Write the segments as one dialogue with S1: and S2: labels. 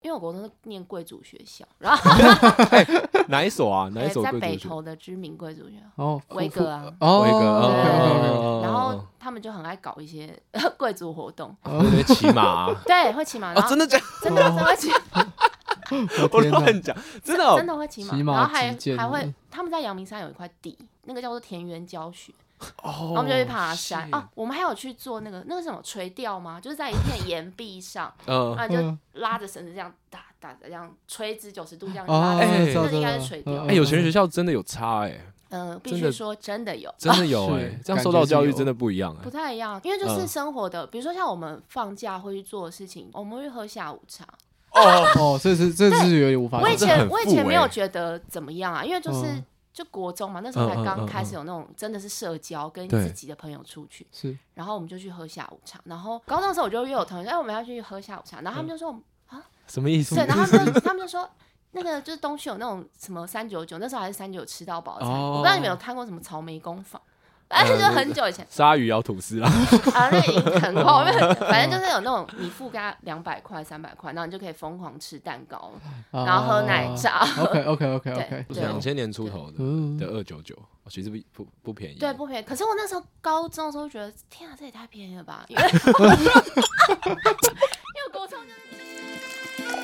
S1: 因为我国中是念贵族学校，然后
S2: 哪一所 啊？哪一
S1: 哎
S2: 所
S1: 在
S2: 贵
S1: 北
S2: 族学？
S1: 头的知名贵族学校，
S3: 哦，
S1: 维
S3: 夫
S1: 格啊，
S3: 哦，
S2: 维格
S1: 对
S2: 哦
S1: 对对对对
S2: 哦
S1: 然
S2: 哦
S1: 后他们就很爱搞一些 贵族活动，
S2: 那边哦骑马啊
S1: 对，会骑马，
S2: 哦
S1: 然，后
S2: 真的假？
S1: 真的真的会骑，
S2: 哦我
S3: 我哦天哪
S2: 乱讲， 真的哦
S1: 真的会骑马，
S3: 骑
S1: 然
S3: 马
S1: 后还
S3: 击剑
S1: 还会
S3: 的，
S1: 他们在阳明山有一块地，那个叫做田园教学，
S2: 哦
S1: 然后我们就去爬山
S2: 是
S1: 啊。我们还有去做那个那个什么垂钓吗？就是在一片岩壁 上，
S2: 嗯，
S1: 然后你就
S3: 嗯
S1: 拉着绳子这样打打这样垂直九十度这样
S3: 哦
S1: 拉着，
S2: 哎
S1: 那应该是垂钓
S3: 嗯。
S2: 哎，有钱人学校真的有差哎，
S1: 嗯，必
S2: 真
S1: 须
S2: 的
S1: 说真的有。
S2: 真的有
S3: 是
S2: 哎，这样
S3: 感
S2: 受
S3: 觉
S2: 到
S3: 是
S2: 教育
S3: 有
S2: 真的不一样哎
S1: 不。太一样，因为就是
S2: 嗯
S1: 生活的，比如说像我们放假会去做的事情，我们会喝下午茶。
S2: 哦，
S3: 哦，这是这是有点无法
S1: 我以
S2: 这
S3: 想象，
S1: 前
S2: 很
S1: 我以
S2: 富
S1: 前没有
S2: 欸
S1: 觉得怎么样啊，因为就是
S3: 嗯
S1: 就国中嘛，那时候才
S2: 嗯嗯
S1: 刚
S2: 嗯
S1: 开始有那种真的是社交，跟
S2: 对
S1: 自己的朋友出去，
S3: 是
S1: 然后我们就去喝下午茶。然后高中的时候我就约我同学，哎，我们要去喝下午茶，然后他们就说，
S2: 嗯什么意思
S1: 对，？然后他们就他们就说。那个就是东区有那种什么三九九，那时候还是三九吃到饱的餐厅，
S2: 哦嗯
S1: 我不知道你们有看过什么草莓工坊，反正就是很久以前
S2: 鲨鱼咬吐司啦，
S1: 啊，那个 已经
S3: 哦
S1: 很后面，反正就是有那种你付给他两百块、三百块，然后你就可以疯狂吃蛋糕，
S3: 啊
S1: 然后喝
S3: 哦
S1: 奶。茶，
S3: OK OK OK OK，
S1: 对
S2: 两千年出头的
S3: 嗯
S2: 的，二九九，哦其实不不不便宜。
S1: 对，不便宜。可是我那时候高中的时候觉得，天啊，这也太便宜了吧！因 为因为国中就是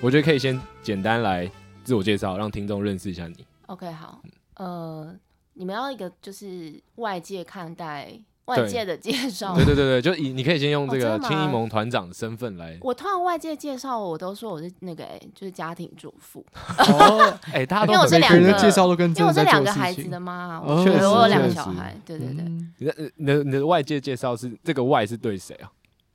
S2: 我觉得可以先简单来自我介绍，让听众认识一下你。
S1: OK 好，呃，你们要一个就是外界看待外界的介绍
S2: 对。对对对，就以你可以先用这
S1: 哦
S2: 个
S1: 真的吗
S2: 青艺盟团长的身份来。
S1: 我通常外界介绍我，我都说我是那个、欸、就是家庭主 妇，
S2: 哦，哎，大家
S1: 因为 我
S2: 都
S1: 这
S2: 很
S1: 两
S3: 每人
S1: 个
S3: 的介绍都跟
S1: 因为我
S3: 这
S1: 是
S3: 在
S1: 两
S3: 做
S1: 个
S3: 事
S1: 孩子
S3: 情
S1: 的妈，
S3: 哦
S1: 我觉得我有两个
S2: 确实
S1: 小孩，对对对，
S3: 嗯
S2: 你的你的你的外界介绍是这个外是对谁啊？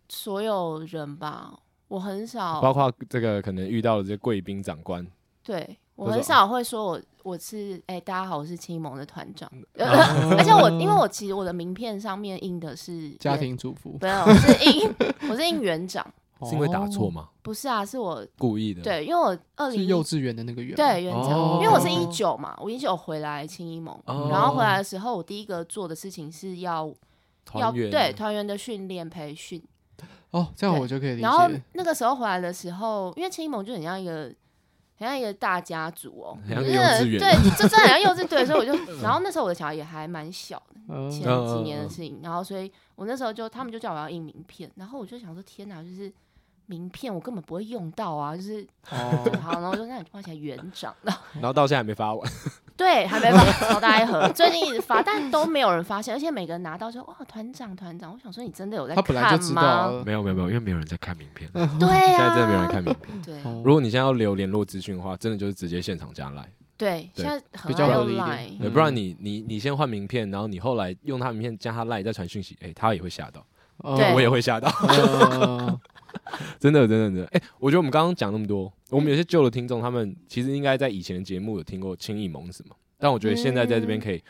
S1: 所有人吧，我很
S2: 包
S1: 少，
S2: 括这个可能遇到的这些贵宾长官，
S1: 对我
S2: 都是
S1: 很少会说我我是哎、大家好，我是青盟的团长，呃
S3: 哦
S1: 而且我因为我其实我的名片上面印的是
S3: 家
S1: 园，
S3: 庭主妇，
S1: 没有，我是印我是印园长，
S2: 是因为打错吗？
S1: 不是啊，是我
S2: 故意的？，
S1: 哦对，因为我二
S3: 哦？是
S1: 零
S3: 幼稚园的那个园，
S1: 对园长，
S2: 哦
S1: 因为我是一九嘛，我一九回来青衣盟，
S2: 哦
S1: 然后回来的时候，我第一个做的事情是要要
S2: 团员
S1: 对团员的训练培训，
S3: 哦，这样
S1: 对
S3: 我就可以理
S1: 然后
S3: 解。
S1: 那个时候回来的时候，因为青衣盟就很像一个。很像一个大家族哦，
S2: 嗯很像
S1: 就是
S2: 个幼稚
S1: 很
S2: 园
S1: 对，就真的很像幼稚对，所以我 就，然后那时候我的小孩也还蛮小的，
S3: 嗯
S1: 前
S2: 嗯
S1: 几
S2: 嗯
S1: 年的
S2: 嗯
S1: 事情，然后所以我那时候就他们就叫我要印名片，然后我就想说天哪，就是名片我根本不会用到啊，就是
S3: 哦，
S1: 好，然后我就那你画起来园长，然后
S2: 然后到现在还没发完，
S1: 对还没发超大一盒，最近一直发，但都没有人发现，而且每个人拿到就哇团长团长，我想说你真的有在
S3: 他本来就
S1: 看
S3: 知道
S1: 吗？
S3: 了。
S2: 没有没有没有，因为没有人在看名片，
S1: 对
S2: 啊
S1: 啊
S2: 现
S1: 呀、
S2: 在真的没有人看名片。
S1: 对
S3: 哦
S2: 如果你现在要留联络资讯的话，真的就是直接现场加来，
S1: 对，
S2: 对
S1: 现在很
S3: 比较
S1: 爱
S3: 合
S1: 用
S3: 理一点
S1: Line，
S2: 对，
S3: 嗯
S2: 不然你你你先换名片，然后你后来用他的名片加他赖再传讯息，哎，他也会吓到，
S3: 哦
S1: 对
S2: 我也会吓到，
S3: 嗯
S2: 真的真的真的。哎，我觉得我们刚刚讲那么多，我们有些旧的听众，他们其实应该在以前的节目有听过轻易盟什么，但我觉得现在在这边可以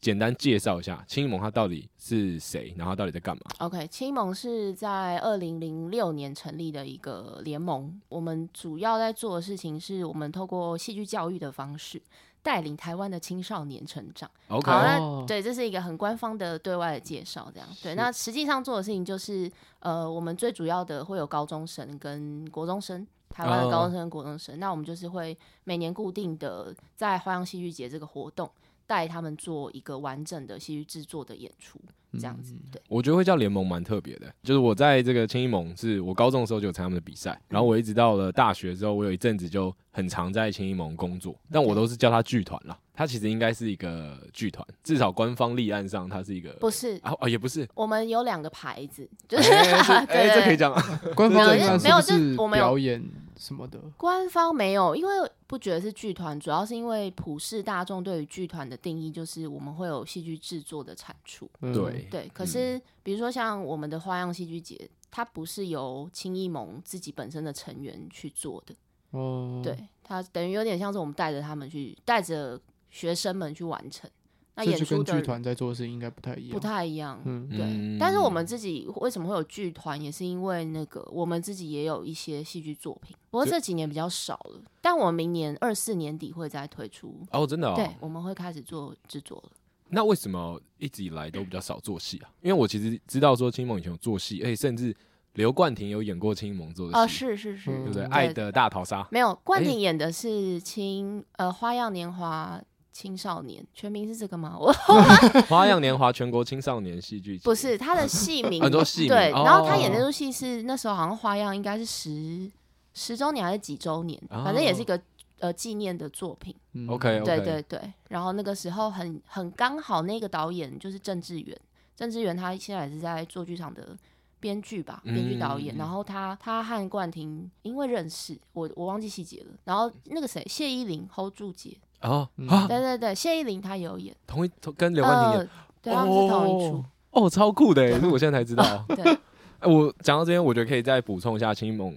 S2: 简单介绍一下轻易盟他到底是谁，然后他到底在干嘛。
S1: OK，青盟是在二零零六年成立的一个联盟。我们主要在做的事情是，我们透过戏剧教育的方式，带领台湾的青少年成长。
S2: OK，
S1: 好，啊那
S3: 哦
S1: 对，这是一个很官方的对外的介绍，这样。对，那实际上做的事情就是，呃，我们最主要的会有高中生跟国中生。台湾的
S2: 哦
S1: 高中生、跟国中生那我们就是会每年固定的在花样戏剧节这个活动，带他们做一个完整的戏剧制作的演出，这样子。对，
S2: 我觉得会叫联盟蛮特别的，就是我在这个青衣盟是我高中的时候就有参加他们的比赛，然后我一直到了大学之后，我有一阵子就很常在青衣盟工作，但我都是叫它剧团啦。它其实应该是一个剧团，至少官方立案上它是一个
S1: 不是
S2: 啊哦也不是，
S1: 我们有两个牌子，就
S2: 哎
S1: 是、
S2: 这 哎
S1: 对
S2: 这
S1: 对
S2: 可以讲啊，
S3: 官
S2: 没
S3: 方
S2: 有
S3: 的
S2: 就
S3: 看
S1: 没
S2: 是
S3: 是
S1: 有
S3: 不
S1: 就是
S3: 是
S1: 我们有
S3: 表演什么的？
S1: 官方没有，因为不觉得是剧团，主要是因为普世大众对于剧团的定义就是我们会有戏剧制作的产出，
S3: 嗯
S2: 对
S1: 对。可是比如说像我们的花样戏剧节，它不是由青艺盟自己本身的成员去做的，
S3: 哦，
S1: 对，它等于有点像是我们带着他们去，带着学生们去完成。那
S3: 这
S1: 演
S3: 就
S1: 出
S3: 跟
S1: 的
S3: 剧团在做的事应该不太一样。
S1: 不太一样。
S3: 嗯，
S1: 对，
S2: 嗯
S1: 但是我们自己为什么会有剧团，也是因为那个我们自己也有一些戏剧作品，不过
S2: 就
S1: 这几年比较少了。但我们明年二四年底会再推出，
S2: 哦，真的哦。
S1: 对，我们会开始做制作了。
S2: 那为什么一直以来都比较少做戏啊？因为我其实知道说青梦以前有做戏，而且甚至刘冠廷有演过青梦做的
S1: 哦，
S2: 戏，
S1: 是是是，
S2: 对不对？
S3: 嗯
S2: 爱的大逃杀，
S1: 没有冠
S2: 哎
S1: 廷演的是青、呃《花样年华》青少年，全名是这个吗？ 我
S2: 花样年华全国青少年戏剧节
S1: 不是他的戏 名，
S2: 很多戏名
S1: 对，
S2: 哦
S1: 然后他演那出戏是那时候好像花样应该是十十周年还是几周年，
S2: 哦
S1: 反正也是一个呃纪念的作品。
S3: 嗯
S2: OK，
S1: 对对对，然后那个时候很很刚好，那个导演就是郑志远，郑志远他现在也是在做剧场的编剧吧，编剧导演。
S2: 嗯
S1: 然后他他和冠廷因为认识，我我忘记细节了。然后那个谁，谢依霖 hold 住姐，
S2: 哦
S3: 嗯
S2: 啊，
S1: 对对对，谢依霖她也有演，
S2: 同一同跟刘冠廷
S1: 呃
S2: 演，，
S1: 对，他们是同一
S2: 哦
S1: 出，
S2: 哦，超酷的耶，是我现在才知道。
S1: 对，
S2: 哎，我讲到这边，我觉得可以再补充一下青梦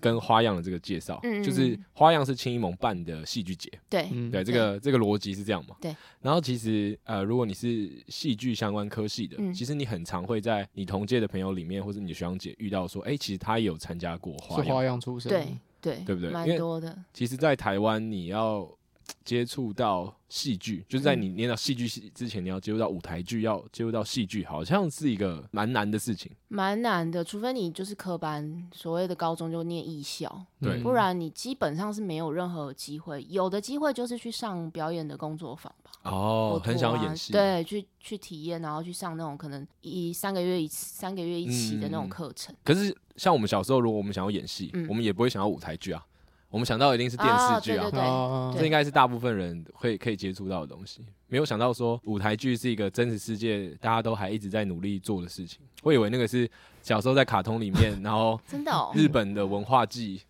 S2: 跟花样的这个介绍，
S1: 嗯嗯
S2: 就是
S1: 嗯
S2: 花样是青梦办的戏剧节，
S1: 对，
S3: 嗯
S2: 对，这个这个逻辑是这样嘛？
S1: 对。
S2: 然后其实呃，如果你是戏剧相关科系的，
S1: 嗯
S2: 其实你很常会在你同届的朋友里面，或者你的学长姐遇到说，哎、其实他也有参加过花
S3: 是花
S2: 样。
S3: 样出身，
S1: 对，对，
S2: 对不对因
S1: 蛮
S2: 为
S1: 多的，
S2: 其实，在台湾你要嘖接触到戏剧，就是在
S1: 嗯
S2: 你念到戏剧系之前，你要接触到舞台剧，要接触到戏剧，好像是一个蛮难的事情。
S1: 蛮难的，除非你就是科班，所谓的高中就念艺校，
S3: 嗯
S2: 对
S1: 不然你基本上是没有任何机会，有的机会就是去上表演的工作坊吧，
S2: 哦
S1: 佛，陀
S2: 很想
S1: 啊
S2: 要演戏。。
S1: 对，去去体验，然后去上那种可能一三个月一次、三个月一期的那
S2: 嗯
S1: 种课程，
S2: 可是像我们小时候，如果我们想要演戏，
S1: 嗯
S2: 我们也不会想要舞台剧啊，我们想到一定是电视
S1: 啊
S2: 剧啊。
S1: 对
S3: 啊，
S1: 对
S2: 这应该是大部分人会可以接触到的东西。没有想到说舞台剧是一个真实世界，大家都还一直在努力做的事情。我以为那个是小时候在卡通里面，然后
S1: 真的哦。
S2: 日本的文化祭，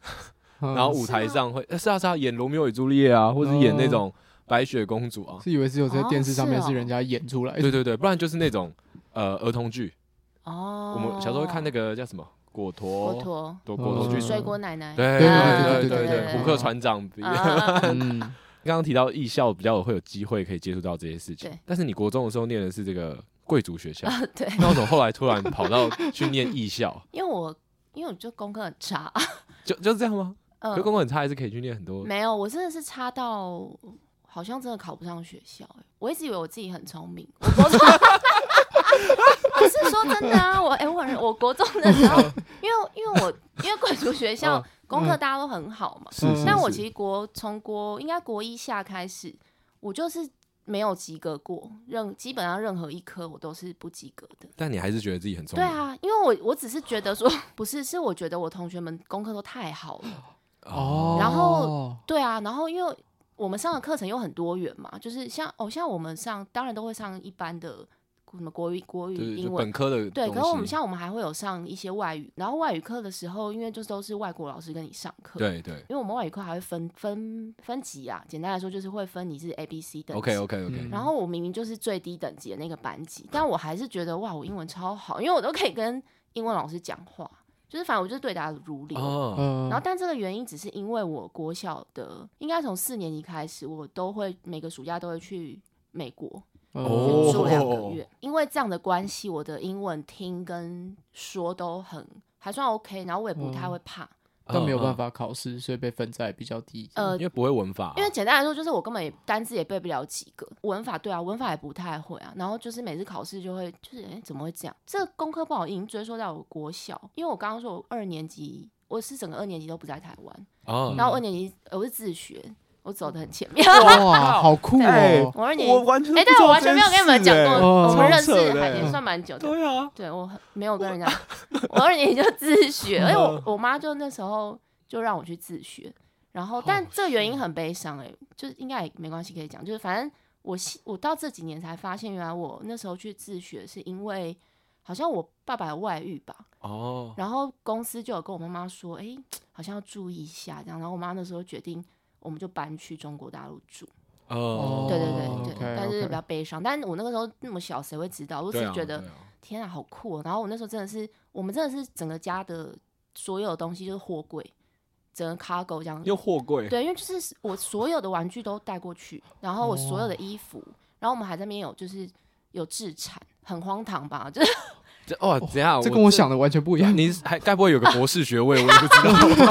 S3: 嗯
S2: 然后舞台上会呃是啊是啊演罗密欧与朱丽叶啊，或者演那种白雪公主啊，
S3: 是以为只有在
S1: 哦
S3: 电视上面
S1: 是哦
S3: 是人家演出来的，
S2: 对对对，不然就是那种呃儿童剧。
S1: 哦，
S2: 我们小时候会看那个叫什么果
S1: 佛
S2: 陀，
S1: 陀、
S2: 果果陀
S3: 嗯
S2: 剧
S1: 水
S2: 场。
S1: 果奶奶，
S2: 对
S1: 啊
S2: 对对
S1: 对
S2: 对，
S1: 对
S2: 虎克船长比
S1: 啊啊啊啊
S3: 嗯，
S2: 刚刚提到艺校比较有会有机会可以接触到这些事情
S1: 对，
S2: 但是你国中的时候念的是这个贵族学校，
S1: 对，
S2: 那为什么后来突然跑到去念 艺校？
S1: 因为我因为我就功课很差，
S2: 就就是这样吗？
S1: 嗯
S2: 可，功课很差，还是可以去念很多
S1: 没有，我真的是差到好像真的考不上学校、欸。我一直以为我自己很聪明，我国 中不是说真的啊，我哎、我很我国中的时 候，因为因为我因为贵族学校
S2: 嗯
S1: 功课大家都很好嘛，
S2: 是
S3: 嗯
S1: 但
S3: 是
S1: 我其实国从国应该国一下开始，我就是没有及格过，任基本上任何一科我都是不及格的。
S2: 但你还是觉得自己很聪
S1: 对
S2: 明。
S1: 啊，因为我我只是觉得说 不是，是我觉得我同学们功课都太好了。
S2: 哦，
S1: 然后对啊，然后因为我们上的课程又很多元嘛，就是像哦，像我们上当然都会上一般的什么国语、国
S2: 对
S1: 语、
S2: 就
S1: 英
S2: 本
S1: 文，
S2: 科的
S1: 对。
S2: 东
S1: 可是我
S2: 西
S1: 们像我们还会有上一些外语，然后外语课的时候，因为就是都是外国老师跟你上课，。
S2: 对对
S1: 因为我们外语课还会分分分级啊，简单来说就是会分你是 A、B、C 等级。
S2: ，OK OK OK，
S3: 嗯
S1: 然后我明明就是最低等级的那个班级，但我还是觉得哇，我英文超好，因为我都可以跟英文老师讲话，就是反正我就是对答如流。
S2: 哦，
S3: 嗯，
S1: 然后，但这个原因只是因为我国小的，应该从四年级开始，我都会每个暑假都会去美国
S2: 哦
S1: 去住
S3: 哦，
S1: 两个月。因为这样的关系，我的英文听跟说都很还算 OK，然后我也不
S3: 哦
S1: 太会怕。
S3: 但没有办
S2: 法，
S3: 法考试，所以被分在比较低。
S1: 呃
S2: 嗯因为不会文法啊，
S1: 因为简单来说，就是我根本也单字也背不了几个，文法对啊，文法也不太会啊。然后就是每次考试就会，就是哎、诶怎么会这样？这功课不好已经追溯到我国小，因为我刚刚说我二年级，我是整个二年级都不在台湾，
S2: 哦，
S1: 然后二年级呃我是自学，我走的很前面。
S3: 哇，好酷
S2: 哎
S3: 哦！
S1: 我二年
S2: 我
S1: 级，
S2: 完全
S1: 哎、但我完全没有跟你们讲
S3: 欸
S1: 过，我
S3: 哦
S1: 们认识
S2: 哎超扯的
S1: 还
S2: 欸
S1: 也算蛮久的。
S2: 对啊，
S1: 对我很没有跟人家，我二年级就自学，而且
S2: 嗯
S1: 我我妈就那时候就让我去自学，然后但这个原因很悲伤哎、就是应该也没关系可以讲，就是反正我希我到这几年才发现，原来我那时候去自学是因为好像我爸爸有外遇吧，
S2: 哦，
S1: 然后公司就有跟我妈妈说，哎、好像要注意一下这样，然后我妈那时候决定我们就搬去中国大陆住，
S2: 哦，
S1: 对对对对
S3: OK，
S1: 但是
S3: OK
S1: 比较悲伤，但是我那个时候那么小，谁会知道？我只
S2: 对
S1: 是
S2: 啊
S1: 觉得。
S2: 对啊
S1: 天啊，好酷、哦！然后我那时候真的是，我们真的是整个家的所有东西就是货柜，整个 cargo 这样。
S2: 用货柜，
S1: 对，因为就是我所有的玩具都带过去，然后我所有的衣服，然后我们还在那边有就是有制产，很荒唐吧？ 就是
S2: 这哦，等一下，
S3: 这跟我想的完全不一样。
S2: 你是还该不会有个博士学 位？我也不知道。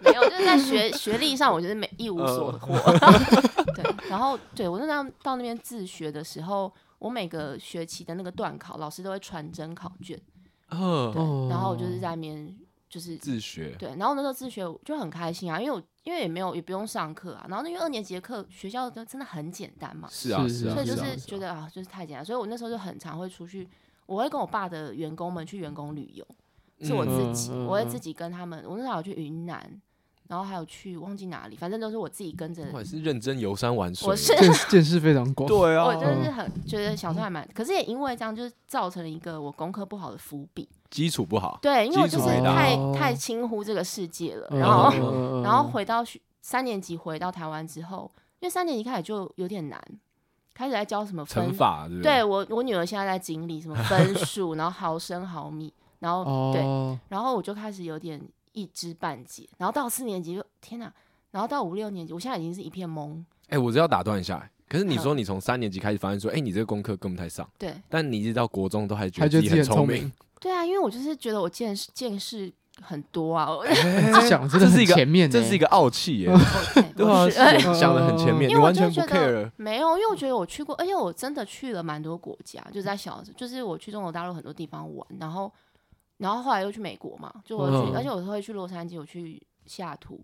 S1: 没有，就是在学学历上，我觉得没一无所获。 对，然后对我那到到那边自学的时候，我每个学期的那个段考，老师都会传真考卷，
S2: 嗯，
S1: 对，
S3: 哦
S1: 然后我就是在那边就是
S2: 自学
S1: 对，然后那时候自学我就很开心啊，因为我因为也没有也不用上课啊，然后因为二年级的课学校的真的很简单嘛，
S2: 是啊，
S3: 是
S2: 是啊，
S1: 所以就是
S2: 啊
S1: 是觉
S2: 啊
S1: 得啊，就是太简单，所以我那时候就很常会出去，我会跟我爸的员工们去员工旅游，是我自己，
S3: 嗯嗯
S1: 我会
S3: 嗯
S1: 自己跟他们，我那时候还有去云南，然后还有去忘记哪里，反正都是我自己跟着，
S2: 我也是认真游山玩水。
S1: 我是
S3: 见见识非常广。
S2: 对
S1: 我真的是
S2: 啊，
S1: 很觉得小时候还蛮，可是也因为这样，就是造成了一个我功课不好的伏笔，
S2: 基础不好，
S1: 对，因为我
S2: 基
S1: 就
S2: 础
S1: 是
S2: 没打
S1: 太
S3: 好
S1: 太轻忽这个世界了，
S3: 嗯
S1: 然后。
S2: 嗯
S1: 然后回到学三年级回到台湾之后，因为三年级开始就有点难，开始在教什么分
S2: 乘，法对不
S1: 对？我我女儿现在在经历什么分数，然后毫升毫米，然后、对，
S3: 哦，
S1: 然后我就开始有点一知半解，然后到四年级就天哪，然后到五六年级，我现在已经是一片懵，
S2: 哎，我这要打断一下。哎可是你说你从三年级开始发现说，哎，你这个功课跟不太上，
S1: 对
S2: 但你一直到国中都还觉
S3: 还
S2: 得
S3: 觉得
S2: 己
S3: 自己
S2: 很聪
S3: 很聪
S2: 明
S3: 明，，
S1: 对啊，因为我就是觉得我见识见识很多啊，我
S3: 这想真的
S2: 哎这是
S3: 很
S2: 一个
S3: 前面呢，
S2: 这是一个傲气耶，
S1: OK，
S2: 对
S1: 我
S2: 啊，
S1: 是
S2: 是想的很前面，
S1: 因
S2: 你
S1: 为我
S2: 完
S1: 就
S2: 全不
S1: 觉得
S2: care。
S1: 没有，因为我
S2: 嗯
S1: 觉得我去过，而且我真的去了蛮多国家，就在小，就是我去中国大陆很多地方玩，然后，然后后来又去美国嘛，就我去，
S2: 嗯
S1: 而且我会去洛杉矶，我去西雅图，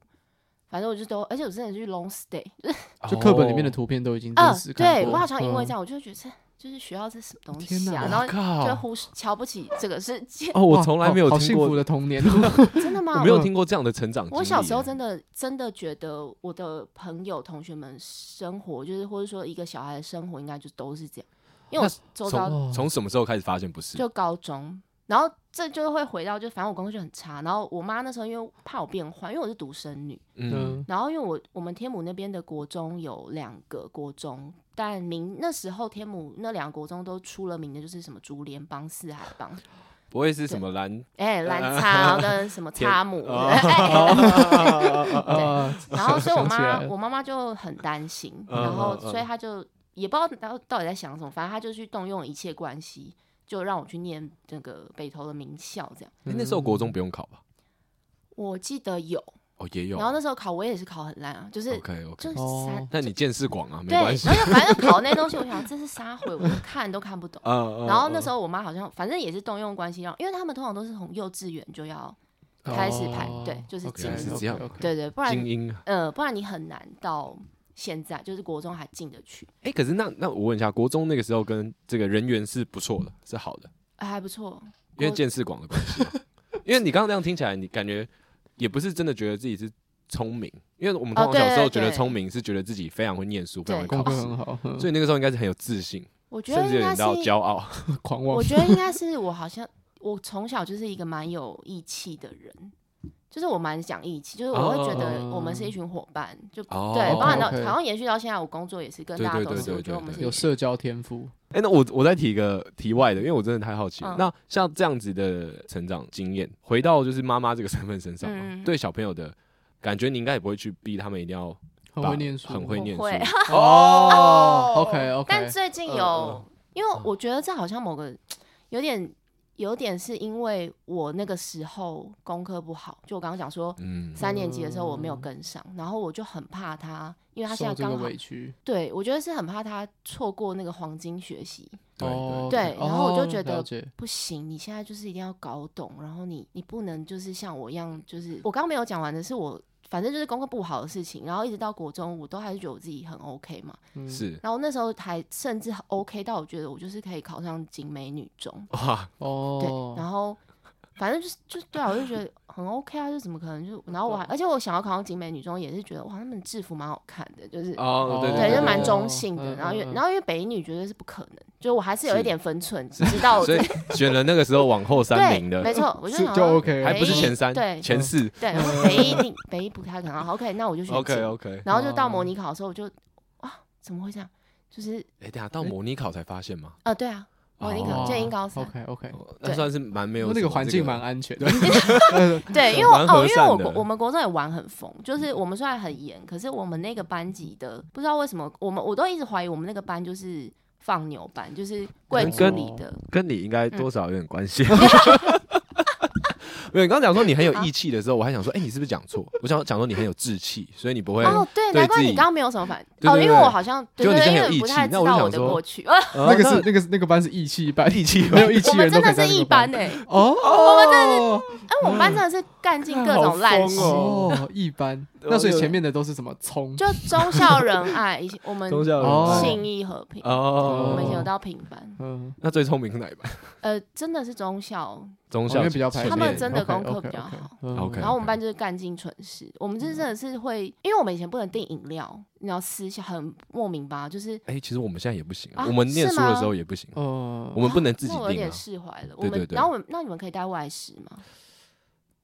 S1: 反正我就都，而且我真的去 long stay，就是
S3: 欸
S2: 哦
S3: 就课本里面的图片都已经
S1: 嗯、
S3: 真实看
S1: 对
S3: 过
S1: 我好像因为这
S3: 嗯
S1: 样，我就觉得这就是学校这什么东
S3: 天
S1: 西啊，
S3: 哪
S1: 然后就
S2: 哦靠！
S1: 忽视瞧不起这个世界，
S2: 哦，我
S3: 哇
S2: 从来没有
S3: 好好
S2: 听
S3: 幸
S2: 过
S3: 福的 童年，
S1: 真的
S2: 我
S1: 吗
S2: 没？有听过这样的成长经历耶。
S1: 我小时候真的真的觉得我的朋友同学们生活，就是或者说一个小孩的生活，应该就都是这样。因为我周遭
S3: 哦
S2: 从什么时候开始发现不是？
S1: 就高中，然后这就会回到就反正我功课就很差，然后我妈那时候因为怕我变坏，因为我是独生女，
S2: 嗯，
S3: 嗯
S1: 然后因为我我们天母那边的国中有两个国中，但名那时候天母那两个国中都出了名的就是什么竹联帮、四海帮，
S2: 不会是什么蓝？
S1: 哎、蓝叉，然后跟什么叉母，
S2: 呃 天哦
S1: 哎 对
S3: 啊，
S1: 然后，所以我
S3: 想起
S1: 妈
S3: 来，了
S1: 我妈妈就很担心，
S2: 嗯
S1: 然后
S2: 嗯嗯
S1: 所以她就也不知道到到底在想什么，反正她就去动用一切关系，就让我去念那个北投的名校。这样，
S2: 诶那时候国中不用考吧？
S1: 我记得有，
S2: 哦，也有
S1: 然。后那时候考我也是考很烂啊，就是
S2: OK OK，
S1: 就是
S3: 哦
S1: 三
S2: 那你见识广啊，没
S1: 对，然
S2: 关
S1: 后
S2: 系。
S1: 就反正考那些东 西，我想这是啥回，我看都看不懂。
S2: 嗯
S1: 然后那时
S2: 候
S1: 候我妈好像反正也是动用关系让，因为他们通常都是从幼稚园就要开始排，
S3: 哦
S1: 对，就是
S2: ，OK，
S1: 进
S2: 是
S1: 入，
S2: 这样
S1: 对对，不
S2: 精
S1: 然
S2: 英啊。
S1: 呃不然你很难到现在就是国中还进得去。
S2: 哎，可是那那我问一下，国中那个时候跟这个人缘是不错的，是好的，
S1: 哎还不错，
S2: 因为
S1: 国
S2: 见识广的关系啊。 因为你刚刚那样听起来，你感觉也不是真的觉得自己是聪明，因为我们通
S1: 哦
S2: 常
S1: 对
S2: 小时候觉
S1: 对
S2: 得
S1: 对
S2: 聪明是觉得自己非常会念书，非常
S1: 对
S2: 会
S3: 功
S2: 考
S3: 课
S2: 试，
S3: 很好，嗯
S2: 所以那个时候应该是很有自信，
S1: 我觉
S2: 甚
S1: 得
S2: 至有
S1: 应该
S2: 点
S1: 是，
S2: 到骄傲。
S3: 以 狂妄
S1: 我。觉得应该是我好像我从小就是一个蛮有义气的人，就是我蛮讲义气，就是我会觉得我们是一群伙伴，就
S2: 哦
S1: 对，包含到
S3: OK，OK
S1: 好像延续到现在，我工作也是跟
S2: 对
S1: 大家
S2: 对
S1: 都
S2: 对
S1: 是，
S2: 对
S1: 我觉
S2: 对
S1: 得我们是
S2: 对
S1: 一
S3: 有
S1: 群
S3: 社交天赋，
S2: 哎、那我我再提一个题外的，因为我真的太好奇了。
S1: 嗯
S2: 那像这样子的成长经验，回到就是妈妈这个身份身上、啊，
S1: 嗯
S2: 对小朋友的感觉，你应该也不会去逼他们一定要
S3: 很
S2: 把
S3: 会念书，
S2: 很会念书。
S1: 我会
S3: 哦。OK OK，
S1: 但最近
S2: 呃
S3: 嗯
S1: 有，因为我觉得这好像某个有点有点是因为我那个时候功课不好，就我刚刚讲说
S2: 嗯，
S1: 三年级的时候我没有跟上，然后我就很怕他，因为他现
S3: 受
S1: 在
S3: 这个
S1: 刚好
S3: 委屈，
S1: 对，我觉得是很怕他错过那个黄金学习。
S2: 对
S3: 哦
S1: 对对然后我就
S3: 哦
S1: 觉得
S3: 了解
S1: 不行，你现在就是一定要搞懂，然后你你不能就是像我一样，就是我刚刚没有讲完的是我。反正就是功课不好的事情，然后一直到国中，我都还是觉得我自己很 OK 嘛。
S3: 嗯
S2: 对是
S1: 然后那时候还甚至 OK 到我觉得我就是可以考上景美女中，
S2: 哇，
S1: 对。
S3: 哦，
S1: 然后反正就是就是对啊，我就觉得很 OK 啊，就怎么可能就然后我还而且我想要考上景美女中也是觉得哇，他们制服蛮好看的，就是
S2: 哦，对
S1: 对，
S2: 对，
S1: 就蛮中性的。
S3: 嗯
S1: 然后因为
S3: 嗯嗯
S1: 然后因为北女绝对是不可能，就我还是有
S2: 是
S1: 一点分寸，知道我
S2: 所
S1: 自
S2: 以
S1: 己
S2: 选了那个时候往后三名
S1: 对，
S2: 的
S1: 没，错，我就是想
S3: 就
S1: 说
S3: OK，嗯
S2: 还不是
S1: 北一
S2: 前三，
S1: 对
S2: 前四。
S1: 对，北一定北一不太可能。好 OK，那我就选
S2: OK
S1: 景。
S2: OK，
S1: 然后就到
S3: 哦
S1: 模拟考的时候，我就哇，怎么会这样？就是
S2: 哎、等一下到模拟考才发现吗？
S1: 啊，对啊，我已经高，就已经高三。
S3: OK OK，
S2: 哦那算是蛮没有
S3: 那
S2: 什
S3: 个
S2: 么
S3: 环境
S2: 这
S3: 蛮安全的。
S1: 对，因为我
S2: 蛮和
S1: 哦，因为我
S2: 善的
S1: 国我们国中也玩很疯，就是我们虽然很严，可是我们那个班级的不知道为什么，我们我都一直怀疑我们那个班就是放牛班，就是贵族
S2: 跟
S1: 里的，
S2: 跟你应该
S1: 嗯
S2: 多少有点关 系。 没有，你刚刚讲说你很有义气的时候，我还想说，哎、你是不是讲错？我想讲说你很有志气，所以你不会。
S1: 哦，对，
S2: 对
S1: 难怪
S2: 自
S1: 你
S2: 己
S1: 刚刚没有什么反
S2: 对
S1: 哦，
S2: 对
S1: 因为
S2: 对
S1: 我好像对
S2: 就你
S1: 对，
S2: 现在
S1: 因
S2: 很有
S1: 为
S2: 义
S1: 不
S2: 气
S1: 太知
S2: 那我就
S1: 道
S2: 想
S1: 我的
S2: 说
S1: 过 去，
S2: 呃
S3: 那个是那个是那个班是义气班，
S2: 义气吗
S3: 没有 义
S1: 我
S3: 气
S1: 们
S3: 人都
S1: 真
S3: 可
S1: 的
S3: 以在
S1: 是
S3: 那
S1: 一
S3: 个班
S1: 班。哎，
S3: 哦，我们真的
S1: 哎，我们班真的是干尽各种烂事，
S2: 好疯哦
S3: 哦，一般。那所以前面的都是什么葱？
S1: 就忠孝仁爱，以及我们
S2: 宗教人
S3: 哦
S1: 信义和平，
S2: 哦，
S1: 我们以前有到平班，
S3: 嗯，
S2: 那最聪明是哪一班？
S1: 呃，真的是忠孝，
S2: 中
S3: 哦因
S2: 校
S3: 为比较排
S1: 他们真的
S3: OK，OK，OK，
S1: 功课比较好
S3: 嗯
S2: OK
S1: 然后我们班就是干尽蠢事，我们就是真的是会，因为我们以前不能订饮料，你要私下很莫名吧，就是
S2: 哎、其实我们现在也不行、
S1: 啊
S2: 我们念
S1: 是
S2: 书
S1: 吗
S2: 的时候也不行，
S3: 哦
S2: 我们不能自己
S1: 那我有
S2: 定、
S1: 点
S2: 啊，
S1: 释怀了。我
S2: 对
S1: 们
S2: 对对
S1: 然后我们那你们可以带外食吗？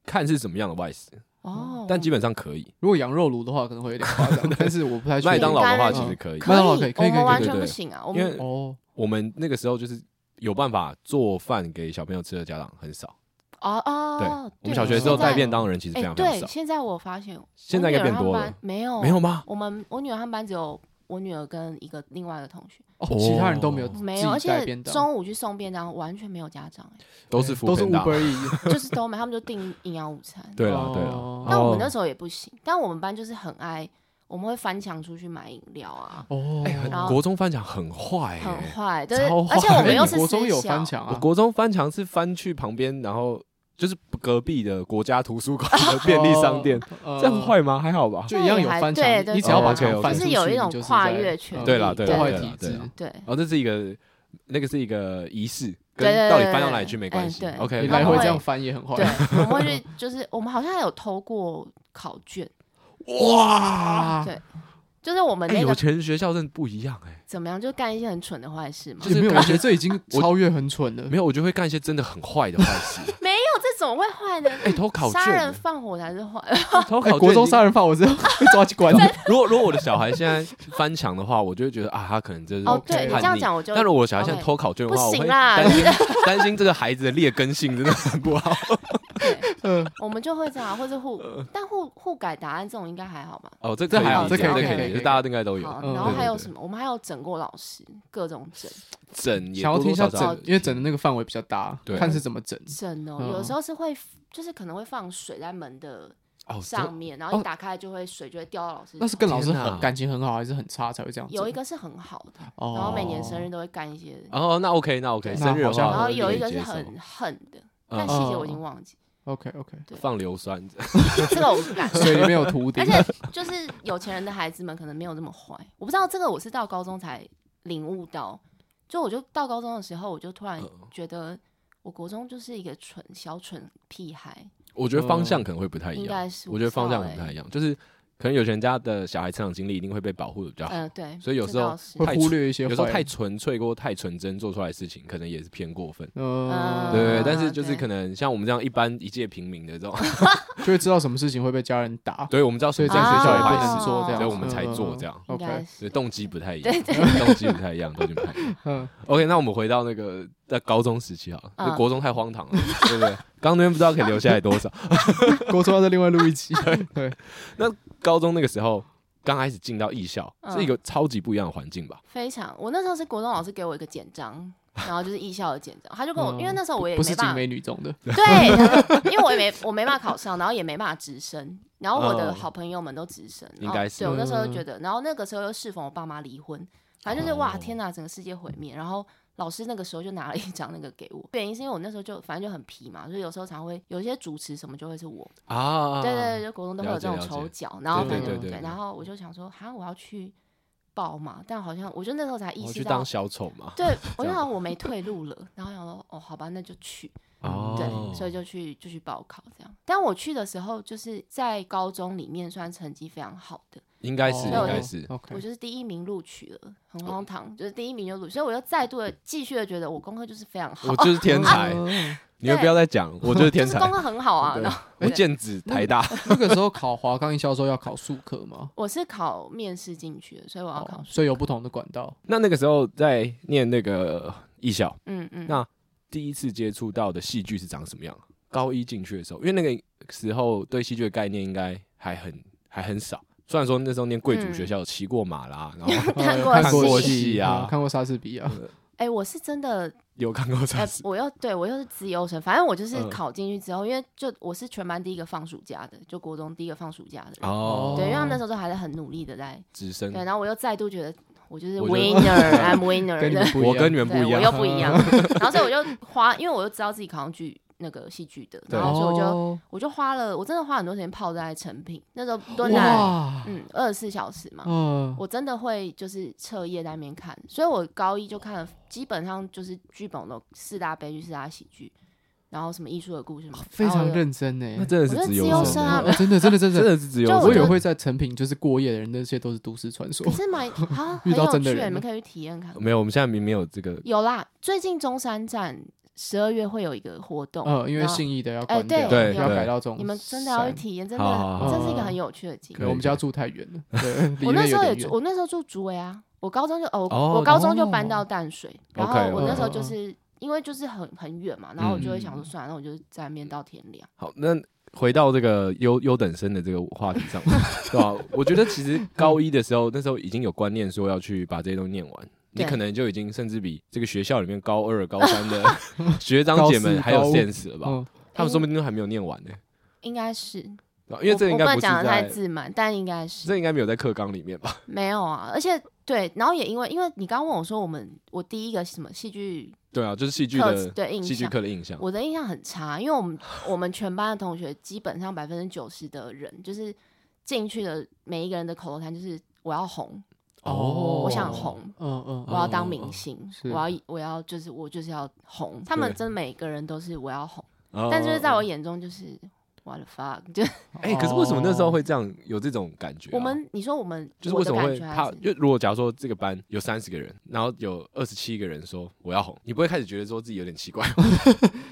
S2: 看是什么样的外食，
S1: 哦，
S2: 但基本上可以。
S3: 如果羊肉炉的话，可能会有点夸 张，但是我不太确定
S2: 麦当劳的话
S1: 饼
S2: 其
S1: 干
S2: 实可以，
S3: 麦当劳可
S1: 可
S3: 以可以
S1: 我
S3: 可以
S1: 们完
S2: 对
S1: 全
S2: 对
S1: 不
S2: 对
S1: 行啊，我
S2: 因为
S1: 们
S3: 哦，
S2: 我们那个时候就是有办法做饭给小朋友吃的家长很少，
S1: 哦
S2: 对
S1: 哦，
S2: 我们小学的时候
S1: 现在
S2: 带便当的人其实非
S1: 哎，
S2: 常非常
S1: 对，
S2: 少，
S1: 现在我发现
S2: 现在应该变
S1: 我
S2: 多
S1: 女儿他们
S2: 了
S1: 班，没有
S2: 没有吗？
S1: 我们我女儿他们班只有我女儿跟一个另外一个同学，
S3: 哦其他人都没有
S2: 哦
S1: 没有，而
S3: 自己带
S1: 且
S3: 便当
S1: 中午去送便当完全没有家长， 哎
S2: 都是福
S3: 都是
S2: 大。
S3: Uber E，
S1: 就是都没，他们就订营养午餐。
S2: 对了
S3: 哦
S2: 对了，
S1: 但我们
S2: 哦
S1: 那时候也不行，但我们班就是很爱，我们会翻墙出去买饮料啊，
S3: 哦，
S2: 哎很
S1: 然后
S2: 国中翻墙很坏
S1: 很
S2: 哎，
S1: 坏，就是
S2: 超
S1: 而且
S2: 坏
S1: 我们
S2: 哎
S1: 又
S3: 你
S1: 是
S3: 国中
S1: 私
S3: 有
S1: 校
S3: 翻墙
S2: 我
S3: 啊，
S2: 国中翻墙是翻去旁边，然后就是隔壁的国家图书馆的便
S1: 哦
S2: 利商 店，
S3: 这
S2: 这样，坏吗？还好吧。
S3: 呃就一样有翻墙
S1: 对，对
S3: 你只要把
S2: 对
S3: 墙翻出去，
S1: 就是有一种
S3: 你就是
S1: 跨
S3: 在
S1: 越权
S3: 嗯
S1: 利
S2: 对啦对啦
S3: 破坏
S2: 对啦
S3: 体
S2: 对
S3: 制
S2: 啦，
S1: 对。
S2: 哦，这是一个，那个是一个仪式，
S1: 对对
S2: 跟
S1: 对
S2: 到底翻
S1: 对
S2: 到
S1: 对
S2: 哪里去没关
S1: 嗯
S2: 系
S1: 对。
S2: OK，
S3: 你
S1: 然
S3: 来
S1: 后
S3: 回
S1: 会
S3: 这样翻也很坏
S1: 对，我们会去，就是我们好像有偷过考卷，
S2: 哇，
S1: 对，就是我们
S2: 哎
S1: 那
S2: 有
S1: 个
S2: 钱人学校真的不一样哎。
S1: 怎么样，就干一些很蠢的坏事嘛。
S2: 就是
S3: 没有，
S2: 感
S3: 我
S2: 觉
S3: 觉得这已经超越很蠢了
S2: 没。有，我就会干一些真的很坏的坏 事。
S1: 没有，这怎么会坏呢？
S2: 哎，偷考
S1: 杀人
S2: 卷，
S1: 放火才是坏，
S2: 偷
S3: 哎
S2: 考，卷
S3: 国
S2: 已经
S3: 中杀人犯，我是要 被抓去关的。
S2: 如果如果我的小孩现在翻墙的话，我就会觉得啊，他可能就是
S1: 哦，
S3: OK
S1: 对你这
S2: 叛
S1: 样
S2: 逆
S1: 讲我就
S2: 但如果我小孩现在
S1: OK
S2: 偷考卷的话，
S1: 不
S2: 我
S1: 行
S2: 会
S1: 啦
S2: 担心担心这个孩子的劣根性真的很不 好。
S1: 对
S3: 嗯，
S1: 我们就会这样，或是互，
S2: 嗯
S1: 但互互改答案这种应该还好吧？
S2: 哦，这
S3: 这
S2: 可以
S3: 还
S1: 好
S2: 理
S1: 这
S2: 解
S1: 可以
S2: 这
S1: 可以
S2: 可
S1: 可
S2: 以，
S1: 以
S2: 就大家应该都有。
S1: 好，
S3: 嗯
S1: 然后
S2: 对
S1: 还
S2: 对
S1: 有
S2: 对
S1: 什么？我们还有整过老师，各种整
S2: 整也
S3: 想要
S2: 多
S3: 听一
S2: 多
S3: 下
S2: 少少
S3: 整，
S1: 嗯
S3: 因为整的那个范围比较大
S2: 对，
S3: 看是怎么整。
S1: 整哦，
S3: 嗯
S1: 有的时候是会，就是可能会放水在门的
S2: 哦这
S1: 上面，然后一打开就会水就会掉到老师。
S3: 那是跟老师
S2: 天哪
S3: 很感情很好，还是很差才会这样整？
S1: 有一个是很好的，
S3: 哦，
S1: 然后每年生日都会干一些，
S2: 哦，那 OK，那 OK，
S3: 对
S2: 生日的
S3: 那好像
S2: 话，
S1: 然后有
S2: 我
S1: 一
S2: 就可
S1: 个
S2: 以
S1: 是
S2: 接受
S1: 很恨的，但细
S2: 嗯
S3: 是
S1: 节我已经忘记，
S3: OK OK，
S2: 放硫酸，
S1: 这个我不敢。
S3: 水里面有图钉
S1: 而，
S2: 啊
S1: 且就是有钱人的孩子们可能没有这么坏，我不知道这个我是到高中才领悟到，就我就到高中的时候，我就突然
S2: 嗯
S1: 觉得。我国中就是一个蠢小蠢屁孩，
S2: 我觉得方向可能会不太一
S1: 应
S2: 样。
S1: 该是哎
S2: 我觉得方向可能
S1: 很
S2: 不太一样，就是可能有钱人家的小孩成长经历一定会被保护的比较好，
S1: 嗯，对，
S2: 啊所以有
S1: 这
S2: 时候
S1: 倒是
S3: 会忽略一些
S2: 有
S3: 坏。
S2: 时候太纯粹或太纯真做出来的事情，可能也是偏过分。
S3: 呃，
S2: 对
S1: 啊
S2: 但是就是
S1: 对
S2: 可能像我们这样一般一介平民的这种，
S3: 就会知道什么事情会被家人打，
S2: 对，我们知道
S3: 所以在
S2: 什么
S3: 学
S2: 是
S3: 校也
S2: 坏
S3: 不
S2: 事
S1: 啊
S3: 能
S1: 哦
S3: 做这样，嗯
S2: 所以我们才做这
S3: 样。
S2: 样。
S1: 应
S3: OK，
S1: 该是
S2: 所以动机不太一样，
S1: 对
S2: 动机不太一样，动机不太一样。
S3: 嗯，
S2: OK，那我们回到那个在高中时期好了，
S1: 嗯
S2: 就国中太荒唐了， 对不对？刚刚那边不知道可以留下来多 少。
S3: 国中要再另外录 一集。对，
S2: 高中那个时候刚开始进到艺校，
S1: 嗯
S2: 是一个超级不一样的环境吧？
S1: 非常。我那时候是国中老师给我一个简章，然后就是艺校的简章，他就跟我，
S2: 哦
S1: 因为那时候我也
S3: 不是
S1: 没
S3: 进
S1: 办法，
S3: 美 女中的，
S1: 对，因为我也没我没办法考上，然后也没办法直升，然后我的
S2: 嗯
S1: 好朋友们都直升，
S2: 应该是
S1: 然后对我那时候就觉得，然后那个时候又适逢我爸妈离婚，反正就是哇天
S2: 哦
S1: 哪，整个世界毁灭，然后。老师那个时候就拿了一张那个给我，原因是因为我那时候就反正就很皮嘛，所以有时候常会有一些主持什么就会是我，
S2: 啊，
S1: 对对对，就国中都会有这种
S2: 了解了
S1: 抽
S2: 解
S1: 奖，然后
S2: 对
S1: 反
S3: 对
S1: 正
S2: 对对对
S1: 然后我就想说，哈，我要去报嘛，但好像我就那时候才意
S2: 我
S1: 识
S2: 去
S1: 到
S2: 哦当，小丑嘛。
S1: 对我就
S2: 这样
S1: 想我没退路了，然后想说，哦，好吧，那就去，
S2: 哦，
S1: 嗯对，所以就去就去报考这样。但我去的时候，就是在高中里面算成绩非常好的，
S2: 应该是
S1: 哦
S2: 应
S1: 对
S2: 该 是
S3: OK
S1: 我。就是第一名录取了，很
S2: 哦
S1: 荒唐，就是第一名就录取，所以我又再度的继续的觉得我功课就是非常好
S2: 我，就是天 才，
S3: 嗯
S2: 你们不要再讲，我就是
S1: 哦就
S2: 天
S1: 是
S2: 才
S1: 功。课很好啊。
S2: 对
S1: 然后
S2: 我剑指台大，
S3: 那个时候考华冈艺校的时候要考数科嘛，
S1: 我是考面试进去的，所以我要考
S3: 哦
S1: 数
S3: 所以有不同的管道。
S2: 那那个时候在念那个艺校，
S1: 嗯嗯，
S2: 那第一次接触到的戏剧是长什么样？高一进去的时候，因为那个时候对戏剧的概念应该还很还很少。虽然说那时候念贵族学校，有骑过马 啦，然后
S1: 看过
S3: 呃看过
S2: 戏啊
S3: 嗯看过莎士比亚，
S1: 哎、我是真 的，
S2: 有看过
S1: 哎、
S2: 啥事？
S1: 我又对我又是自由生，反正我就是
S2: 嗯
S1: 考进去之后，因为就我是全班第一个放暑假的，就国中第一个放暑假的人，
S2: 哦，
S1: 对，因为他们那时候都还是很努力的在，
S2: 直升，
S1: 对，然后我又再度觉得我就是
S2: 我觉得
S1: winner，I'm winner
S3: 跟你
S1: 的
S3: 们，不一样。
S2: 我跟你们不
S1: 对，
S2: 一
S1: 我
S2: 样，
S1: 又不一 样，然后所以我就花，因为我又知道自己考上剧那个戏剧的，
S2: 对
S1: 然后所以我就、
S3: 哦
S1: 我就花了，我真的花很多时间泡在成品，那时候蹲在
S3: 哇，
S1: 嗯二十四小时嘛，
S3: 嗯，
S1: 我真的会就是彻夜在那边看，所以我高一就看了，基本上就是剧本的四大悲剧、四大喜剧，然后什么艺术的故事嘛，
S3: 哦非
S1: 然后
S3: 常
S1: 我就
S3: 认真呢。
S2: 那真的是
S1: 我是
S2: 自
S1: 自由
S2: 生
S1: 生啊
S2: 欸，
S3: 哦真的真的真
S2: 真
S3: 的，
S2: 的是自由
S1: 就
S2: 生。
S1: 我
S3: 我
S1: 觉得
S3: 以为会在成品就是过夜的人，那些都是都市 传说
S1: 可。是蛮 啊
S3: 遇
S1: 很
S3: 到
S1: 有
S3: 真的
S1: 趣，
S3: 人
S1: 你
S3: 了
S1: 们可以去体验看。
S2: 没有，我们现在明明有这个，
S1: 有啦，最近中山站十二月会有一个活动，
S2: 哦
S3: 嗯，因为
S1: 然后
S3: 信义的要
S1: 哎
S3: 关掉，
S2: 对
S3: 要
S2: 对
S3: 改到中山。
S1: 你们真的要去体验，真的
S2: 好好
S3: 好
S1: 这是一个很有趣的经
S3: 可
S1: 历。
S3: 能我们家住太远 了，对，离
S1: 我那
S3: 院
S1: 时
S3: 有
S1: 候也住，
S3: 点远。
S1: 我那时候住竹围啊，我高中就哦，
S2: 哦
S1: 我我高中就
S3: 哦
S1: 搬到淡水，然后
S2: OK，
S1: 我那时候
S3: 嗯
S1: 就
S3: 嗯嗯
S1: 是因为就是很很远嘛，然后我就会想
S3: 嗯
S1: 说算了，那我就在面到啊天亮。
S2: 好，那回到这个优优等生的这个话题 上，对吧？我觉得其实高一的时候，那时候已经有观念说要去把这些东西念完。你
S1: 对
S2: 可能就已经甚至比这个学校里面高二、高三的 学长姐
S3: 高
S2: 们
S3: 四
S2: 还有
S3: 高五
S2: sense 了吧？
S3: 嗯，
S2: 他们说不定都还没有念完呢、
S1: 应该是，
S2: 对吧因为这个
S1: 我
S2: 应
S1: 我不
S2: 该
S1: 能
S2: 不是
S1: 讲的太
S2: 在，
S1: 自满，但应该是
S2: 这应该没有在课纲里面吧？
S1: 没有啊。而且对，然后也因为因为你刚刚问我说我们我第一个什么戏剧
S2: 对啊，就是戏剧
S1: 课
S2: 的
S1: 对印
S2: 戏剧
S1: 象。
S2: 课的印象。
S1: 我的印象很差，因为我们我们全班的同学基本上百分之九十的人，就是进去的每一个人的口头禅就是我要红，
S3: 哦
S1: 我想红，
S3: 嗯嗯，
S1: 我要
S2: 哦
S1: 当明星，
S3: 是
S1: 我要我要就是我就是要红。他们
S2: 对
S1: 真的每个人都是我要红，
S2: 哦，
S1: 但就是在我
S2: 哦，
S1: 眼中就是 what the fuck，就
S3: 嗯。
S2: 哎、可是为什么那时候会这样有这种感觉啊、
S1: 我们你说我们
S2: 就是为什么
S1: 我
S2: 会
S1: 的感觉还
S2: 怕？就如果假如说这个班有三十个人，然后有二十七个人说我要红，你不会开始觉得说自己有点奇怪？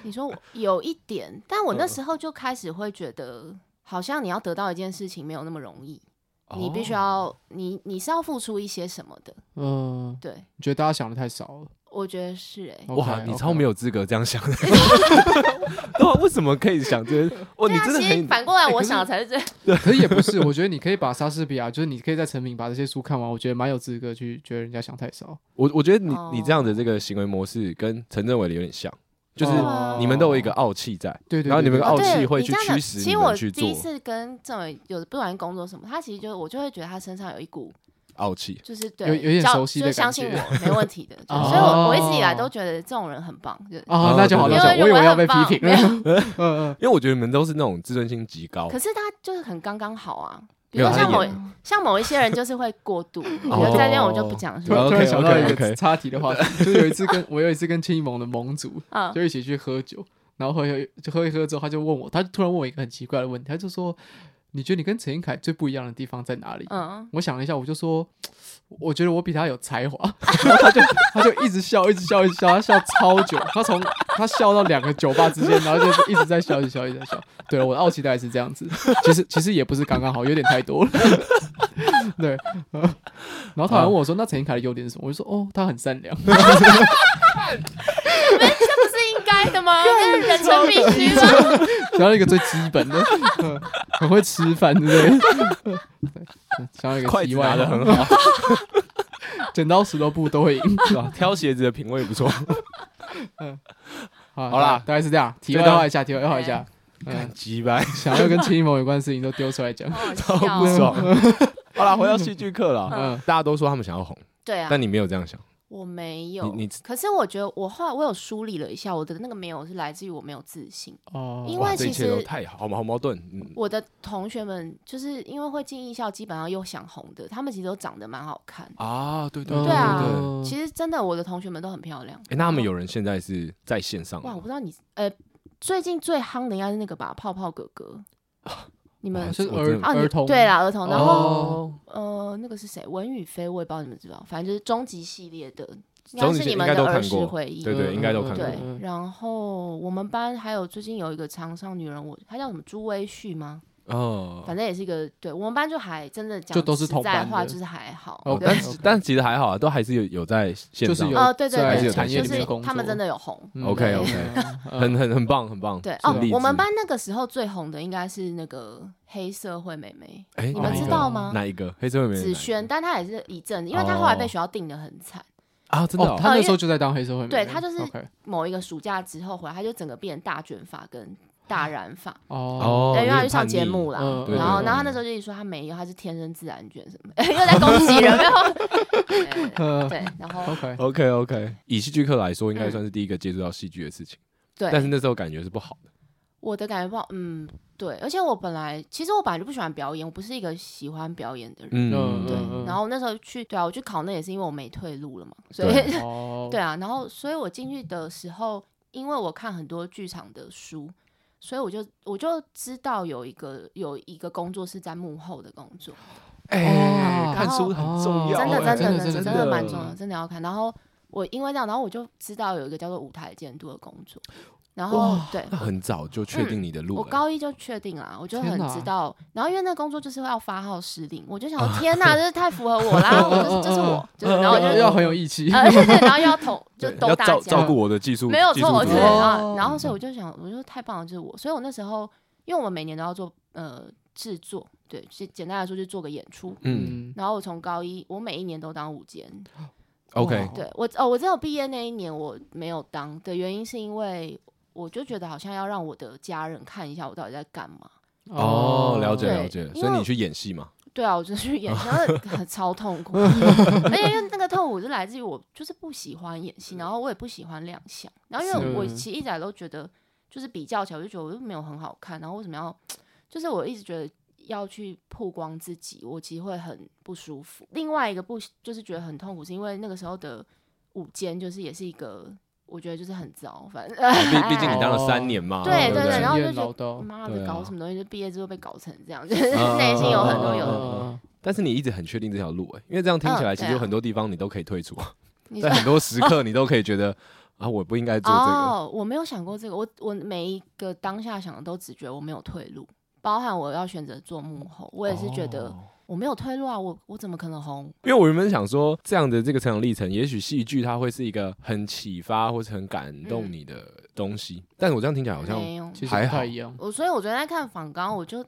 S1: 你说我有一点，但我
S2: 嗯
S1: 那
S2: 嗯
S1: 时候就开始会觉得，好像你要得到一件事情没有那么容易， 你
S2: 哦
S1: 必须要你你是要付出一些什么的，
S3: 嗯，
S1: 对。
S3: 你觉得大家想的太少了。
S1: 我觉得是哎、
S2: 哇，你超没
S3: 有。
S2: 有资格这样想的。哇，为什么可以想这些？哇，
S1: 对
S2: 哦你
S1: 啊，
S2: 真的
S1: 其实
S2: 很哎
S1: 反过来我想的才是最
S3: 可是也不是，我觉得你可以把莎士比亚，就是你可以在成品把这些书看完，我觉得蛮有资格去觉得人家想太少。
S2: 我我觉得你
S1: 哦
S2: 你这样的这个行为模式跟陈政伟的有点像，就是
S1: 哦
S2: 你们都有一个傲气在，
S3: 对对对，
S2: 然后你们
S3: 对啊
S2: 傲
S1: 哦对
S2: 气会
S1: 你
S2: 去
S1: 这样讲
S2: 驱使
S1: 其
S2: 你
S1: 实
S2: 们
S1: 我
S2: 去
S1: 第一
S2: 做
S1: 次跟政委有不管工作什么，他其实就我就会觉得他身上有一股
S2: 傲气。
S1: 就是对
S3: 有有点
S1: 交
S3: 熟悉的
S1: 就相信
S3: 感觉
S1: 我没问 题的。对
S3: 哦
S1: 所以我我一直以来都觉得这种人很棒，就
S3: 啊，那就好，
S2: 哦哦对
S3: 那
S2: 对
S3: 就好，
S1: 对
S3: 我以为要被批评
S1: 没有
S3: 了。嗯嗯，
S2: 因为我觉得你们都是那种自尊心极高
S1: 可，是他就是很刚刚好啊。比
S2: 没
S1: 如
S2: 有
S1: 说
S2: 他
S1: 像
S2: 演
S1: 某像某一些人就是会过度，我觉得在这边我就不讲
S3: 突
S1: 是
S2: 对
S1: 吧？
S2: 啊
S3: 然突然想到一
S2: OK，OK，OK
S3: 个插题的话 题，就是有一次跟我有一次跟青柠盟的盟主
S2: 啊
S1: 嗯，
S3: 就一起去喝酒，然后喝一喝就喝一喝之后，他就问我，他突然问我一个很奇怪的问题，他就说：“你觉得你跟陈英凯最不一样的地方在哪里？”
S1: 嗯，
S3: 我想了一下，我就说，我觉得我比他有才华， 然后他就他就一直笑，一直笑，一直笑，他笑超久，他从他笑到两个酒吧之间，然后就是一直在笑，一直笑，一直在笑。对我的傲气大概是这样子，其实其实也不是刚刚好，有点太多了。 对，呃然后他还问我说：“那陈英凯的优点是什么？”我就说：“哦，他很善良。
S1: 这不是应该的吗？这是人生必须吗？”
S3: 想到一个最基本的，呃很会吃饭，对不对？对想到一个
S2: 筷
S3: 题
S2: 子
S3: 外
S2: 拿的
S3: 话，
S2: 很好，
S3: 剪刀石头布都会赢。
S2: 是吧？啊挑鞋子的品味不错。
S3: 好
S2: 好啦
S3: 大概是这样。题
S2: 就
S3: 外
S2: 当
S3: 话一下，题外话一下。嗯
S2: 很，鸡掰，
S3: 想要跟亲某有关的事情都丢出来讲。
S1: 好好
S2: 超
S1: 笑
S2: 不
S1: 哦
S2: 爽。好啦，回到戏剧课了。
S3: 嗯，
S2: 大家都说他们想要红，
S1: 对啊，
S2: 但你没有这样想。
S1: 我没有。
S2: 你你
S1: 可是我觉得我后来我有梳理了一下，我的那个没有是来自于我没有自信。
S3: 哦，
S1: 因
S2: 哇，
S1: 为
S2: 这
S1: 其
S2: 一切都
S1: 实
S2: 太好，好矛盾。嗯
S1: 我的同学们就是因为会进艺校，基本上又想红的，他们其实都长得蛮好看。
S2: 啊，对对
S1: 对啊
S2: 对对。
S1: 其实真的，我的同学们都很漂亮。
S2: 哎，那他们有人现在是在线上吗
S1: 哇，我不知道你呃，最近最夯的应该是那个吧，泡泡哥 哥。你们
S2: 哇
S3: 是
S2: 我真
S3: 儿
S2: 的
S1: 啊，你
S3: 儿童
S1: 对啦，儿童，然后、
S3: 哦
S1: 呃，那个是谁？文宇飞，我也不知道你们知不知道，反正就是终极系列的，应
S2: 终
S1: 该
S2: 极
S1: 是
S2: 系
S1: 你们
S2: 应该
S1: 的
S2: 都
S1: 儿
S2: 看
S1: 时
S2: 过
S1: 回忆。
S2: 对对，
S3: 嗯
S2: 应该都
S3: 嗯
S2: 看过。
S1: 对
S3: 嗯
S1: 然后我们班还有最近有一个长上女人，我她叫什么朱薇旭吗？
S2: 哦，
S1: 反正也是一个对我们班就还真的讲
S3: 就都是同
S1: 实在
S3: 班
S1: 话，
S3: 的
S1: 就是还好。
S3: 哦
S1: 对
S2: 但
S3: OK
S2: 但其实还好啊，都还是有有在线
S3: 就是
S2: 上，
S3: 有
S1: 哦，对对
S3: 在
S2: 这
S1: 对，
S2: 个产业
S1: 就
S2: 里面
S1: 是
S3: 工
S1: 他们
S3: 作
S1: 真的有红。
S3: 嗯
S2: OK，OK
S3: 嗯
S2: 很很很棒，很棒。
S1: 对
S2: 是
S1: 哦
S2: 个例，
S1: 我们
S2: 子
S1: 班那个时候最红的应该是那个黑社会妹妹
S2: 哎，
S1: 你
S2: 哪
S1: 们
S2: 一
S1: 知
S2: 个
S1: 道吗
S2: 哪一个黑社会没人哪
S1: 子
S2: 一个
S1: 轩，但她也是一阵子，因为她后来被
S2: 哦
S1: 学校定的很惨。
S2: 啊？真的
S3: 哦，
S2: 哦
S3: 他那时候就在当黑社会妹妹，
S1: 对他就是
S3: OK
S1: 某一个暑假之后回来，她就整个变大卷发跟
S2: 啊
S1: 大染发，
S3: 哦
S2: 哦，
S1: 对，因为她去
S2: 有点
S1: 上
S2: 叛
S1: 节
S2: 逆
S1: 目啦。
S3: 嗯
S2: 对
S1: 然后，
S2: 对
S1: 然后她
S2: 对
S1: 那时候就一直说她没有，她是天生自然卷什么的， 又在攻击人。然后，对
S3: 呃
S1: 对，然后
S3: ，OK，
S2: OK OK，以戏剧课来说，应该
S1: 嗯
S2: 算是第一个接触到戏剧的事情，
S1: 对，
S2: 但是那时候感觉是不好的。
S1: 我的感觉不好，嗯，对，而且我本来其实我本来就不喜欢表演，我不是一个喜欢表演的人。
S2: 嗯，
S3: 嗯
S1: 对
S3: 嗯，
S1: 然后那时候去，对啊，我去考那也是因为我没退路了嘛，所以
S2: 对
S3: 哦，
S1: 对啊，然后所以我进去的时候，因为我看很多剧场的书，所以我就我就知道有一个有一个工作是在幕后的工作，
S2: 哎
S3: 哦，
S2: 看书很重
S3: 哦
S2: 要
S1: 真的真
S2: 哎，
S3: 真
S1: 的
S3: 的
S1: 真
S3: 真
S1: 的
S3: 的
S1: 蛮重要，真的要看。然后我因为这样，然后我就知道有一个叫做舞台监督的工作，然后
S3: 哇
S1: 对
S2: 那很哎早就确定你的路
S1: 嗯我
S2: 了。
S1: 高一就确定啦，我就
S3: 天
S1: 很
S3: 哪
S1: 知道。然后因为那工作就是要发号施令，我就想说，天哪，这是太符合我啦！我就是就是我，就是然后我就
S3: 要 要很有义气，
S1: 呃，对对然后又要同就
S2: 对
S1: 都
S2: 要
S1: 大
S2: 照
S1: 家
S2: 照顾我的技术，
S1: 没有错，我
S2: 技
S1: 就
S2: 术
S1: 是
S2: 组
S3: 觉得
S1: 啊
S3: 哦，
S1: 然后所以我就想，我说太棒了，就是我。所以我那时候，因为我们每年都要做呃制作，对，简简单来说就做个演出。
S2: 嗯
S1: 然后我从高一，我每一年都当舞监，
S2: ，OK，
S1: 对我哦，我只有毕业那一年我没有当的原因是因为我就觉得好像要让我的家人看一下我到底在干嘛。
S2: 哦，了解
S1: 对
S2: 了解了，
S1: 因为
S2: 所以你去演戏嘛，
S1: 对啊，我就去演，然后很超痛苦，而且因为那个痛苦是来自于我就是不喜欢演戏，然后我也不喜欢亮相，然后因为
S3: 是
S1: 我其实一直以来都觉得，就是比较起来，我就觉得我又没有很好看，然后为什么要，就是我一直觉得要去曝光自己，我其实会很不舒服。另外一个不就是觉得很痛苦，是因为那个时候的午间就是也是一个，我觉得就是很糟，反正
S2: 啊毕毕竟你当了三年嘛，
S1: 对
S2: 不
S1: 对
S2: 对
S1: 然后就
S3: 经验
S1: 觉
S3: 老道
S1: 妈
S2: 对
S1: 的
S2: 啊
S1: 搞什么东西，就毕业之后被搞成这样，就是内心有很多有
S2: 嗯嗯嗯但是你一直很确定这条路、欸，因为这样听起来，
S1: 嗯
S2: 其实
S1: 对
S2: 有
S1: 啊
S2: 很多地方你都可以退出，啊
S1: 你
S2: 在很多时刻你都可以觉得啊，我不应该做这个。
S1: 哦，我没有想过这个，我我每一个当下想的都只觉得我没有退路，包含我要选择做幕后，我也是觉得
S2: 哦
S1: 我没有退路啊，我我怎么可能红？
S2: 因为我原本想说，这样的这个成长历程，也许戏剧它会是一个很启发或是很感动
S1: 嗯
S2: 你的东西，但我这样听起来好像
S1: 没有，
S3: 其实不太一样，
S1: 我所以我昨天在看访纲，我就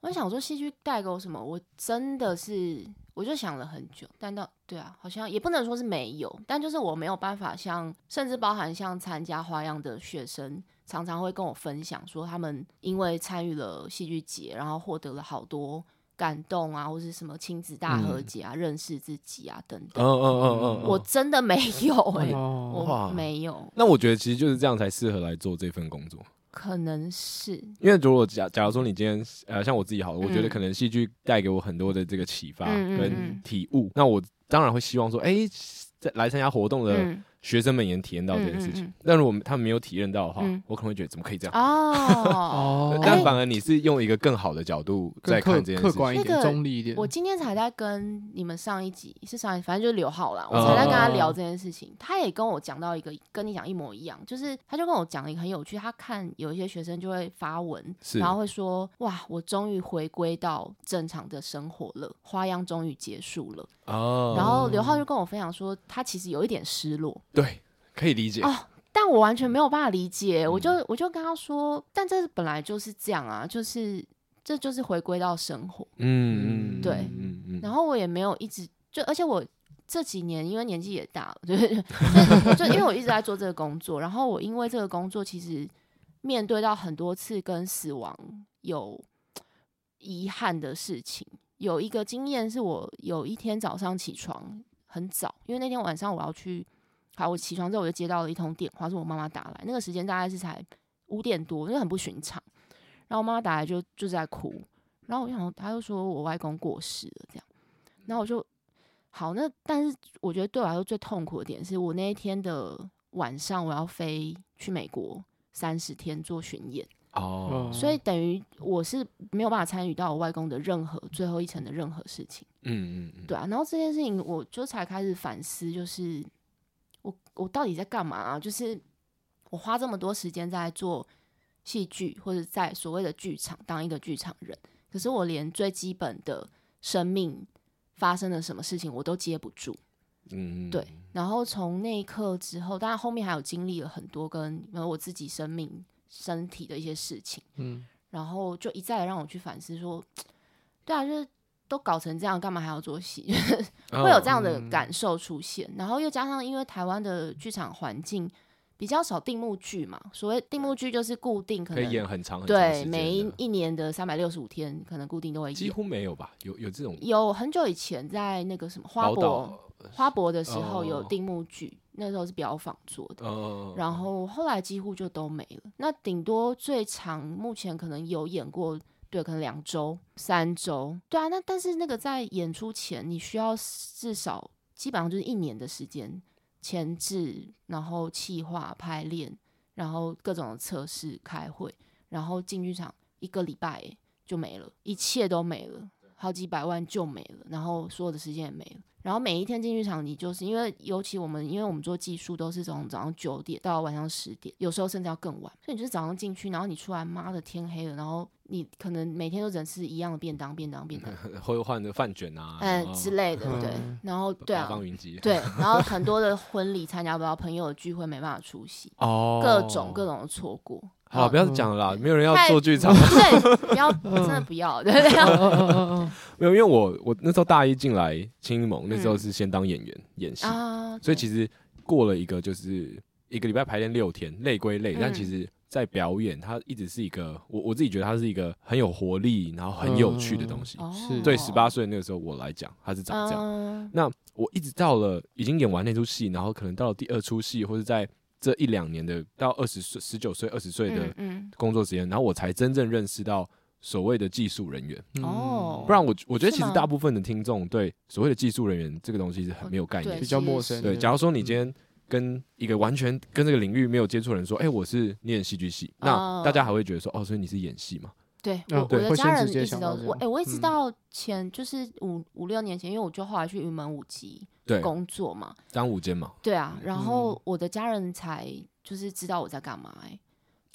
S1: 我想说戏剧带给我什么，我真的是我就想了很久，但到对啊，好像也不能说是没有，但就是我没有办法像，甚至包含像参加花样的学生，常常会跟我分享说，他们因为参与了戏剧节，然后获得了好多感动啊，或是什么亲子大和解啊，认识自己啊等
S2: 嗯
S1: 等，
S2: 嗯嗯嗯 嗯，
S1: 我真的没有哎、
S3: 哦，
S2: 哇
S1: 我没有，
S2: 那我觉得其实就是这样才适合来做这份工作，
S1: 可能是
S2: 因为如果假假如说你今天呃像我自己好了，我觉得
S1: 嗯
S2: 可能戏剧带给我很多的这个启发
S1: 嗯嗯
S2: 跟
S1: 嗯
S2: 体悟，那我当然会希望说，哎、在来参加活动的
S1: 嗯
S2: 学生们也能体验到这件事
S1: 嗯
S2: 情。
S1: 嗯嗯
S2: 但如果他们没有体验到的话，
S1: 嗯
S2: 我可能会觉得怎么可以这样？
S1: 哦。
S3: 哦
S2: 对，
S1: 哎
S2: 但反而你是用一个更好的角度
S3: 更
S2: 在看
S3: 客
S2: 这件
S3: 客
S2: 事情。
S3: 观一
S1: 那
S3: 点，
S1: 个
S3: 中立一点，嗯
S1: 我今天才在跟你们上一集是上一集，反正就是刘浩啦，
S2: 嗯
S1: 我才在跟他聊这件事情。他也跟我讲到一个跟你讲一模一样，就是他就跟我讲了一个很有趣，他看有一些学生就会发文，
S2: 是
S1: 然后会说哇，我终于回归到正常的生活了，花样终于结束了。
S2: 哦
S1: 然后刘浩就跟我分享说，他其实有一点失落，
S2: 对，嗯可以理解。
S1: 哦但我完全没有办法理解，我就我就跟他说，但这本来就是这样啊，就是这就是回归到生活。
S2: 嗯嗯，
S1: 对
S2: 嗯嗯，
S1: 然
S2: 后
S1: 后我也没有一直就，而且我这几年因为年纪也大了， 就是就就因为我一直在做这个工作，然后我因为这个工作其实面对到很多次跟死亡有遗憾的事情。有一个经验是我有一天早上起床很早，因为那天晚上我要去，好，我起床之后我就接到了一通电话，是我妈妈打来，那个时间大概是才五点多，因为很不寻常。然后我妈妈打来就就是在哭，然后我就想，她就说我外公过世了这样。然后我就好，那但是我觉得对我来说最痛苦的点是我那一天的晚上，我要飞去美国三十天做巡演，
S2: 哦，
S1: 所以等于我是没有办法参与到我外公的任何最后一层的任何事情，
S2: 嗯嗯嗯，
S1: 对啊。然后这件事情，我就才开始反思，就是我我到底在干嘛、啊？就是我花这么多时间在做戏剧或者在所谓的剧场当一个剧场人，可是我连最基本的生命发生了什么事情我都接不住。
S2: 嗯，
S1: 对，然后从那一刻之后，当然后面还有经历了很多跟呃我自己生命、身体的一些事情，
S3: 嗯，
S1: 然后就一再地让我去反思说，对啊，就是都搞成这样，干嘛还要做戏？
S2: 哦
S1: 会有这样的
S3: 嗯
S1: 感受出现。然后又加上，因为台湾的剧场环境比较少定幕剧嘛，所谓定幕剧就是固定可
S2: 可以
S1: 能
S2: 演很长很长时
S1: 对
S2: 间
S1: 每一
S2: 的
S1: 一年的三百六十五天，可能固定都会
S2: 几
S1: 演。
S2: 乎没有吧？有有这种
S1: 有很久以前在那个什么花
S2: 宝
S1: 博
S2: 岛
S1: 花博的时候
S2: 哦
S1: 有定幕剧，那时候是表坊做的。
S2: 呃，
S1: 然后后来几乎就都没了。那顶多最长目前可能有演过，对，可能两周、三周，对啊。那但是那个在演出前，你需要至少基本上就是一年的时间前置，然后企划、排练，然后各种测试、开会，然后进剧场一个礼拜欸就没了，一切都没了。好几百万就没了，然后所有的时间也没了。然后每一天进剧场，你就是因为尤其我们，因为我们做技术都是从早上九点到晚上十点，有时候甚至要更晚。所以你就是早上进去，然后你出来，妈的天黑了，然后你可能每天都只能吃一样的便当、便当、便 当，
S2: 会换的饭卷啊，
S1: 嗯、
S2: 然后
S1: 之类的，对
S3: 嗯。
S1: 然后对
S2: 八
S1: 啊，
S2: 方云集，
S1: 对，然后很多的婚礼参加不到，朋友的聚会没办法出席，
S2: 哦
S1: 各种各。种的错过。
S2: 好，不要讲了啦，没有人要
S1: 太嗯
S2: 做剧 场，
S1: 对，不要，真的不要，对。
S3: 嗯嗯嗯
S1: 哦
S3: 嗯
S2: 没有，因为我我那时候大一进来青盟，那时候是先当演员、演戏，
S1: 嗯啊，
S2: 所以
S1: 实
S2: 其实过了一个就是一个礼拜排练六天，累归累，
S1: 嗯
S2: 但其实在表演它一直是一个我我自己觉得它是一个很有活力，然后很有趣
S1: 嗯
S2: 的东西。
S1: 哦
S3: 是
S2: 对十八岁那个时候我来讲，它是长这样。
S1: 嗯
S2: 那我一直到了已经演完那出戏，然后可能到了第二出戏，或者在这一两年的到二十岁、十九岁、二十岁的
S1: 嗯嗯
S2: 工作时间，然后我才真正认识到所谓的技术人员。
S3: 嗯
S1: 哦
S2: 不然我我觉得其
S1: 是
S2: 实
S1: 吗
S2: 大部分的听众对所谓的技术人员这个东西是很没有概念
S1: 对嗯
S2: 的
S3: 比。较陌生，
S2: 对，假如说你今天跟一个完全跟这个领域没有接触的人说，哎、我是念戏剧系，那
S1: 哦
S2: 大家还会觉得说，哦，所以你是演戏嘛？
S1: 对，我
S3: 嗯
S1: 我
S3: 对
S1: 的
S3: 会
S1: 家
S3: 先
S1: 人
S3: 直接
S1: 一直
S3: 想
S1: 都
S3: 到这
S1: 我
S3: 样
S1: 哎，我一直
S3: 嗯
S1: 到前就是五五六年前，因为我就后来去云门舞集
S2: 对，
S1: 工作嘛，
S2: 当午 间嘛。
S1: 对啊，然
S3: 嗯
S1: 后我的家人才就是知道我在干嘛哎，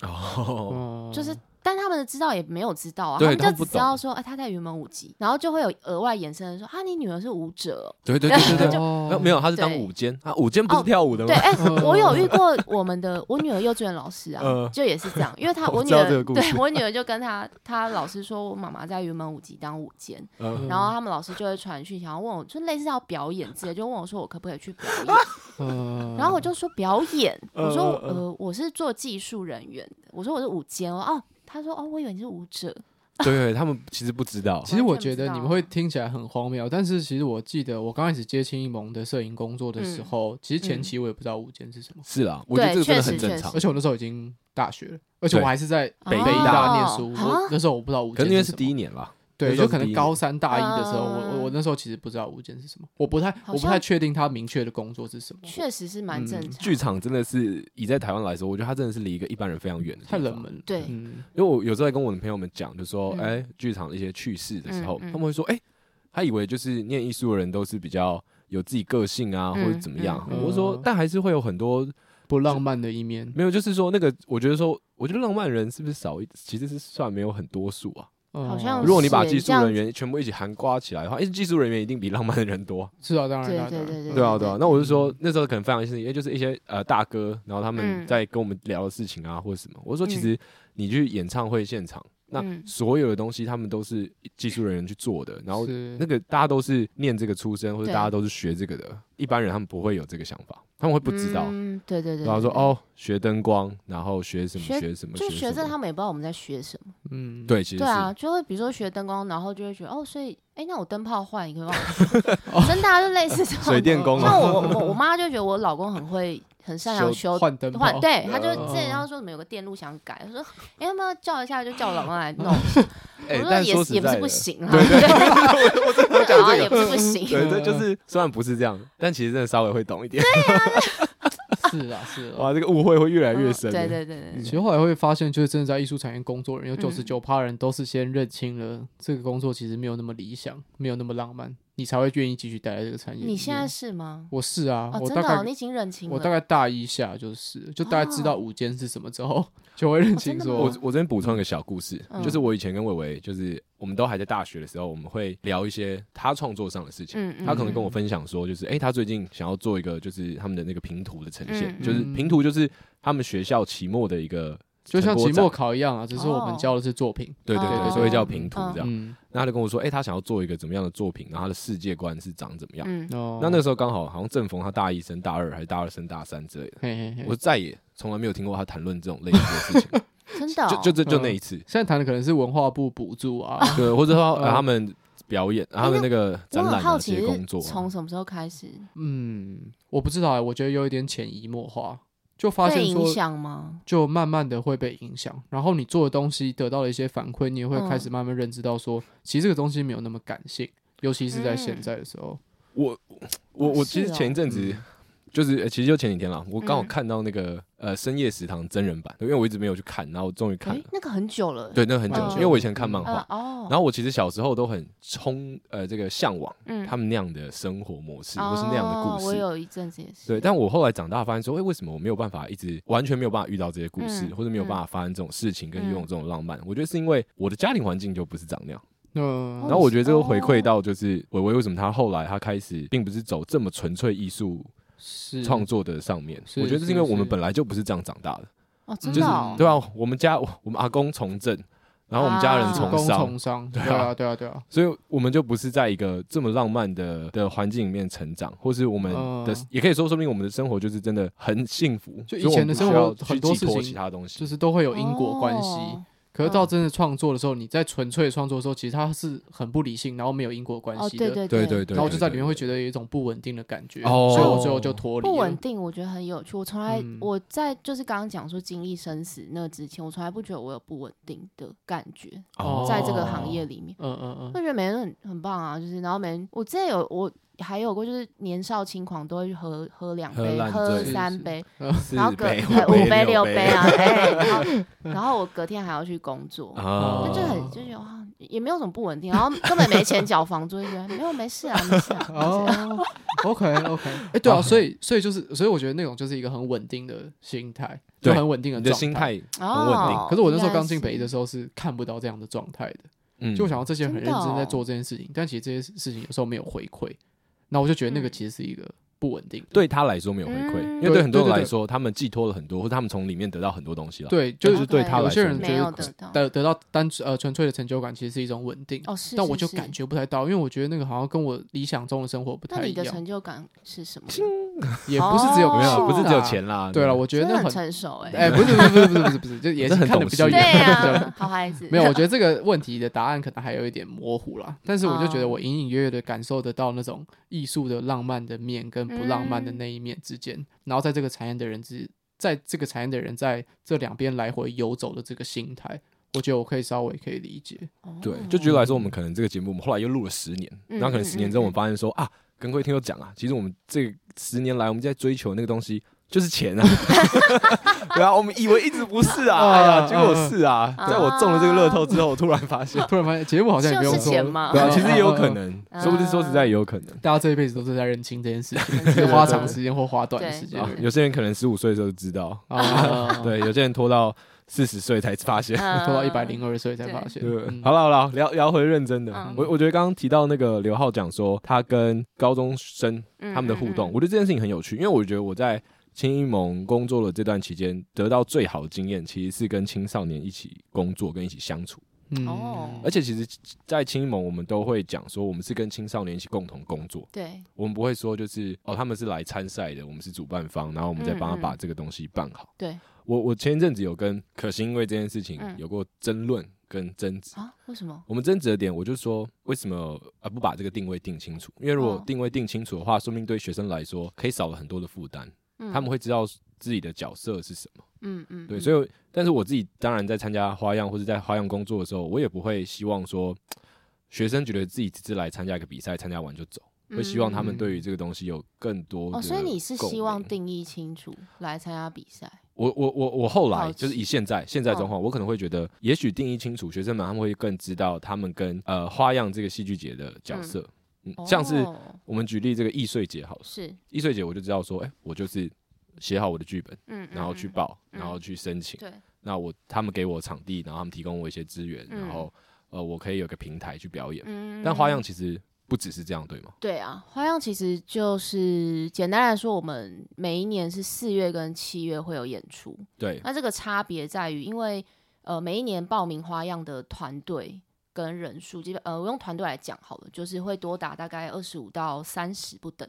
S2: 哦，
S3: 哦
S1: 就是。但他们的知道也没有知道啊，他
S2: 对他
S1: 们
S2: 们
S1: 就
S2: 不
S1: 只知道说，哎，他在云门舞集，然后就会有额外衍生的说，啊，你女儿是舞者
S2: 对对对对对，
S3: 哦
S2: 没 有没有，他是当
S1: 对
S2: 午间，啊，午间不是
S1: 哦
S2: 跳舞的
S1: 哦，
S2: 吗
S1: 对，？ 哎，
S3: 嗯
S1: 我有遇过我们的我女儿幼稚园老师
S2: 呃
S1: 啊，就也是这样， 因为她
S2: 我
S1: 我
S2: 知
S1: 女
S2: 道
S1: 儿
S2: 这个故
S1: 对
S2: 事
S1: 我女儿就跟她她老师说，我妈妈在云门舞集当舞监，
S2: 呃
S1: 然后他们老师就会传讯息，然后问我，就类似要表演之类，就问我说我可不可以去 表演？
S3: 嗯，
S1: 然后我就说表演，我说
S2: 嗯嗯嗯
S1: 呃我是做技术人员的，我说我是舞监哦，哦他说哦我以为你是舞者，
S2: 对对，他们其实不知道。
S3: 其实
S1: 完
S3: 我
S1: 全
S3: 觉
S1: 不
S3: 得
S1: 知
S3: 你
S1: 道
S3: 们会听起来很荒谬，但是其实我记得我刚开始接青一盟的摄影工作的时
S1: 嗯
S3: 候，其实前
S1: 嗯
S3: 期我也不知道舞间是什么，
S2: 是啦，我觉得这个真的
S1: 确
S2: 很
S1: 实
S2: 正
S1: 确
S2: 常
S3: 而。且我那时候已经大学了，而且我
S2: 对
S3: 还是在
S2: 北
S3: 北
S2: 医
S3: 医
S2: 大
S3: 大念
S1: 哦
S3: 书，
S1: 啊
S3: 我那时候我不知道舞
S2: 可
S3: 间
S2: 能因为是第
S3: 一，
S2: 一年啦，那
S3: 对，
S2: 时候
S3: 就是可
S2: 第一
S3: 能高三大一的时候，我我我
S1: 嗯
S3: 那时候其实不知道舞间是什么，我不太
S1: 好
S3: 我不太
S1: 像
S3: 确定他明确的工作是什么，
S1: 确实是蛮正
S3: 嗯
S1: 常，
S2: 剧场真的是以在台湾来说，我觉得它真的是离一个一般人非常远的地
S3: 太
S2: 方。
S3: 冷门了，
S1: 对
S3: 嗯，
S2: 因为我有时候在跟我的朋友们讲，就说，
S1: 嗯
S2: 哎、剧场的一些趣事的时候，
S1: 嗯嗯
S2: 他们会说，哎、他以为就是念艺术的人都是比较有自己个性啊，
S1: 嗯
S2: 或者怎么样。
S3: 嗯
S2: 我就说
S3: 嗯，
S2: 但还是会有很多
S3: 不浪漫的一面，
S2: 没有，就是说那个，我觉得说，我觉得浪漫人是不是少一，其实是算没有很多数啊。
S1: 好
S3: 哦
S1: 像
S2: 如果你把
S1: 是
S2: 技术
S1: 这样
S2: 人员全部一起含刮起来的话，因哎为技术人员一定比浪漫的人多。
S3: 是啊，当然，
S1: 对
S3: 当然
S1: 对
S3: 当
S1: 对
S3: 然
S1: 对
S2: 对啊，对啊。那我就说那时候可能非常是，因为就是一些呃大哥，然后他们
S1: 嗯
S2: 在跟我们聊的事情啊，或者什么。我就说，其
S1: 嗯
S2: 实你去演唱会现场，那
S1: 嗯
S2: 所有的东西他们都是技术人员去做的，然后
S3: 是
S2: 那个大家都是念这个出身，或者
S1: 对
S2: 大家都是学这个的，一般人他们不会有这个想法，他们会不知道。
S1: 嗯对对对，
S2: 然后说
S1: 对，
S2: 哦，学灯光，然后学什么
S1: 学
S2: 学什么
S1: 就学
S2: 什
S1: 生他
S2: 么，
S1: 们也不知道我们在学什么，
S3: 嗯，
S2: 对，其实
S1: 对
S2: 是
S1: 啊，就会比如说学灯光，然后就会觉得哦，所以哎那我灯泡坏，你可以帮我修，真的啊就类似这种
S2: 哦水电工
S1: 像
S2: 啊，
S1: 我我我妈就觉得我老公很会很擅长修
S3: 换灯泡
S1: 换，， 对，她就
S3: 哦
S1: 之前她说什么有个电路想改，她说哎要不要叫一下，就叫我老公来弄。
S2: 哎
S1: 我，说
S2: 但
S1: 也
S2: 说
S1: 是
S2: 实
S1: 也不
S2: 在
S1: 是
S2: 的
S1: 不，行啦，
S2: 对
S1: 对，
S2: 我真的要
S1: 然
S2: 讲
S1: 后
S2: 这
S1: 也
S2: 个。
S1: 不是不行。
S2: 对，这就是虽然不是这样，但其实真的稍微会懂 一点。
S3: 是啊是啊，
S2: 哇，这个误会会越来越
S1: 嗯
S2: 深。
S1: 对对对对
S3: 其实后来会发现，就是真的在艺术产业工作的人，有
S1: 嗯
S3: 九十九趴人都是先认清了这个工作其实没有那么理想，没有那么浪漫，你才会愿意继续待在这个产业里面。
S1: 你现在是吗？
S3: 我是啊，
S1: 哦，
S3: 我
S1: 真
S3: 大
S1: 的、
S3: 概
S1: 哦，你已经认清了。哦
S3: 我大概大一下就是，就大概知道午间是什么之后， 就会认清
S1: 真的
S3: 说，
S1: 吗
S2: 我我这边补充一个小故事，
S1: 嗯
S2: 就是我以前跟伟伟，就是我们都还在大学的时候，我们会聊一些他创作上的事情。
S1: 嗯，嗯
S2: 他可能跟我分享说，就是哎、诶他最近想要做一个，就是他们的那个平图的呈
S1: 嗯
S2: 现，就是
S3: 嗯
S2: 平图就是他们学校期末的一个
S3: 就
S2: 成果
S3: 像
S2: 展，
S3: 期末考一样啊，只是我
S1: 哦
S3: 们教的是作品。
S2: 对对
S1: 哦
S2: 对，所以叫平图
S1: 嗯
S2: 这样。
S3: 嗯，
S2: 那他就跟我说，哎、他想要做一个怎么样的作品，然后他的世界观是长怎么样。
S1: 嗯，
S3: 哦，
S2: 那那个时候刚好好像正逢他大一升大二，还是大二升大三之类的，
S3: 嘿嘿嘿，
S2: 我再也从来没有听过他谈论这种类似的事 情，
S1: 真的、哦，
S2: 就就这就
S3: 嗯
S2: 那一次，
S3: 现在谈的可能是文化部补助啊，
S2: 对，或者说呃
S3: 嗯
S2: 他们表演，他们那个
S1: 哎我
S2: 展
S1: 很
S2: 览
S1: 好
S2: 啊，
S1: 奇
S2: 这些工作
S1: 是
S2: 啊，
S1: 从什么时候开始
S3: 嗯，我不知道哎、我觉得有一点潜移默化，就发
S1: 被
S3: 现
S1: 影
S3: 说，
S1: 响吗？
S3: 就慢慢的会被影响，然后你做的东西得到了一些反馈，你也会
S1: 嗯
S3: 开始慢慢认知到说，其实这个东西没有那么感性，尤其是在
S1: 嗯
S3: 现在的时候，
S2: 我我我
S1: 哦
S2: 其实
S1: 是哦
S2: 前一阵子
S3: 嗯
S2: 就是呃其实就前几天啦，我刚好
S1: 嗯
S2: 看到那个呃深夜食堂真人版，因为我一直没有去看，然后我终于看
S1: 哎
S2: 了，，
S1: 那个很久了，
S2: 对，那个很久
S1: 嗯，
S2: 因为我以前看漫
S1: 啊
S2: 画，
S1: 哦，
S2: 然后我其实小时候都很冲呃这个向往
S1: 嗯
S2: 他们那样的生活模式，或是那样的
S1: 哦
S2: 故
S1: 我
S2: 事。
S1: 有一阵子也是，
S2: 对，但我后来长大发现说，哎、为什么我没有办法一直完全没有办法遇到这些故事，
S1: 嗯
S2: 或者没有办法发生这种事情，跟拥有这种浪漫？我觉得是因为我的家庭环境就不是长那样。
S3: 嗯，
S2: 然后我觉得这个
S1: 哦
S2: 回馈到就是伟伟为什么他后来他开始并不是走这么纯粹艺术
S3: 是
S2: 创作的上面，
S3: 是
S2: 我觉得是因为
S3: 是
S2: 我们
S3: 是嗯
S2: 本来就不是这样长大的，
S1: 哦，真
S2: 就
S1: 的、
S2: 是
S1: 哦
S2: 对啊，我们家我我们阿公从政，然后我们家人
S1: 啊
S2: 从
S3: 工
S2: 商，
S3: 从商，对
S2: 啊
S3: 啊，对啊，对啊，
S2: 所以我们就不是在一个这么浪漫的的环境里面成长，或是我们的、
S3: 嗯
S2: 也可以说，说不定我们的生活就是真的很幸福，
S3: 就以
S2: 所我
S3: 前
S2: 们不
S3: 的生
S2: 需要
S3: 活
S2: 去
S3: 很多
S2: 寄托
S3: 事情
S2: 其他东西，
S3: 就是都会有因果关系。
S1: 哦
S3: 可是到真的创作的时候，你在纯粹创作的时候，其实它是很不理性，然后没有因果关
S1: 哦，
S3: 系
S1: 对
S3: 的。
S1: 对
S2: 对
S1: 对
S2: 对对，
S3: 然后我就在里面会
S2: 得
S3: 觉得有一种不稳定的感觉，
S2: 哦
S3: 所以我最后就脱离
S1: 不稳
S3: 了。
S1: 定，我觉得很有趣。我从来、
S3: 嗯
S1: 我在就是刚刚讲说经历生死那之前，我从来不觉得我有不稳定的感觉，
S3: 哦
S1: 在这个行业里面，
S3: 嗯嗯
S1: 我觉得每人很很棒啊。就是然后每人，我之前有我还有过，就是年少轻狂都会去喝喝两
S2: 喝
S1: 杯、
S2: 烂
S1: 喝
S2: 醉
S1: 三
S3: 是是
S1: 杯，然后
S2: 四
S1: 隔
S2: 杯
S1: 呃五杯六
S2: 杯
S1: 杯啊，哎，然后然后我隔天还要去工作，
S2: 啊
S1: 那
S3: 哦
S1: 就很就是啊，也没有什么不稳定，然后根本没钱缴房租，就觉得没有没事啊，没事啊
S3: 嗯，，哦 ，OK OK，哎、对
S2: 哦
S3: 啊，所以所以就是，所以我觉得那种就是一个很稳定的心态，就
S2: 对
S3: 很稳定的
S2: 你
S3: 状
S2: 的
S3: 态
S2: 心。态，很稳定
S1: 哦，
S3: 可是我那时候
S1: 应该
S3: 刚进北医的
S1: 是
S3: 时候是看不到这样的状态的，
S2: 嗯
S3: 就我想到这些人很
S1: 真
S3: 认
S1: 的
S3: 真在
S1: 哦
S3: 做这件事情，但其实这些事情有时候没有回馈，那我就觉得那个
S1: 嗯
S3: 其实是一个不稳定的。
S2: 对他来说没有回馈，
S1: 嗯
S2: 因为对很多人
S3: 对对对
S2: 来说，他们寄托了很多，或者他们从里面得到很多东西了。
S3: 对，
S2: 但
S3: 就是是
S2: 对他
S3: 有
S2: 来说
S3: 些人觉
S1: 没有
S3: 得
S1: 得到，
S3: 得得到单纯呃纯粹的成就感，其实是一种稳定。
S1: 哦是，
S3: 但
S1: 是
S3: 我就是感觉不太到，因为我觉得那个好像跟我理想中的生活不
S1: 那
S3: 太一
S1: 你的
S3: 样，
S1: 成就感是什么？
S3: 也不是只有
S1: 哦
S2: 没有啊，
S1: 是
S2: 不是
S3: 的
S2: 只有钱啦。
S3: 对了，
S2: 了，
S3: 我觉
S1: 真的
S3: 得那
S1: 很
S3: 很
S1: 成熟哎、
S3: 哎，不是不是不是不是不是不是，就也
S2: 这
S3: 是
S2: 很
S3: 看的
S2: 懂
S3: 比较
S2: 事
S3: 远，
S1: 对
S3: 比较
S1: 啊，好孩子。
S3: 没有，我觉得这个问题的答案可能还有一点模糊啦，但是我就觉
S1: 哦
S3: 得我隐隐约约的感受得到那种艺术的浪漫的面跟不浪漫的
S1: 嗯
S3: 那一面之间，然后在这个产业的人之，在这个产业的人在这两边来回游走的这个心态，我觉得我可以稍微可以理解。
S1: 哦
S2: 对，就举例来说，我们可能这个节目，我们后来又录了十年，
S1: 嗯
S2: 然后可能十年之后，我们发现说啊，跟各位听友讲啊，其实我们这十年来，我们在追求那个东西就是钱啊，对啊，我们以为一直不是啊，
S3: 啊
S2: 哎呀，结果是啊，
S1: 啊
S2: 在我中了这个乐透之后，我突然发现，
S3: 突然发现节目好像也不
S1: 就
S3: 用
S1: 是
S3: 做
S1: 钱
S3: 了
S1: 嘛
S2: 对啊，其实也有可。
S3: 嗯嗯嗯嗯
S2: 能，
S1: 啊
S2: 说不定说实在也有可能。
S3: 大家这一辈子都是在认清这件事 情，
S1: 真
S3: 只是
S1: 的
S3: 花长时间或花短的
S1: 对
S3: 时间
S2: 啊
S3: 而已。
S2: 有些人可能十五岁的时候就知道，
S3: 啊，
S2: 对，有些人拖到四十岁才发 现。
S1: 哦嗯
S3: 拖到一百零二岁才发现。
S2: 对，
S3: 嗯
S2: 好了好了，聊聊回认真的。
S1: 嗯
S2: 我我觉得刚刚提到那个刘浩讲说他跟高中生
S1: 嗯
S2: 他们的互动，，我觉得这件事情很有趣，因为我觉得我在青一盟工作的这段期间，得到最好的经验其实是跟青少年一起工作跟一起相处，
S3: 嗯
S1: 哦
S2: 而且其实，在青一盟我们都会讲说，我们是跟青少年一起共同工作，
S1: 对，
S2: 我们不会说就是哦他们是来参赛的，我们是主办方，然后我们再帮他
S1: 嗯嗯
S2: 把这个东西办好。
S1: 对
S2: 我我前一阵子有跟可心因为这件事
S1: 嗯
S2: 情有过争论跟争执。
S1: 啊，为什么？
S2: 我们争执的点，我就说为什么啊不把这个定位定清楚？因为如果
S1: 哦
S2: 定位定清楚的话，说明对学生来说可以少了很多的负担，
S1: 嗯
S2: 他们会知道自己的角色是什么。
S1: 嗯嗯，
S2: 对，
S1: 嗯
S2: 所以我但是我自己当然在参加花样或者在花样工作的时候，我也不会希望说学生觉得自己只是来参加一个比赛，参加完就走，会希望他们
S3: 嗯
S2: 对于这个东西有更多的
S1: 哦，所以你是希望
S2: 共鸣
S1: 定义清楚来参加比赛，
S2: 我我我我后来
S1: 好嗯
S2: 就是以现在现在状况，我可能会觉得，也许定义清楚，学生们他们会更知道他们跟呃花样这个戏剧节的角色。嗯嗯，像是
S1: 哦
S2: 我们举例这个易碎节好了，
S1: 是
S2: 易碎节我就知道说，哎、我就是写好我的剧本，
S1: 嗯，
S2: 然后
S1: 嗯
S2: 去
S1: 嗯
S2: 报，
S1: 嗯
S2: 然后去申请。
S1: 对
S2: 那我他们给我场地，然后他们提供我一些资源，
S1: 嗯
S2: 然后呃，我可以有个平台去表演。
S1: 嗯，
S2: 但花样
S1: 嗯
S2: 其实不只是这样，对吗？
S1: 对啊，花样其实就是简单来说，我们每一年是四月跟七月会有演出，
S2: 对，
S1: 那这个差别在于，因为呃每一年报名花样的团队跟人数，基本呃我用团队来讲好了，就是会多达大概二十五到三十不等。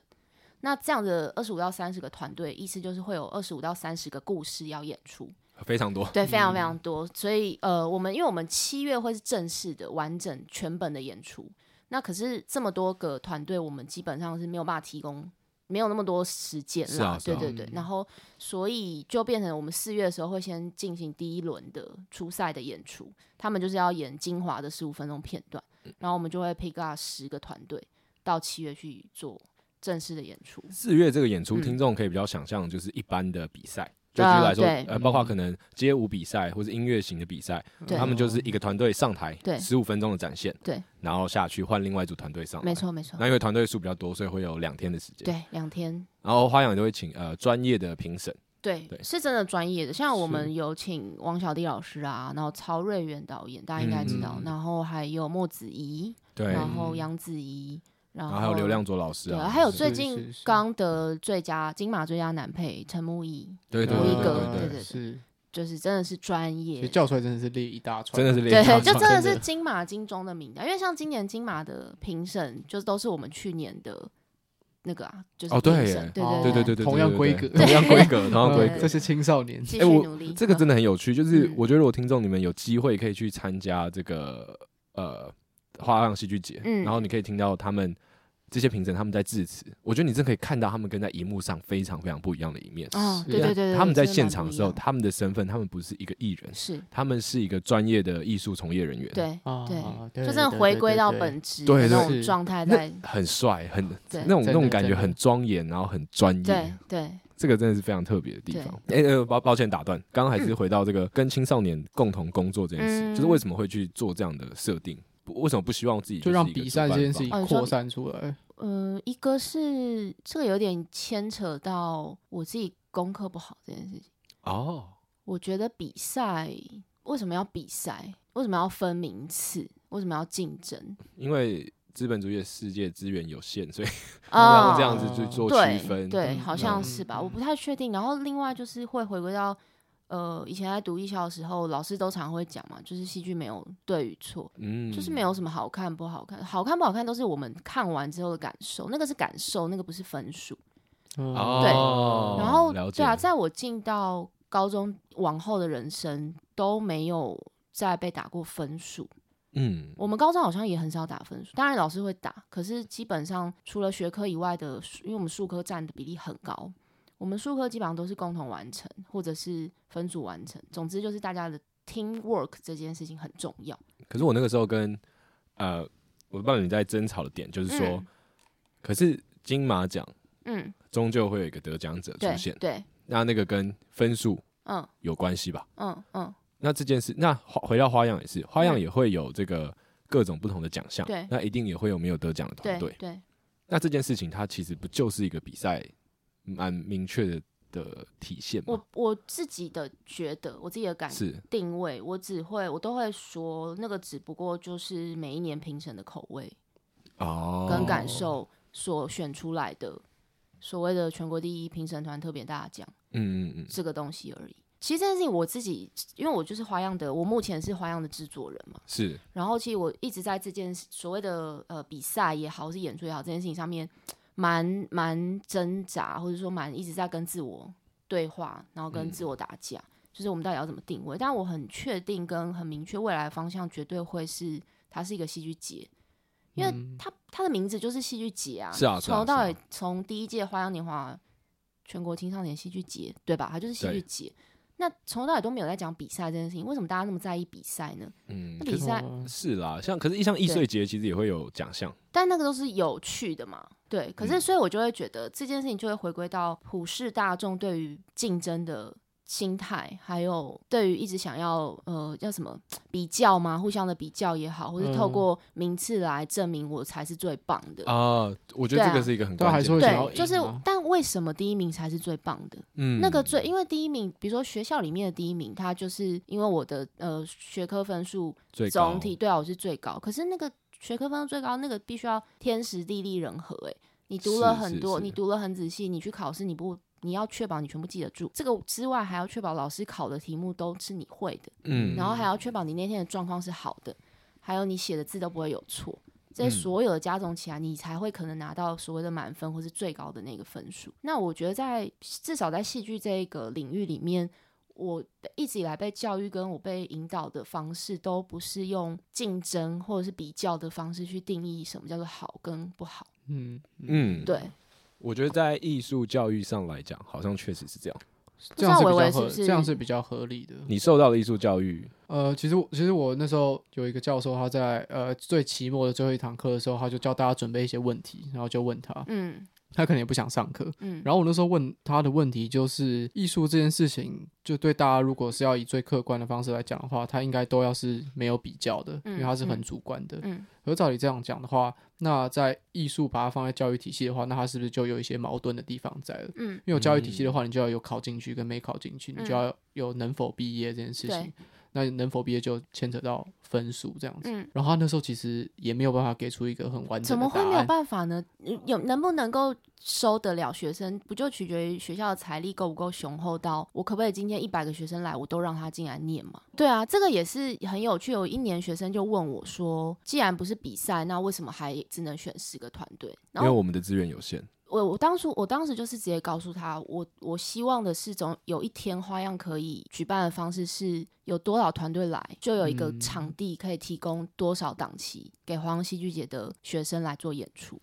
S1: 那这样的二十五到三十个团队，意思就是会有二十五到三十个故事要演出，
S2: 非常多。
S1: 对，非常非常多。所以呃，我们因为我们七月会是正式的完整全本的演出，那可是这么多个团队，我们基本上是没有办法提供。没有那么多时间
S2: 是
S1: 啦，
S2: 啊是
S1: 对
S2: 啊
S1: 对对，
S3: 嗯
S1: 然后所以就变成我们四月的时候会先进行第一轮的初赛的演出，他们就是要演精华的十五分钟片段，
S2: 嗯
S1: 然后我们就会 pick up 十个团队到七月去做正式的演出。
S2: 四月这个演出，
S1: 嗯
S2: 听众可以比较想象，就是一般的比赛。就举
S1: 啊
S2: 例来说，
S1: 对
S2: 呃，包括可能街舞比赛或是音乐型的比赛，
S1: 对
S2: 啊他们就是一个团队上台，
S1: 对
S2: 十五分钟的展现，
S1: 对，
S2: 然后下去换另外一组团队上来。
S1: 没。错没错
S2: 那，因为团队数比较多，所以会有两天的时间。。
S1: 对，两天
S2: 然后花样也都会请呃专业的评审，
S1: 对，
S2: 对
S1: 是真的专业的。像我们
S2: 是
S1: 有请王小弟老师啊，然后曹瑞元导演，大家应该知道，
S2: 嗯
S1: 然后还有莫子仪，
S2: 对，
S1: 然
S2: 然
S1: 后杨子怡，然后
S2: 后还有刘亮佐老师
S1: 对，
S2: 啊，
S1: 还有
S2: 是
S1: 最
S3: 是
S1: 近
S3: 是是
S1: 刚得最佳金马最佳男配陈木易，
S2: 对对
S1: 有
S2: 对
S1: 一
S2: 对
S1: 个
S2: 对
S1: 对
S2: 对
S1: 对
S3: 是，
S1: 就是真的是专
S3: 其实
S1: 业。
S3: 叫出来真的是列一大串，
S2: 真的是
S1: 对
S2: 练习，
S1: 就真的
S3: 真
S1: 是
S3: 的
S1: 金马金钟的名单，因为像今年金马的评审，就是都是我们去年的那个啊，就是
S2: 哦对
S1: 评审
S2: 耶
S1: 对
S3: 哦
S1: 对
S2: 对对
S1: 对，
S2: 对对，
S3: 同样
S2: 对
S3: 规
S2: 对
S3: 格
S2: 同样规格，同样规
S1: 对
S2: 格。
S3: 这些青少年，
S1: 继
S2: 哎
S1: 续
S2: 我
S1: 努力。
S2: 这个真的很有趣，就是
S1: 嗯
S2: 我觉得如果听众你们有机会可以去参加这个呃花样戏剧节，
S1: 嗯
S2: 然后你可以听到他们这些评审他们在致辞，我觉得你真的可以看到他们跟在荧幕上非常非常不一样的一面。
S1: 哦，
S3: 是
S1: 对对对对，
S2: 他们在
S1: 真的
S2: 现
S1: 蛮
S2: 场
S1: 不
S2: 的
S1: 一
S2: 时候，
S1: 样
S2: 他们的身份，他们不是一个艺人，
S1: 是
S2: 他们是一个专业的艺术从业人员，，
S1: 对
S3: 啊
S1: 对，
S3: 对
S1: 就真的
S3: 对
S1: 回
S3: 对
S1: 归
S3: 对
S1: 到
S3: 对
S1: 本质
S2: 对
S1: 的那
S2: 对
S1: 种
S3: 是
S1: 状态
S2: 那
S1: 在。
S2: 很帅，很
S1: 对
S2: 那种那
S3: 真
S2: 种
S3: 的
S2: 感觉
S3: 真的
S2: 很庄严，然后很专业，
S1: 对
S3: 嗯
S1: 对，
S2: 这个真的是非常特别的地方。哎、呃，抱抱歉打断，刚刚还是回到这个跟青少年共同工作这件事，
S1: 嗯
S2: 就是为什么会去做这样的设定？不为什么不希望自己
S3: 就让比赛这件事
S2: 情？
S3: 情
S1: 哦你说
S3: 扩散出来，
S1: 呃，一个是这个有点牵扯到我自己功课不好这件事情。
S2: 哦，
S1: 我觉得比赛为什么要比赛？为什么要分名次？为什么要竞争？
S2: 因为资本主义的世界资源有限，所以
S1: 啊
S2: 要哦这样子去做区
S1: 对
S2: 分。
S1: 对，
S3: 嗯
S1: 好像是吧？我不太确定。然后另外就是会回归到。呃，以前在读艺校的时候，老师都常会讲嘛，就是戏剧没有对与错，
S2: 嗯
S1: 就是没有什么好看不好看，好看不好看都是我们看完之后的感受，那个是感受，那个不是分数。
S3: 嗯
S1: 对
S2: 哦，
S1: 然后
S2: 了解
S1: 对啊，在我进到高中往后的人生都没有再被打过分数。
S2: 嗯，
S1: 我们高中好像也很少打分数，当然老师会打，可是基本上除了学科以外的数，因为我们数科占的比例很高，我们数科基本上都是共同完成或者是分组完成，总之就是大家的 team work 这件事情很重要。
S2: 可是我那个时候跟呃我伴侣在争吵的点就是说，
S1: 嗯
S2: 可是金马奖
S1: 嗯，
S2: 终究会有一个得奖者
S1: 对
S2: 出现，
S1: 对，
S2: 那那个跟分数
S1: 嗯
S2: 有关系吧？
S1: 嗯嗯，
S2: 那这件事，那花回到花样也是，花样
S1: 嗯
S2: 也会有这个各种不同的奖项，
S1: 对
S2: 那一定也会有没有得奖的团
S1: 对
S2: 队。
S1: 对
S2: 那这件事情，它其实不就是一个比赛蛮明确的的体现吗
S1: 我？我自己的觉得，我自己的感
S2: 是
S1: 定位，我只会我都会说，那个只不过就是每一年评审的口味
S2: 哦，
S1: 跟感受所选出来的所谓的全国第一评审团特别大奖
S2: 嗯嗯嗯，
S1: 这个东西而已。其实这件事情我自己，因为我就是花样的，我目前是花样的制作人嘛，
S2: 是
S1: 然后其实我一直在这件事所谓的呃比赛也好，是演出也好，这件事情上面蛮蛮挣扎，或者说蛮一直在跟自我对话，然后跟
S2: 嗯
S1: 自我打架，就是我们到底要怎么定位？但我很确定跟很明确未来的方向绝对会是它是一个戏剧节，因为
S3: 嗯
S1: 它它的名字就是戏剧节啊，
S2: 是啊是啊
S1: 从头到
S2: 是
S1: 尾
S2: 啊
S1: 从第一届花样年华全国青少年戏剧节对吧？它就是戏
S2: 对
S1: 剧节。那从头到尾都没有在讲比赛这件事情，为什么大家那么在意比赛呢？
S2: 嗯
S1: 那，比赛
S3: 哦
S2: 是啦，像可是像易碎节其实也会有奖项，
S1: 但那个都是有趣的嘛，对。
S3: 嗯
S1: 可是，所以我就会觉得这件事情就会回归到普世大众对于竞争的心态，还有对于一直想要呃叫什么比较吗？互相的比较也好，或是透
S3: 嗯哦
S1: 过名次来证明我才是最棒的。
S2: 啊，我觉得这
S1: 对
S2: 个
S1: 啊
S2: 是一个很
S3: 对啊
S2: 关键
S3: 还是
S2: 的，
S3: 会想要
S1: 对，就是
S3: 赢吗，
S1: 但为什么第一名才是最棒的？
S2: 嗯
S1: 那个最，因为第一名，比如说学校里面的第一名，他就是因为我的呃学科分数
S2: 最高
S1: 总体对啊，我是最高。可是那个学科分数最高，那个必须要天时地利人和、欸。你读了
S2: 是
S1: 很
S2: 是
S1: 多，
S2: 是
S1: 你读了很仔细，你去考试，你不你要确保你全部记得住。这个之外，还要确保老师考的题目都是你会的，
S2: 嗯，
S1: 然后还要确保你那天的状况是好的，还有你写的字都不会有错。这些
S2: 嗯
S1: 所有的加总起来，你才会可能拿到所谓的满分或是最高的那个分数。那我觉得在至少在戏剧这个领域里面，我一直以来被教育跟我被引导的方式，都不是用竞争或者是比较的方式去定义什么叫做好跟不好。
S3: 嗯嗯，
S2: 嗯，
S1: 对，
S2: 我觉得在艺术教育上来讲，好像确实是这样。
S3: 这样是
S1: 不知道
S3: 比
S1: 微微
S3: 较
S1: 是
S3: 合，
S1: 不是
S3: 这样是比较合理的。
S2: 你受到的艺术教育，
S3: 呃，其实我其实我那时候有一个教授，他在呃最期末的最后一堂课的时候，他就教大家准备一些问题，然后就问他，
S1: 嗯
S3: 他可能也不想上课。
S1: 嗯，
S3: 然后我那时候问他的问题就是，艺术这件事情，就对大家如果是要以最客观的方式来讲的话，它应该都要是没有比较的，因为它是很主观的。
S1: 嗯
S3: 而照理这样讲的话，那在艺术把它放在教育体系的话，那它是不是就有一些矛盾的地方在了？
S1: 嗯
S3: 因为有教育体系的话，你就要有考进去跟没考进去，你就要有能否毕业这件事情
S1: 对。
S3: 那能否毕业就牵扯到分数这样子。
S1: 嗯，
S3: 然后他那时候其实也没有办法给出一个很完
S1: 怎
S3: 整的
S1: 么
S3: 答
S1: 会没有
S3: 案。
S1: 办法呢？有能不能够收得了学生，不就取决于学校的财力够不够雄厚到我可不可以今天一百个学生来，我都让他进来念嘛？对啊，这个也是很有趣。有一年学生就问我说：“既然不是比赛，那为什么还只能选十个团队？”
S2: 因
S1: 然
S2: 为
S1: 后
S2: 我们的资源有限，
S1: 我我当初我当时就是直接告诉他，我我希望的是总有一天花样可以举办的方式是有多少团队来，就有一个
S3: 嗯
S1: 场地可以提供多少档期给华阳戏剧节的学生来做演出。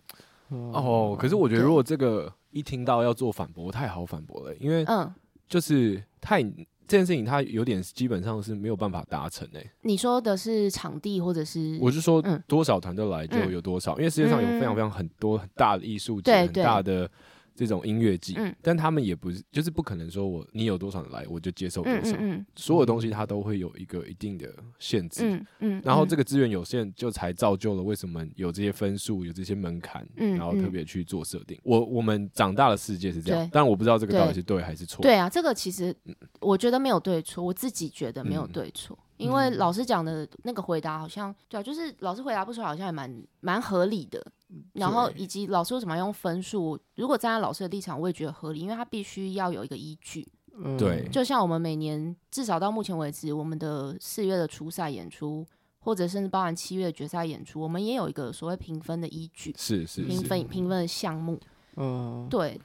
S3: 嗯
S2: 哦，可是我觉得
S1: 对
S2: 如果这个一听到要做反驳，太好反驳了，因为
S1: 嗯，
S2: 就是太这件事情，它有点基本上是没有办法达成诶、
S1: 你说的是场地或者是
S2: 我是说
S1: 嗯，
S2: 多少团队来就有多少，因为世界上有非常非常很多很大的艺术节、
S1: 对
S2: 很
S1: 对
S2: 大的这种音乐季，
S1: 嗯
S2: 但他们也不是就是不可能说我你有多少人来我就接受多
S1: 嗯
S2: 少，
S1: 嗯嗯
S2: 所有东西它都会有一个一定的限制。
S1: 嗯嗯，
S2: 然后这
S1: 个
S2: 个资源有限，就才造就了为什么有这些分数、有这些门槛，
S1: 嗯
S2: 然后特别去做设定。我我们长大的世界是这样
S1: 对，
S2: 但我不知道这个
S1: 对
S2: 到底是对还是错。
S1: 对啊，这个其实我觉得没有对错，我自己觉得没有
S2: 嗯
S1: 对错。因为
S3: 嗯
S1: 老师讲的那个回答好像，对啊，就是老师回答不出来，好像也蛮蛮合理的。然后
S2: 对
S1: 以及老师为什么要用分数？如果站在老师的立场，我也觉得合理，因为他必须要有一个依据。
S3: 嗯
S2: 对
S1: 就像我们每年，至少到目前为止，我们的四月的初赛演出，或者甚至包含七月的决赛演出，我们也有一个所谓评分的依据，
S2: 是是
S1: 评
S2: 是，
S1: 分评分的项目。
S3: 嗯，
S1: 对，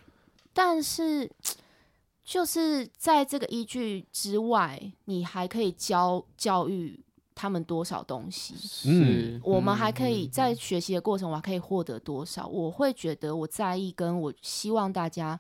S1: 但是就是在这个依据之外，你还可以教教育他们多少东西？
S2: 嗯
S3: 是，
S1: 我们还可以
S3: 嗯
S1: 在学习的过程，我还可以获得多少？我会觉得我在意，跟我希望大家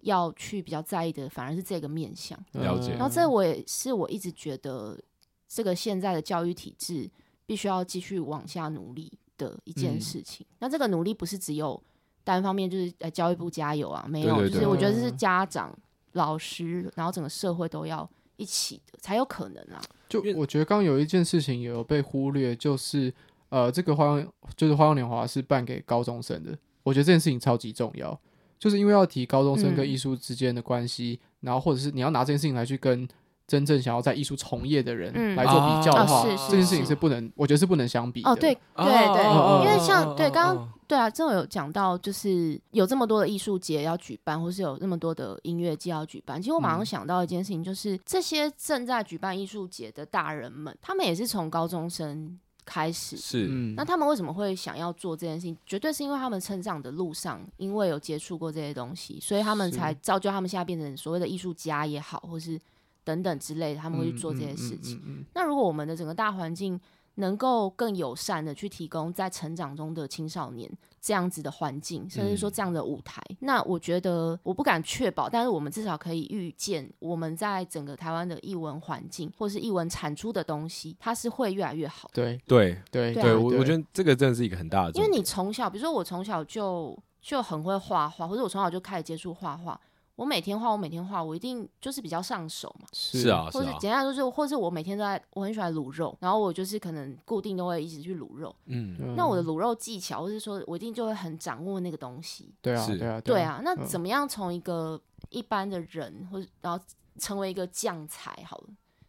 S1: 要去比较在意的，反而是这个面向。
S2: 了解
S3: 嗯
S1: 然后这我也是我一直觉得这个现在的教育体制必须要继续往下努力的一件
S3: 嗯
S1: 事情。那这个努力不是只有单方面就是呃教育部加油啊，没有，
S2: 对对
S1: 就是
S2: 对
S1: 我觉得是
S3: 嗯
S1: 家长、老师，然后整个社会都要一起的才有可能啊。
S3: 就
S2: 因为
S3: 我觉得刚刚有一件事情也有被忽略，就是呃，这个花样就是花样年华是办给高中生的，我觉得这件事情超级重要，就是因为要提高中生跟
S1: 嗯
S3: 艺术之间的关系，然后或者是你要拿这件事情来去跟真正想要在艺术从业的人
S1: 嗯
S3: 来做比较的
S1: 啊
S3: 话，
S1: 是是
S3: 这件事情是不能，我觉得是不能相比的。
S1: 哦，对，
S2: 哦
S1: 对对
S2: 哦
S1: 因为
S2: 哦
S1: 像
S2: 哦
S1: 对
S2: 哦
S1: 刚
S2: 哦
S1: 对啊，正有讲到，就是有这么多的艺术节要举办，或是有那么多的音乐季要举办。其实我马上
S3: 嗯
S1: 想到一件事情，就是、这些正在举办艺术节的大人们，他们也是从高中生开始。
S2: 是
S3: 嗯，
S1: 那他们为什么会想要做这件事情？绝对是因为他们成长的路上，因为有接触过这些东西，所以他们
S3: 是
S1: 才造就他们现在变成所谓的艺术家也好，或是等等之类的，他们会去做这些事情。
S3: 嗯。嗯嗯嗯
S1: 那如果我们的整个大环境能够更友善的去提供在成长中的青少年这样子的环境，甚至说
S2: 嗯
S1: 这样的舞台，那我觉得我不敢确保，但是我们至少可以预见，我们在整个台湾的译文环境或是译文产出的东西，它是会越来越好的。
S3: 对
S2: 对
S3: 对
S1: 对啊
S2: 对，我我觉得这个真的是一个很大的重
S1: 因
S2: 点，
S1: 为你从小，比如说我从小就就很会画画，或者我从小就开始接触画画，我每天画，我每天画，我一定就是比较上手嘛。
S2: 是，啊，是
S1: 或者
S2: 啊，
S1: 简单来说，就是，或是我每天都在，我很喜欢卤肉，然后我就是可能固定都会一直去卤肉。
S2: 嗯，
S1: 那我的卤肉技巧，或是说我一定就会很掌握那个东西。
S3: 对啊
S2: 是
S3: 对啊
S1: 对，啊，那
S3: 嗯
S1: 怎么样从一个一般的人，或者然后成为一个将才？好了，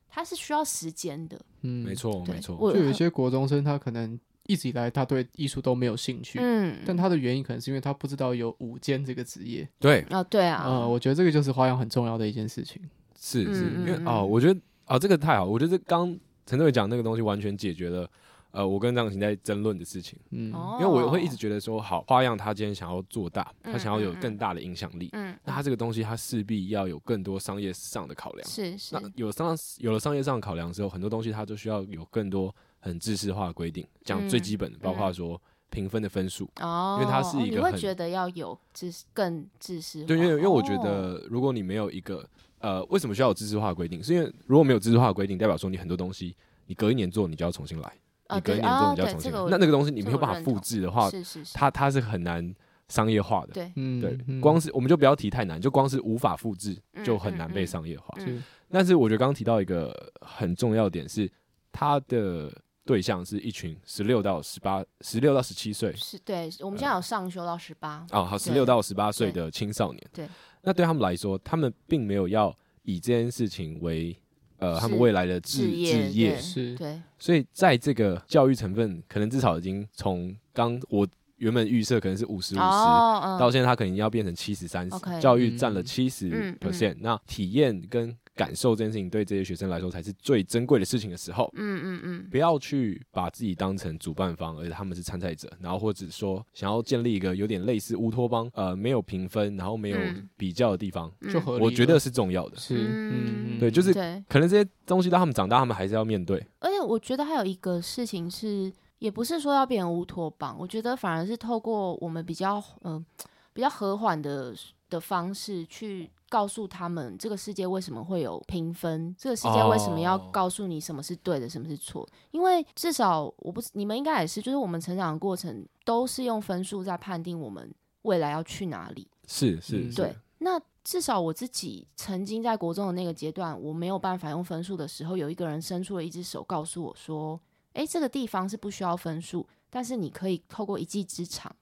S1: 它是需要时间的。
S3: 嗯，
S2: 没。错，
S1: 对
S2: 哦没错，
S1: 我
S3: 就有一些国中生，他可能一直以来他对艺术都没有兴趣，
S1: 嗯，
S3: 但他的原因可能是因为他不知道有舞间这个职业。
S2: 对，
S1: 啊，对啊，
S3: 呃，我觉得这个就是花样很重要的一件事情。
S2: 是
S1: 嗯
S2: 是，因为
S1: 嗯
S2: 哦，
S1: 嗯
S2: 我觉得啊，这个太好，我觉得这刚陈志伟讲那个东西完全解决了，呃，我跟张琴在争论的事情，
S3: 嗯，
S1: 哦
S2: 因为我会一直觉得说，好花样，他今天想要做大，他
S1: 嗯
S2: 想要有
S1: 嗯
S2: 更大的影响力，
S1: 嗯，
S2: 那他这个东西，他势必要有更多商业上的考量。
S1: 是是
S2: 那，有商有了商业上的考量之后，很多东西它就需要有更多很制式化的规定，讲
S1: 嗯
S2: 最基本的，包括说评分的分数。
S1: 哦，
S2: 因为它是一
S1: 你
S2: 个
S1: 会
S2: 很
S1: 觉得要有知识更知识，
S2: 对，因为因为我觉
S1: 哦，
S2: 得，如果你没有一个呃，为什么需要有知识化的规定？是因为如果没有知识化的规定，代表说你很多东西你隔一年做你就要重新来，
S1: 啊
S2: 你隔一
S1: 对
S2: 年做
S1: 哦
S2: 你就要
S1: 对
S2: 重
S1: 这
S2: 新来。
S1: 个我
S2: 那那个东西你
S1: 这个
S2: 没有
S1: 我
S2: 办法
S1: 认
S2: 复
S1: 同
S2: 制的话，
S1: 是是是，
S2: 它它是很难商业化的。
S1: 对，
S3: 嗯，
S2: 对
S3: 嗯，
S2: 光是我们就不要提太难，就光是无法复制就很难被
S1: 上。
S2: 商业化。
S1: 嗯
S3: 是
S2: 但是我觉得刚刚提到一个很重要的点是，他的对象是一群十六到十八、十六到十七岁
S1: 是对，我们现
S2: 呃
S1: 在有上修到十八、
S2: 啊，好，十
S1: 对
S2: 六到十八岁的青少年。
S1: 对，
S2: 那对他们来说，他们并没有要以这件事情为呃
S1: 是
S2: 他们未来的置
S1: 置业
S2: 置业
S1: 对，
S3: 是
S1: 对，
S2: 所以在这个教育成分，可能至少已经从刚我原本预设可能是五十五十。
S1: 哦，
S2: 到现在，他可能要变成七十三十，
S1: OK
S2: 教育占了
S3: 嗯
S2: 七十
S1: 嗯
S2: percent。那体验跟感受这件事情，对这些学生来说才是最珍贵的事情的时候，
S1: 嗯嗯嗯
S2: 不要去把自己当成主办方，而他们是参赛者，然后或者说想要建立一个有点类似乌托邦，呃，没有评分，然后没有
S1: 嗯
S2: 比较的地方，
S1: 嗯，
S3: 就合理了。
S2: 我觉得是重要的。
S3: 是，嗯，嗯
S2: 对就是
S1: 对。
S2: 可能这些东西到他们长大，他们还是要面对。
S1: 而且我觉得还有一个事情是，也不是说要变成乌托邦，我觉得反而是透过我们比较嗯、呃比较和缓的的方式去。告诉他们这个世界为什么会有评分，这个世界为什么要
S2: 哦
S1: 告诉你什么是对的，什么是错？因为至少我不，你们应该也是，就是我们成长的过程都是用分数在判定我们未来要去哪里。
S2: 是是
S3: 嗯
S2: 是，
S1: 对，那至少我自己曾经在国中的那个阶段，我没有办法用分数的时候，有一个人伸出了一只手，告诉我说：“诶，这个地方是不需要分数，但是你可以透过一技之长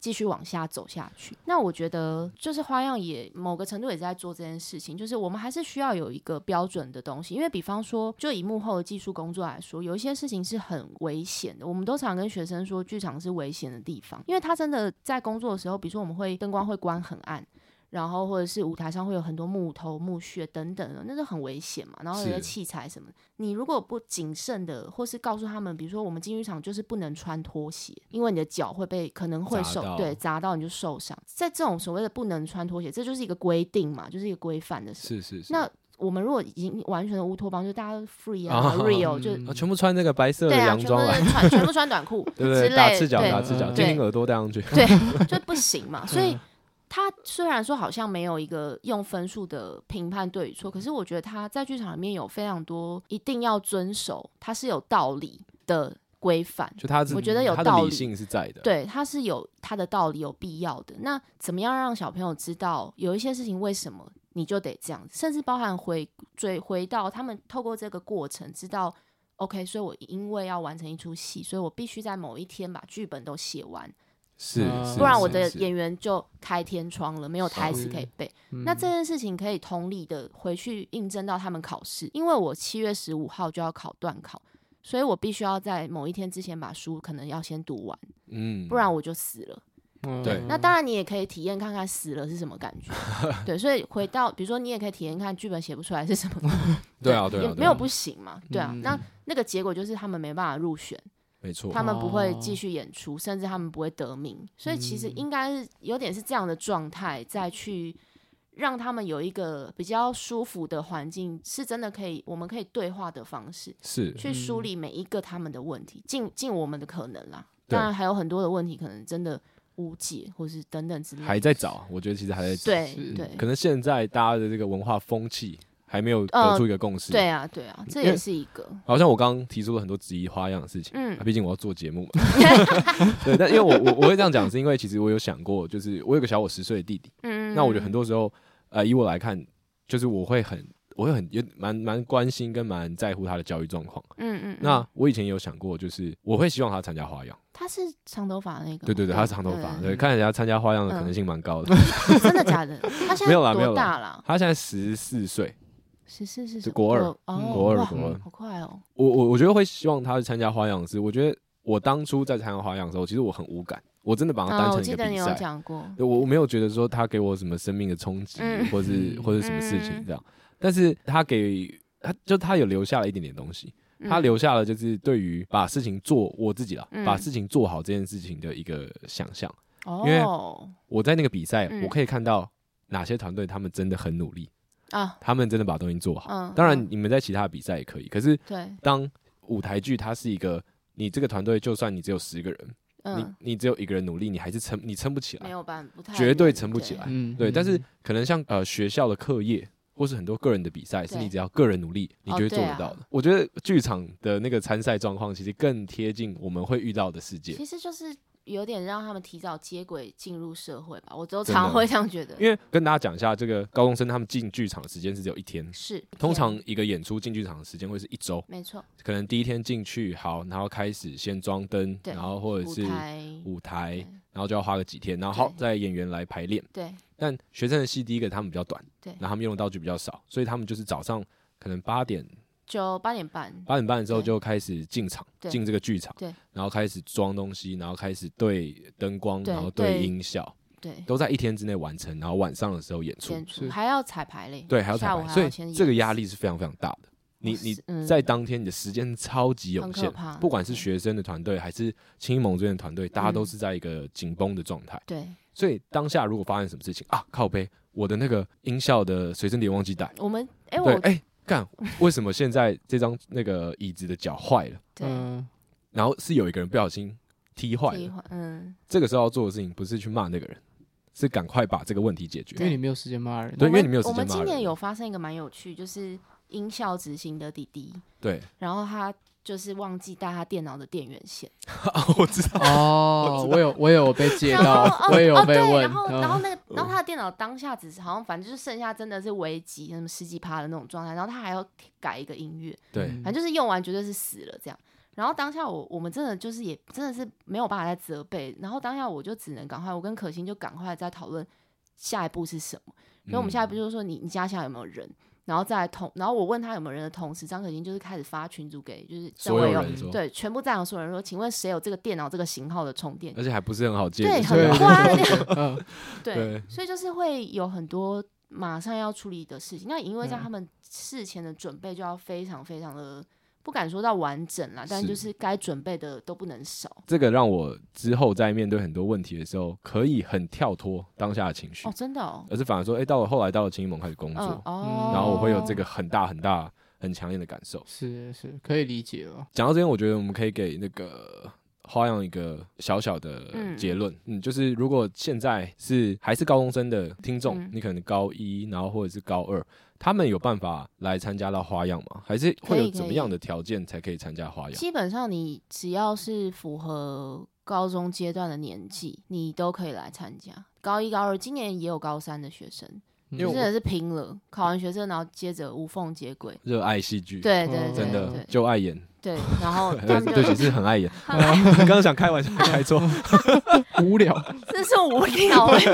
S1: 继续往下走下去。”那我觉得，就是花样也某个程度也在做这件事情，就是我们还是需要有一个标准的东西，因为比方说，就以幕后的技术工作来说，有一些事情是很危险的。我们都常跟学生说，剧场是危险的地方，因为他真的在工作的时候，比如说我们会灯光会关很暗。然后或者是舞台上会有很多木头、木屑等等的，那就很危险嘛。然后有些
S2: 是
S1: 器材什么的，你如果不谨慎的，或是告诉他们，比如说我们进剧场就是不能穿拖鞋，因为你的脚会被可能会
S2: 砸
S1: 受
S2: 到
S1: 对砸到，你就受伤。在这种所谓的不能穿拖鞋，这就是一个规定嘛，就是一个规范的事。
S2: 是是是。
S1: 那我们如果已经完全的乌托邦，就大家都 free
S2: 啊
S1: 啊、real，就
S3: 嗯
S2: 啊全部穿那个白色的
S1: 对啊，
S2: 洋
S1: 全部
S2: 装来，
S1: 是穿全部穿短 裤
S2: 对不
S1: 之
S2: 对？
S1: 类
S2: 打赤脚，
S1: 对
S2: 打赤脚，
S3: 嗯
S2: 精灵
S1: 对
S2: 耳朵戴上去。
S1: 对，就不行嘛。所
S2: 嗯
S1: 以他虽然说好像没有一个用分数的评判对与错，可是我觉得他在剧场里面有非常多一定要遵守，它是有道理的规范。
S2: 就他是
S1: 我觉得有
S2: 他
S1: 道
S2: 的理
S1: 理
S2: 性是在的。
S1: 对，它是有它的道理，有必要的。那怎么样让小朋友知道有一些事情为什么你就得这样，甚至包含回追回到他们透过这个过程知道，OK，所以我因为要完成一出戏，所以我必须在某一天把剧本都写完，
S2: 是，
S3: 嗯
S2: 是
S1: 不然我
S2: 是
S1: 的
S2: 是
S1: 演员就开天窗了，没有台词可以背。
S2: 嗯
S1: 那这件事情可以同理的回去印证到他们考试，因为我七月十五号就要考段考，所以我必须要在某一天之前把书可能要先读完，
S2: 嗯，
S1: 不然我就死了。
S3: 嗯
S2: 对
S1: 那当然，你也可以体验看看死了是什么感 觉。对，所以回到比如说，你也可以体验看剧本写不出来是什么，
S2: 对啊对啊
S1: 也
S2: 对啊
S1: 没有不行嘛。对啊，
S3: 嗯
S1: 那那个结果就是他们没办法入选。
S2: 没错，
S1: 他们不会
S3: 哦
S1: 继续演出，甚至他们不会得名，所以其实
S3: 嗯
S1: 应该是有点是这样的状态，再去让他们有一个比较舒服的环境，是真的可以，我们可以对话的方式
S2: 是
S1: 去
S3: 嗯
S1: 梳理每一个他们的问题，尽尽我们的可能啦。
S2: 对
S1: 当然还有很多的问题可能真的无解，或是等等之类的。
S2: 还在找，我觉得其实还在找，
S1: 对
S3: 是
S1: 对
S2: 可能现在大家的这个文化风气还没有得
S1: 呃
S2: 出一个共识。
S1: 对，啊对啊，这
S2: 因为
S1: 也是一个
S2: 好像我刚刚提出了很多质疑花样的事情，
S1: 嗯
S2: 啊毕竟我要做 节目嘛。对，但因为我我我会这样讲，是因为其实我有想过，就是我有个小我十岁的弟弟，
S1: 嗯，
S2: 那我觉得很
S1: 多
S2: 多时候。呃，以我来看，就是我会很，我会很也蛮蛮关心跟蛮在乎他的教育状况。
S1: 嗯嗯，嗯
S2: 那我以前有想过，就是我会希望他参加花样，
S1: 他是长头发的那个吗，
S2: 对对对，他长头发， 对，
S1: 对嗯
S2: 看起来他参加花样的可能性蛮高的。
S1: 对真的假的？他现在
S2: 没有啦没有
S1: 多
S2: 啦
S1: 大啦？
S2: 他现在十四岁，
S1: 十四是
S2: 就
S1: 什么
S2: 国二
S1: 哦，
S2: 国二
S1: 哇
S2: 国二
S1: 好快哦，
S2: 我我我觉得会希望他去参加花样是，我觉得我当初在参加花样的时候，其实我很无感，我真的把它
S1: 啊，
S2: 当
S1: 我
S2: 成一
S1: 记
S2: 个
S1: 得你
S2: 比
S1: 有
S2: 赛。
S1: 讲过，
S2: 对我我没有觉得说他给我什么生命的冲击，
S1: 嗯
S2: 或是或是什么事情
S1: 嗯
S2: 这样，但是他给他就他有留下了一点点东西，
S1: 嗯
S2: 他留下了就是对于把事情做我自己了，
S1: 嗯
S2: 把事情做好这件事情的一个想象。因为
S1: 哦
S2: 我在那个比赛，
S1: 嗯
S2: 我可以看到哪些团队他们真的很努力，
S1: 啊，
S2: 他们真的把东西做好。
S1: 嗯，
S2: 当然
S1: 嗯，
S2: 你们在其他的比赛也可以，可是
S1: 对，
S2: 当舞台剧它是一个，你这个团队就算你只有十个人，
S1: 嗯，
S2: 你你只有一个人努力，你还是撑你撑不起
S1: 没
S2: 来，
S1: 有办，不太
S2: 绝对
S1: 能
S2: 撑不起来。
S3: 嗯，
S2: 对，但是
S3: 嗯
S2: 可能像呃学校的课业，或是很多个人的比赛，是
S1: 对
S2: 你只要个人努力，你
S1: 哦
S2: 就会
S1: 对
S2: 做得
S1: 啊
S2: 到的。我觉得剧场的那个参赛状况，其实更贴近我们会遇到的世界。
S1: 其实就是有点让他们提早接轨进入社会吧，我都
S2: 真的
S1: 常会这样觉得。
S2: 因为跟大家讲一下，这个高中生他们进剧场的时间是只有一天，
S1: 是
S2: 通
S1: 偏
S2: 常一个演出进剧场的时间会是一周，
S1: 没错，
S2: 可能第一天进去好，然后开始先装灯，
S1: 对
S2: 然后或者
S1: 舞
S2: 是
S1: 台
S2: 舞台
S1: 对，
S2: 然后就要花个几天，然后好
S1: 对
S2: 再演员来排练。
S1: 对
S2: 但学生的戏第一个他们比较短，
S1: 对
S2: 然后他们用的道具比较少，所以他们就是早上可能八点
S1: 就八点半，
S2: 八点半的时候
S1: 对
S2: 就开始进场，
S1: 对
S2: 进这个剧场，
S1: 对，
S2: 然后开始装东西，然后开始对灯光，
S1: 对
S2: 然后
S1: 对
S2: 对音效，
S1: 对，
S2: 都在一天之内完成，然后晚上的时候演出，
S1: 演出
S3: 是
S1: 还要彩排嘞，
S2: 对，还要彩
S1: 下午
S2: 排，
S1: 还
S2: 所
S1: 要先
S2: 以
S1: 演
S2: 这个压力是非常非常大的。你
S1: 是
S2: 你
S1: 嗯
S2: 在当天你的时间超级有
S1: 很可
S2: 限
S1: 怕，
S2: 不管是
S1: 对
S2: 学生的团队还是青盟这边的团队，大家都
S1: 嗯
S2: 是在一个紧绷的状态。
S1: 对，
S2: 所以当下如果发生什么事情啊，靠背，我的那个音效的随身碟忘记带，
S1: 我们哎
S2: 对
S1: 我，
S2: 哎、干，为什么现在这张那个椅子的脚坏了？
S1: 对
S3: 嗯
S2: 然后是有一个人不小心踢坏
S1: 自己
S2: 了。
S1: 换嗯，
S2: 这个时候要做的事情不是去骂那个人，是赶快把这个问题解决
S3: 因。为你没有时间骂人，
S1: 我
S2: 对因为
S1: 们
S2: 你没有时
S1: 我们
S2: 间骂
S1: 今年
S2: 人
S1: 有发生一个蛮有趣，就是音效执行的弟弟，
S2: 对，
S1: 然后他就是忘记带他电脑的电源线，
S2: 我知道。
S3: 哦，我有我有被接
S1: 然后
S3: 到，
S1: 哦
S3: 我也有
S1: 哦
S3: 被
S1: 对
S3: 问，
S1: 然后然后
S3: 嗯
S1: 那个，然后他的电脑当下只是好像反正就是剩下真的是危机什么十几趴的那种状态，然后他还要改一个音乐，
S2: 对，
S3: 嗯
S1: 反正就是用完绝对是死了这样。然后当下我我们真的就是也真的是没有办法再责备，然后当下我就只能赶快，我跟可心就赶快在讨论下一步是什么。所
S2: 嗯
S1: 以我们下一步就是说你你家下有没有人，然后再来同，然后我问他有没有人的同时，张可心就是开始发群组给就是
S2: 所
S1: 在
S2: 有
S1: 我有
S2: 人说，
S1: 对全部在场所有人说，请问谁有这个电脑这个型号的充电？
S2: 而且还不是很好借。
S1: 对，
S2: 就是
S1: 很
S3: 对
S1: 快，
S3: 嗯
S1: 对，
S2: 对
S1: 所以就是会有很多马上要处理的事情。那因为在
S3: 嗯
S1: 他们事前的准备就要非常非常的，不敢说到完整啦，但就是该准备的都不能少。
S2: 这个让我之后在面对很多问题的时候，可以很跳脱当下的情绪
S1: 哦，，真的哦，
S2: 而是反而说，哎，到了后来到了青盟开始工
S1: 嗯
S2: 作，
S1: 哦，
S2: 然后我会有这个很大很大很强烈的感受。
S3: 是是可以理解了，
S2: 讲到这边，我觉得我们可以给那个花样一个小小的结论，嗯就是如果现在是还是高中生的听众，
S1: 嗯
S2: 你可能高一，然后或者是高二，他们有办法来参加到花样吗？还是
S1: 可
S2: 会有
S1: 以
S2: 怎么样的条件才可以参加花样？
S1: 基本上你只要是符合高中阶段的年纪，你都可以来参加。高一、高二，今年也有高三的学生，
S2: 因
S3: 因
S2: 为
S1: 就
S2: 我
S1: 真的是拼了，考完学证，然后接着无缝接轨。
S2: 热爱戏剧，，
S1: 对对
S3: 嗯
S1: 对
S2: 真的
S1: 对
S2: 就爱演，
S1: 对，然 后他
S2: 对
S1: 们就
S2: 对，其实很 爱演。 刚刚想开玩笑，开错，
S3: 嗯无聊，
S1: 这是无聊哎、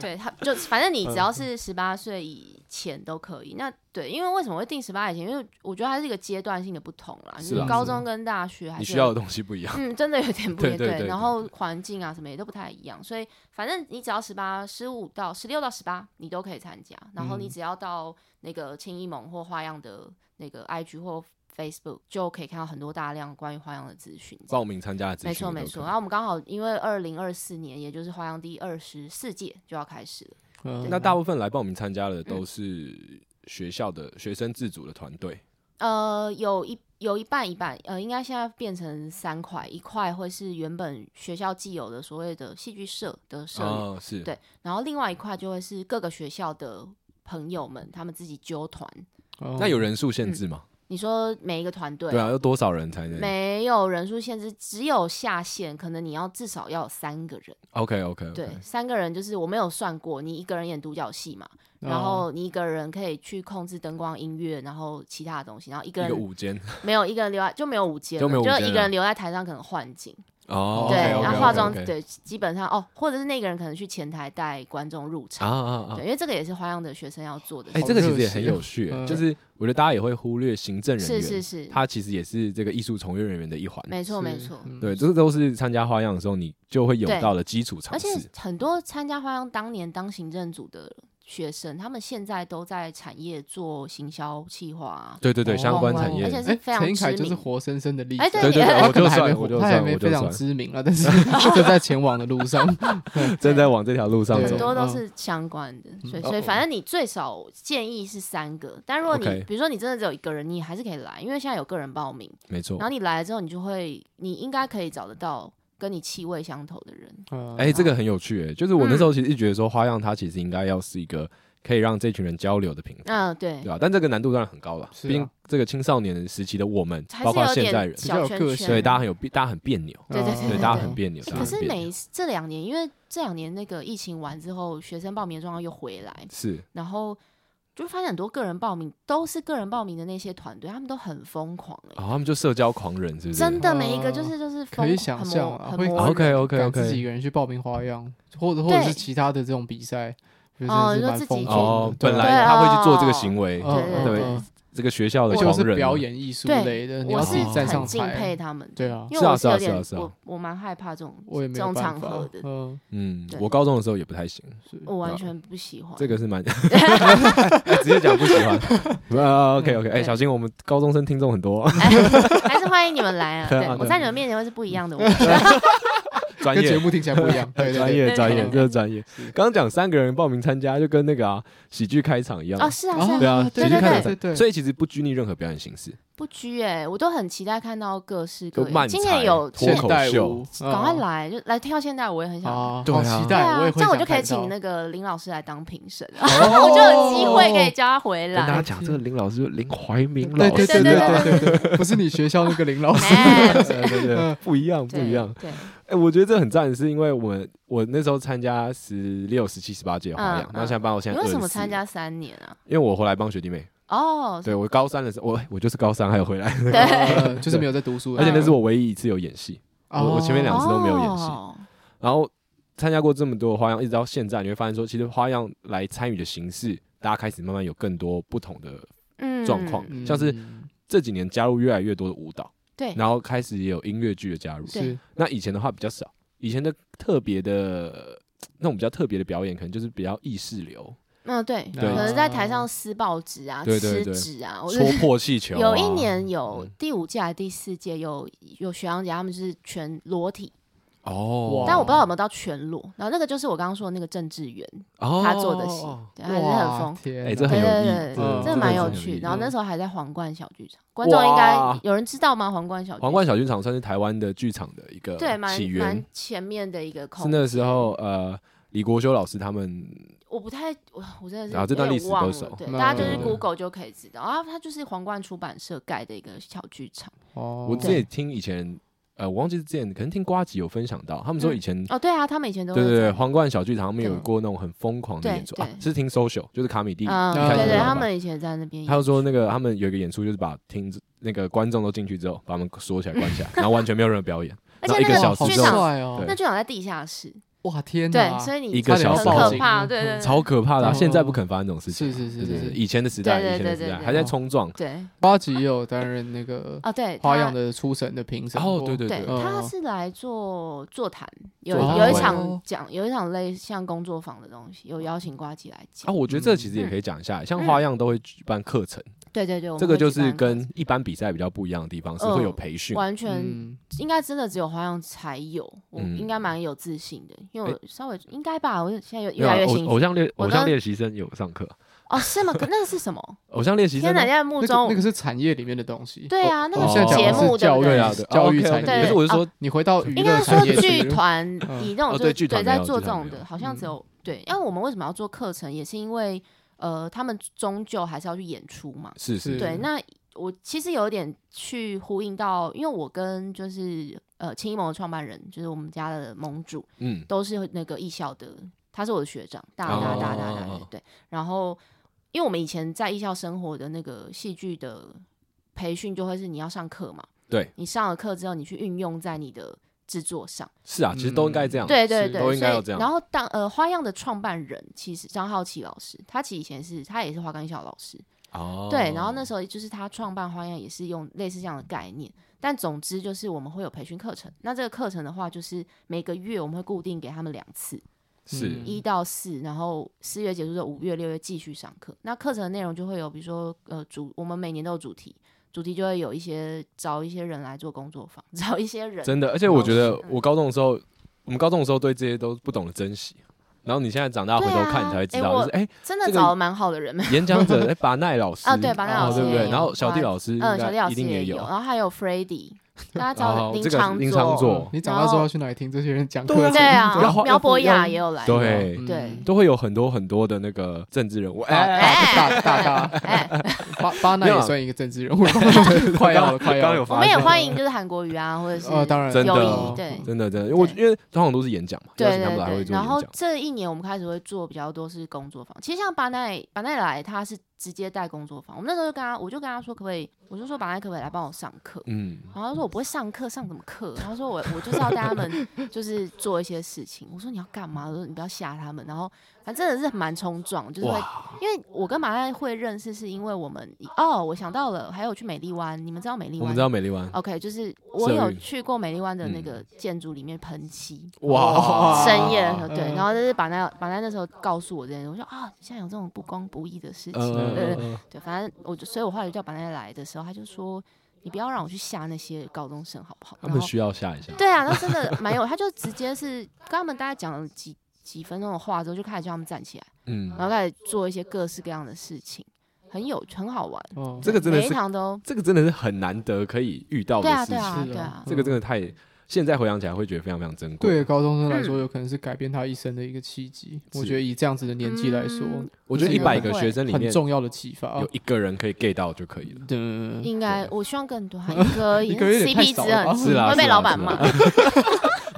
S1: 对，他就反正你只要
S2: 嗯
S1: 是十八岁以前都可以。那对，因为为什么会定十八以前？因为我觉得它是一个阶段性的不同啦，就是是
S2: 啦
S1: 高中跟大学还
S2: 啊你
S1: 是
S2: 需
S1: 有
S2: 要的东西不一样。
S1: 嗯，真的有点不一样。
S2: 对对对对
S1: 然后环境啊什么也都不太一样，所以反正你只要十八、十五到十六到十八，你都可以参加。然后你
S3: 嗯
S1: 只要到那个青衣盟或花样的那个 IG 或 Facebook，就可以看到很多大量关于花样的资讯。这样
S2: 报名参加的资讯
S1: 没错
S2: 都
S1: 没
S2: 可以
S1: 错，然后哦我们刚好因为二零二四年，也就是花样第二十四届就要开始了。
S3: 嗯
S2: 那大部分来报名参加的都是学校的学生自主的团队，
S1: 呃，有一有一半一半，呃，应该现在变成三块，一块会是原本学校既有的所谓的戏剧社的社员，
S2: 哦，是
S1: 对然后另外一块就会是各个学校的朋友们他们自己揪团。
S3: 哦
S1: 嗯
S2: 那有人数限制吗？
S1: 你说每一个团队，
S2: 对啊，要多少人才能
S1: 没有人数限制，只有下限，可能你要至少要有三个人。
S2: ？OK OK OK，
S1: 对，三个人就是我没有算过，你一个人演独角戏嘛，
S3: 哦
S2: 哦
S1: 然后你一个人可以去控制灯光、音乐，然后其他的东西，然后一个
S2: 一个
S1: 人
S2: 午间
S1: 没有一个人留在就没有舞间
S2: 就
S1: 了，
S2: 没有舞
S1: 就
S2: 间
S1: 一个
S2: 了
S1: 人留在台上可能换景，
S2: 哦，
S1: 对
S2: OK，OK，OK，OK，
S1: 然后化妆
S2: OK
S1: 对，基本上哦，或者是那个人可能去前台带观众入
S2: 啊
S1: 场，
S2: 啊啊
S1: 对，！因为这个也是花样的学生要做的
S2: 哎、
S1: 事，
S2: 这个其
S3: 热
S2: 实也
S3: 血
S2: 很有趣、哦欸
S3: 嗯
S2: 就是我觉得大家也会忽略行政人员，
S1: 是是是，
S2: 他其实也是这个艺术从业人员的一环。
S1: 没错
S3: 是
S1: 没错。
S3: 嗯
S2: 对，这都是参加花样的时候你就会有
S1: 对
S2: 到的基础
S1: 而
S2: 常
S1: 且
S2: 识。
S1: 很多参加花样当年当行政组的学生，他们现在都在产业做行销企划、啊。
S2: 对对对，
S3: 哦
S2: 相关产
S1: 哦
S2: 业
S1: 而。且是
S3: 哎
S1: 非常
S3: 陈英凯
S1: 知
S3: 就是
S1: 名
S3: 活生生的例子。
S1: 哎对
S2: 对对
S1: 哎
S2: 对，
S1: 哎
S2: 我就
S3: 他可能还
S2: 算，
S3: 没
S2: 我就
S3: 他还
S2: 算，我
S3: 没非
S2: 就
S3: 常
S2: 算，
S3: 知名了，但是正在前往的路上。
S2: 正在往这条路上
S3: 对
S1: 很
S2: 走。
S1: 多都
S3: 嗯
S1: 是相关的，所以
S3: 嗯哦
S1: 所以反正你最少建议是三个，但如果你
S2: OK
S1: 比如说你真的只有一个人，你还是可以来，因为现在有个人报名，
S2: 没错
S3: 哦
S1: 然。后你来了之后，你就会你应该可以找得到跟你气味相投的人，
S3: 嗯
S2: 哎、这个很有趣、哎，就是我那时
S1: 嗯
S2: 候其实一直觉得说花样，它其实应该要是一个可以让这群人交流的平台，
S1: 嗯，对
S2: 对，吧、但这个难度当然很高了，
S3: 是啊
S2: 毕竟这个青少年时期的我们，
S1: 还
S2: 包
S1: 是
S2: 括
S1: 有
S2: 现代人
S1: 点，小
S3: 比较有个
S1: 圈
S3: 性
S1: 圈，
S2: 对大家很有大家很别扭，嗯
S1: 对对
S2: 对
S1: 对
S2: 大家很别扭。大
S1: 欸
S2: 家
S1: 可
S2: 很
S1: 是
S2: 别扭
S1: 每一次这两年，因为这两年那个疫情完之后，学生报名的状况又回来，
S2: 是
S1: 然后就发现很多个人报名都是个人报名的那些团队，他们都很疯狂哎、
S2: 啊、他们就社交狂人，是不是？
S1: 真的
S3: 嗯
S1: 每一个就是就是疯
S3: 哦可以想象啊
S1: 很魔
S3: 会
S1: 很魔
S3: 啊
S1: 人
S2: OK OK
S3: 敢自己
S2: OK，
S3: 一个人去报名花样，或者或者
S1: 对
S3: 是其他的这种比赛，我觉得
S1: 哦
S3: 真的
S1: 就是
S3: 蛮
S1: 自己
S3: 疯
S1: 去
S3: 狂
S2: 哦
S3: 的。，对
S2: 本
S3: 啊
S2: 来他会去做这个行为，
S1: 哦对对
S2: 对这个学校的
S3: 或者
S2: 狂
S3: 是
S2: 人啊
S3: 表。演艺术
S1: 对
S3: 类的，你要
S1: 我
S3: 自
S1: 是
S3: 己站上
S1: 很敬佩
S3: 台，
S1: 他们的，
S3: 对啊
S1: 因
S2: 是
S1: 为
S2: 啊
S1: 我
S2: 是啊
S1: 有
S2: 是啊
S1: 点、
S2: 是啊
S1: 我我蛮害怕这种，
S3: 我也没
S1: 这
S3: 有
S1: 种
S3: 办
S1: 场
S3: 法
S1: 合的。
S3: 嗯，
S2: 嗯，
S1: 对
S2: 我高中的时候也不太行，
S3: 是
S1: 我完全不喜欢
S2: 这个是蛮哎直接讲不喜欢。啊 OK OK，哎，
S1: 对
S2: 小心我们高中生听众很多，
S1: 哎还是欢迎你们来啊！
S2: 对啊
S1: 对
S2: 对啊
S1: 我在你们面前会是不一样的我。
S2: 专
S3: 跟节
S2: 业
S3: 目听起来不一样，对对
S2: 专
S3: 对。
S2: 业专业，
S1: 对对对
S2: 这是专业。刚刚讲三个人报名参加，就跟那个啊喜剧开场 一样
S1: 哦，，是啊，是
S3: 啊
S1: 啊，
S2: 对啊，喜
S3: 对
S2: 剧
S1: 对
S2: 开
S1: 对
S2: 场，
S3: 对对
S2: 所以其实不拘泥任何表演形式，
S1: 不拘哎、我都很期待看到各式
S2: 就
S1: 各样。
S2: 漫
S1: 今
S2: 才
S1: 年有
S2: 脱
S3: 现
S2: 口
S3: 代
S2: 秀
S3: 舞，
S1: 赶快
S3: 嗯
S1: 来，就来跳现代，我也很想看。
S3: 啊！
S2: 对
S3: 好
S2: 啊
S3: 期
S1: 对
S3: 待，
S1: 啊
S3: 我也，
S1: 这
S3: 会
S1: 样我
S3: 想
S1: 就可以
S3: 看到
S1: 请那个林老师来当评审，
S3: 哦
S1: 我就有机会可以叫他回
S2: 跟大 家
S1: 来。
S2: 讲，这个林老师就是林怀民老
S3: 对
S2: 师，
S3: 对
S1: 对
S3: 对对对对，不是你学校那个林老师，
S1: 哎
S2: 对对对，不一 样不
S1: 对
S2: 一样。
S1: 对，
S2: 哎、我觉得这很赞，是因为我我那时候参加十六、十七、十八届花样
S1: 嗯，
S2: 那现在帮我现
S1: 你
S2: 在
S1: 为什
S2: 24
S1: 么参？加三年啊？
S2: 因为我回来帮学弟妹，
S1: 哦，
S2: 对我高三的时候，我我就是高三还有回来，
S3: 呃就是没有在读书的
S2: 而
S3: 时
S2: 且
S1: 嗯
S3: 候，
S2: 那是我唯一一次有演戏，
S3: 哦
S2: 我我前面两次都没有演戏
S1: 哦
S2: 然后参加过这么多的花样，一直到现在，你会发现说，其实花样来参与的形式，大家开始慢慢有更多不同的
S1: 嗯
S2: 状况
S3: 嗯
S2: 像是这几年加入越来越多的舞蹈，
S1: 对
S2: 然后开始也有音乐剧的加入。
S1: 对
S3: 是
S2: 那以前的话比较少，以前的特别的那种比较特别的表演，可能就是比较意识流，
S1: 嗯对，
S2: 对
S1: 可能在台上撕报纸啊，
S2: 对对
S1: 吃
S2: 对
S1: 纸啊，我就
S2: 戳破气球啊、
S1: 有一年有
S2: 嗯
S1: 第五届还是第四届有有学长姐他们是全裸体，
S2: 哦，
S1: 但我不知道有没有到全裸。然后那个就是我刚刚说的那个政治员
S2: 哦
S1: 他做的戏，对，还是很
S3: 哇
S1: 疯，，
S3: 天
S2: 哎、
S3: 哪
S2: 这很有意
S1: 对对
S2: 义，
S1: 对
S3: 对
S2: 这
S3: 嗯
S1: 真的
S3: 这
S1: 蛮
S3: 个
S1: 有
S3: 很
S1: 趣。
S2: 的
S1: 然后那时候还在皇冠小剧场，观众
S2: 哇
S1: 应该有人知道吗？皇冠小剧
S2: 皇
S1: 场
S2: 冠小剧场算是台湾的剧场的一个
S1: 对，蛮
S2: 起源
S1: 蛮，前面的一个空
S2: 是
S1: 间。
S2: 那时候呃李国修老师他们
S1: 我不太，我我真的是
S2: 啊这段
S1: 有
S2: 历
S1: 点
S2: 史
S1: 忘
S2: 都
S1: 了
S2: 熟
S1: 对，
S3: 嗯
S1: 大家就
S2: 对
S1: 是
S2: 对对
S1: Google 就可以知道啊，它就是皇冠出版社盖的一个小剧场。
S3: 哦，
S2: 我之前也听以前呃，我忘记是之前可能听瓜吉有分享到，他们说以前、
S1: 哦，对啊，他们以前都
S2: 嗯对
S1: 会
S2: 对对
S1: 在
S2: 皇冠小剧场他们有
S3: 对
S2: 过那种很疯狂的演出
S1: 对
S2: 啊
S1: 对，
S2: 是听 social 就是卡米蒂，
S1: 嗯，
S3: 一开始
S1: 对
S3: 的
S1: 对，
S2: 老板
S1: 他们以前在那边演，
S2: 他就说那个他们有一个演出就是把听那个观众都进去之后把他们锁起来关 起来，然后完全没有人表演，
S1: 而
S2: 然后
S1: 且
S2: 一
S1: 那
S2: 个小时
S3: 好
S1: 剧
S2: 之后
S1: 场，
S3: 帅哦
S2: 对，
S1: 那剧场在地下室，
S3: 哇天哪，
S1: 对，所以你
S2: 一个
S3: 差点
S2: 小
S3: 要
S2: 时
S1: 很
S3: 报
S1: 可
S3: 警
S1: 怕，对对对，
S2: 超可
S1: 哦
S2: 怕的啊，
S3: 嗯
S2: 现在不肯发生这种事情
S3: 是
S2: 啊。
S3: 是
S2: 对
S3: 是
S2: 对对，
S3: 是，
S2: 以前的时代，
S1: 对对
S2: 以前的时
S1: 对
S2: 代
S1: 对对
S2: 还在冲撞。
S1: 对
S3: 八吉也有担任那个
S1: 啊，对，
S3: 花
S1: 他
S3: 样的初审的评审
S2: 哦，
S3: 过
S2: 对对
S1: 对
S2: 对，，
S1: 他
S3: 嗯
S1: 是来做座谈，有
S2: 座
S3: 谈
S1: 有一
S3: 会
S1: 场讲，有一场类像工作坊的东西，有邀请瓜吉来
S2: 啊，
S1: 讲。
S2: 我觉得这其实
S1: 嗯
S2: 也可以讲一下，像花样都会举办课程，
S1: 对对对，我们
S2: 这个
S1: 会举
S2: 就是
S1: 办课嗯
S2: 跟一般比赛比较不一样的地方，是会有培训。
S1: 完全
S3: 嗯，
S1: 应该真的只有花样才有，我
S2: 嗯
S1: 应该蛮有自信的，因为
S2: 哎
S1: 我稍微应该吧，我现在有
S2: 没
S1: 越
S2: 有啊
S1: 来越
S2: 偶
S1: 兴
S2: 偶
S1: 奋
S2: 像练
S1: 我
S2: 偶像
S1: 刚
S2: 练习生有上课，
S1: 哦，是吗？可那个是什么？
S2: 偶像练习
S1: 天
S2: 生呢
S1: 哪，现在目
S3: 那个
S1: 中
S3: 那个是产业里面的东西，哦
S1: 对啊，那
S2: 哦
S1: 个
S3: 现在讲
S1: 节
S3: 的
S1: 目
S3: 是
S1: 对不
S3: 教育
S1: 对
S2: 对啊，对
S3: 教育
S2: OK，OK，
S3: 产业
S2: 可是我是
S1: 哦
S2: 说，
S3: 你回到娱
S1: 应该
S3: 乐
S1: 说
S3: 产业去
S1: 剧
S3: 了，
S1: 团
S3: 嗯
S1: 以那种
S2: 哦
S1: 就
S2: 对剧团没
S1: 在
S2: 有
S1: 做这
S2: 剧团
S1: 种
S2: 没有
S1: 的，好像只
S3: 嗯
S1: 有对。因为我们为什么要做课程，也是因为呃，他们终究还是要去演出嘛。
S2: 是是，
S1: 对，那我其实有点去呼应到，因为我跟就是呃青一盟的创办人，就是我们家的盟主，
S2: 嗯，
S1: 都是那个艺校的，他是我的学长，大大大大大
S2: 哦
S1: 对。然后，因为我们以前在艺校生活的那个戏剧的培训，就会是你要上课嘛，
S2: 对，
S1: 你上了课之后，你去运用在你的制作上，
S2: 是啊，其实都应该这样，
S1: 对对
S3: 是
S1: 对，
S2: 都应该要
S1: 所以
S2: 这样
S1: 然后当呃花样的创办人其实张浩奇老师，他其实以前是他也是花岗艺校老师，
S2: 哦，
S1: 对，然后那时候就是他创办花样也是用类似这样的概念，但总之就是我们会有培训课程。那这个课程的话，就是每个月我们会固定给他们两次，
S2: 是
S1: 一到四，然后四月结束之后，五月、六月继续上课。那课程的内容就会有，比如说呃主，我们每年都有主题，主题就会有一些找一些人来做工作坊， 找一些人，
S2: 真的，而且我觉得
S1: 老师嗯
S2: 我高中的时候，我们高中的时候对这些都不懂得珍惜，然后你现在长大回
S1: 对啊
S2: 头看，你才会知
S1: 诶
S2: 道，
S1: 我
S2: 就是哎，
S1: 真的
S2: 这个
S1: 找了蛮好的人们。
S2: 演讲者哎，把奈老 师
S1: 啊对把奈
S3: 老师
S2: 哦对不
S3: 也
S2: 对？
S3: 有
S2: 然后小弟老师应
S1: 嗯，小弟老
S2: 该一
S1: 师
S2: 定也
S1: 有，
S2: 有，
S1: 然后还有 f r e d d y 大家
S2: 哦
S1: 找林
S2: 这个
S1: 长
S2: 林长佐
S3: 嗯你长大
S1: 然
S3: 之后
S1: 后
S3: 要去哪里听这些人讲课
S2: 对啊
S3: 程？
S1: 对啊
S2: 然后，
S1: 苗博
S3: 要
S1: 雅
S3: 不
S1: 也有来，
S2: 对啊
S3: 嗯
S1: 对
S2: 都会有很多很多的那个政治人物，
S1: 哦
S2: 哎，
S3: 大大大大大，
S1: 哎，
S3: 巴巴奈
S2: 没有
S3: 也
S2: 啊
S3: 算一个政治 人物了，快要了，快
S2: 刚
S3: 要
S2: 刚有
S3: 了。
S1: 我
S2: 发
S1: 们
S2: 现
S1: 也，欢迎就是韩国瑜啊，或者是
S3: 呃，当然嗯
S2: 真的
S1: 友谊，对
S2: 真的真的，因为我
S1: 对
S2: 因为通常都是演讲嘛，邀
S1: 对
S2: 请他们
S1: 对
S2: 来会
S1: 对。
S2: 做
S1: 然
S2: 演
S1: 后
S2: 讲，
S1: 这一年我们开始会做比较多是工作坊，其实像巴奈巴奈来，他是直接带工作坊。我们那时候就跟他，我就跟他说可不可以，我就说巴奈可不可以来帮我上课。
S2: 嗯，
S1: 然后他说我不会上课，上什么课？然后说我我就是要带他 们就是做一些事情。我说你要干嘛？我说你不要吓他们。然后反正真的是蛮冲撞，就是会
S2: 哇，
S1: 因为我跟马奈会认识，是因为我们哦，我想到了，还有去美丽湾，你们知道美丽
S2: 我
S1: 湾
S2: 们知？道美丽湾，
S1: OK，就是我
S2: 社
S1: 有
S2: 运
S1: 去过美丽湾的那
S2: 嗯
S1: 个建筑里面喷漆，
S3: 哇
S1: 深夜的
S2: 啊
S1: 时候，对，
S3: 嗯
S1: 然后就是把那把那那时候告诉我这件事，我说啊，现在有这种不公不义的事情，
S2: 呃
S3: 嗯
S1: 对对
S2: 呃
S1: 对
S2: 呃
S1: 对，反正我就，所以我后来叫把那来的时候，他就说你不要让我去吓那些高中生好不好？
S2: 他
S1: 然
S2: 们
S1: 后
S2: 需要下一下，
S1: 对啊，那真的蛮有，他就直接是跟他们大概讲了几几分钟的话之后，就开始叫他们站起来，
S2: 嗯
S1: 然，后开始做一些各式各样的事情，很有很好玩，
S3: 哦
S2: 这个真的
S1: 每一
S2: 是
S1: 堂都
S2: 这个真的是很难得可以遇到
S1: 对
S2: 的
S1: 啊
S2: 事
S1: 对啊
S2: 情，
S3: 是
S1: 对啊，
S2: 这个真的太，现在回想起来会觉得非常非常珍贵。
S3: 对高中生来说，有可能是改变他一生的一个契机。
S2: 是
S3: 我觉得以这样子的年纪来说，
S1: 嗯
S2: 我觉得一
S3: 真的
S2: 百个学生里
S3: 很
S2: 面
S3: 重要的启发哦
S2: 有。一个人可以 get 到就可以了。
S3: 对，
S1: 应
S2: 该
S1: 该，我希望更 多，一个
S3: 一个有点太
S1: CP 值
S3: 少了吧
S1: 很
S2: 是啦
S1: 会被
S2: 是啦
S1: 老板
S2: 是
S1: 骂
S2: 啦。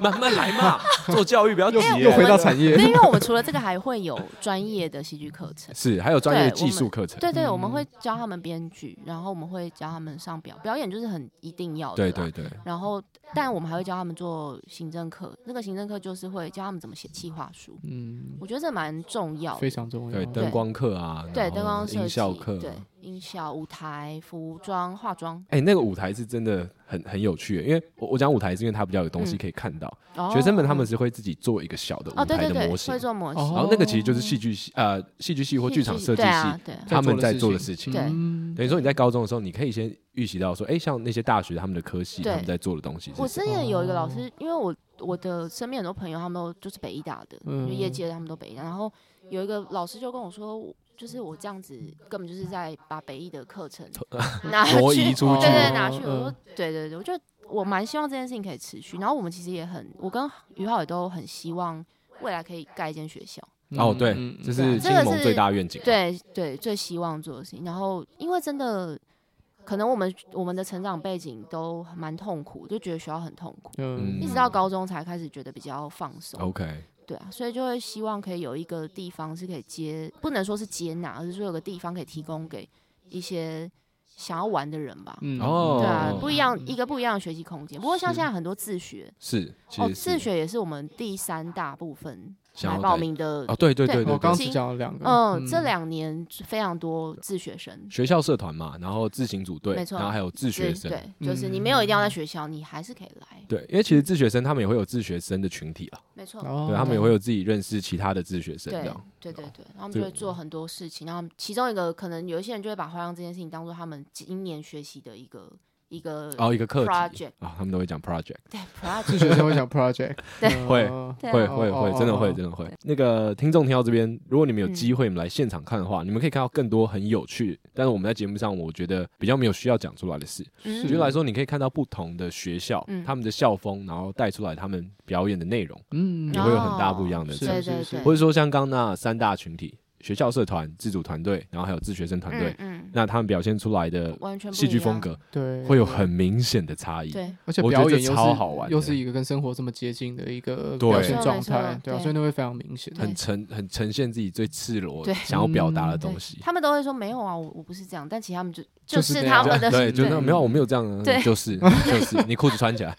S2: 慢慢来 嘛，做教育不要急。
S3: 又又回到产业
S1: 对，，因为我们除了这个还会有专业的戏剧课程
S2: 是还有专业的
S1: 对
S2: 技术课程，
S1: 对对，
S3: 嗯
S1: 我们会教他们编剧，然后我们会教他们上表表演，就是很一定要的。
S2: 对。对对，
S1: 然后，但我们还会教他们做行政课，那个行政课就是会教他们怎么写企划书，
S3: 嗯，
S1: 我觉得这蛮重要
S3: 非
S1: 的。
S3: 常重要
S2: 对。灯光课啊，
S1: 对，
S2: 然后
S1: 灯光设
S2: 音
S1: 计
S2: 效课，，
S1: 对音效、舞台、服装、化妆。
S2: 哎，那个舞台是真的很很有趣，因为我我讲舞台是因为它比较有东西可以看到，
S1: 嗯哦
S2: 学生们他们是会自己做一个小的
S1: 哦，
S2: 舞
S1: 对
S2: 台
S1: 对
S2: 的
S1: 对，
S2: 模型
S1: 会，做模型，
S2: 然后那个其实就是戏剧系呃戏剧系或剧场设
S1: 哦
S2: 计
S1: 对
S2: 系
S1: 啊，对啊，
S2: 他们在做的事情。
S1: 对
S3: 嗯
S2: 等于说你在高中的时候，你可以先预习到说，哎，像那些大学他们的科系，他
S1: 对
S2: 们在做的东西是
S1: 我
S2: 什么，
S1: 之前有一个老
S3: 哦
S1: 师，因为我我的身边很多朋友，他们都就是北医大的，
S3: 嗯
S1: 就业界的他们都北医大。然后有一个老师就跟我说，我就是我这样子根本就是在把北医的课 程拿去，
S2: 挪移
S1: 对
S2: 出
S3: 哦
S2: 去，
S1: 对，拿去。
S3: 嗯
S1: 我说，对对对，我就我蛮希望这件事情可以持续。然后我们其实也很，我跟于浩也都很希望未来可以盖一间学校。
S2: 哦，对
S3: 嗯，
S2: 这
S1: 对
S2: 是
S1: 啊
S2: 青
S1: 这个
S2: 盟
S1: 是
S2: 最大愿景。，
S1: 对对，最希望做的事情。然后因为真的，可能我们我们的成长背景都蛮痛苦，就觉得学校很痛苦。
S3: 嗯
S1: 一直到高中才开始觉得比较放松。
S2: OK，
S1: 对啊，所以就会希望可以有一个地方是可以接，不能说是接纳，而是说有个地方可以提供给一些想要玩的人吧。
S3: 嗯
S2: 哦
S1: 对啊
S2: 哦，
S1: 不一样，一个不一样的学习空间。不过像现在很多自学，
S2: 是，其
S1: 哦，
S2: 实
S1: 自
S2: 是
S1: 学也是我们第三大部分
S2: 想
S1: 来
S2: 要
S1: 报
S2: 改
S1: 名的
S2: 哦，。对对
S1: 对
S2: 对
S3: 我
S2: 对，
S3: 刚刚
S2: 对
S3: 只讲了两个，
S1: 嗯，这两年非常多自学生，
S2: 学校社团嘛，然后自行组队，
S1: 没错
S2: 然后还有自学
S1: 对
S2: 生。嗯
S1: 对，就是你没有一定要在学校，你还是可以来。
S2: 对，因为其实自学生他们也会有自学生的群体了，
S1: 没错，
S3: 哦，
S2: 对他们也会有自己认识其他的自学生这
S1: 对
S2: 样。哦
S1: 对对对，然后他们
S2: 这
S1: 就
S2: 个
S1: 会做很多事情，然后其中一个可能有一些人就会把花样这件事情当做他们今年学习的一个一个
S2: 然后一个课题
S1: project
S2: 啊，他们都会讲 project，
S1: 对
S3: 自
S1: project，
S3: 学生会讲 project，
S1: 对
S2: 会
S3: 嗯
S1: 对啊
S2: 会
S3: 哦
S2: 会
S3: 哦
S2: 会，
S3: 哦
S2: 真的会
S3: 哦
S2: 真的会。那个听众听到这边，如果你们有
S1: 嗯
S2: 机会，你们来现场看的话，你们可以看到更多很有趣，但是我们在节目上我觉得比较没有需要讲出来的事。
S1: 嗯
S2: 举例来说，你可以看到不同的学校
S1: 嗯
S2: 他们的校风，然后带出来他们表演的内容，
S3: 嗯
S2: 也会有很大不一样的
S3: 哦
S2: 成
S3: 是
S1: 对对
S3: 是
S1: 对，
S2: 或者说像刚那三大群体：学校社团、自主团队，然后还有自学生团队。
S1: 嗯嗯，
S2: 那他们表现出来的
S1: 完全不
S2: 戏剧
S1: 一样
S2: 风格
S3: 对，
S2: 会有很明显的差异。
S1: 对，
S3: 而且
S2: 我觉
S3: 表
S2: 得
S3: 演
S2: 这
S3: 又
S2: 超
S3: 是
S2: 好玩
S3: 又
S2: 的
S3: 是一个跟生活这么接近的一个
S2: 对
S3: 表
S2: 没
S3: 现
S1: 错
S3: 状
S1: 没
S3: 态
S1: 错，
S3: 对啊，
S1: 对
S3: 所以那会非常明显。
S1: 对
S2: 很呈很呈现自己最赤裸
S1: 对
S2: 想要表达的
S3: 嗯
S2: 东
S1: 对
S2: 西。
S1: 他们都会说没有啊，我我不是这样，但其实他们就
S3: 就是是这
S1: 他
S3: 样
S1: 们的
S2: 对，就那
S1: 对
S2: 没有，我没有这样啊，
S1: 对
S2: 就是 就是，你裤子穿起来，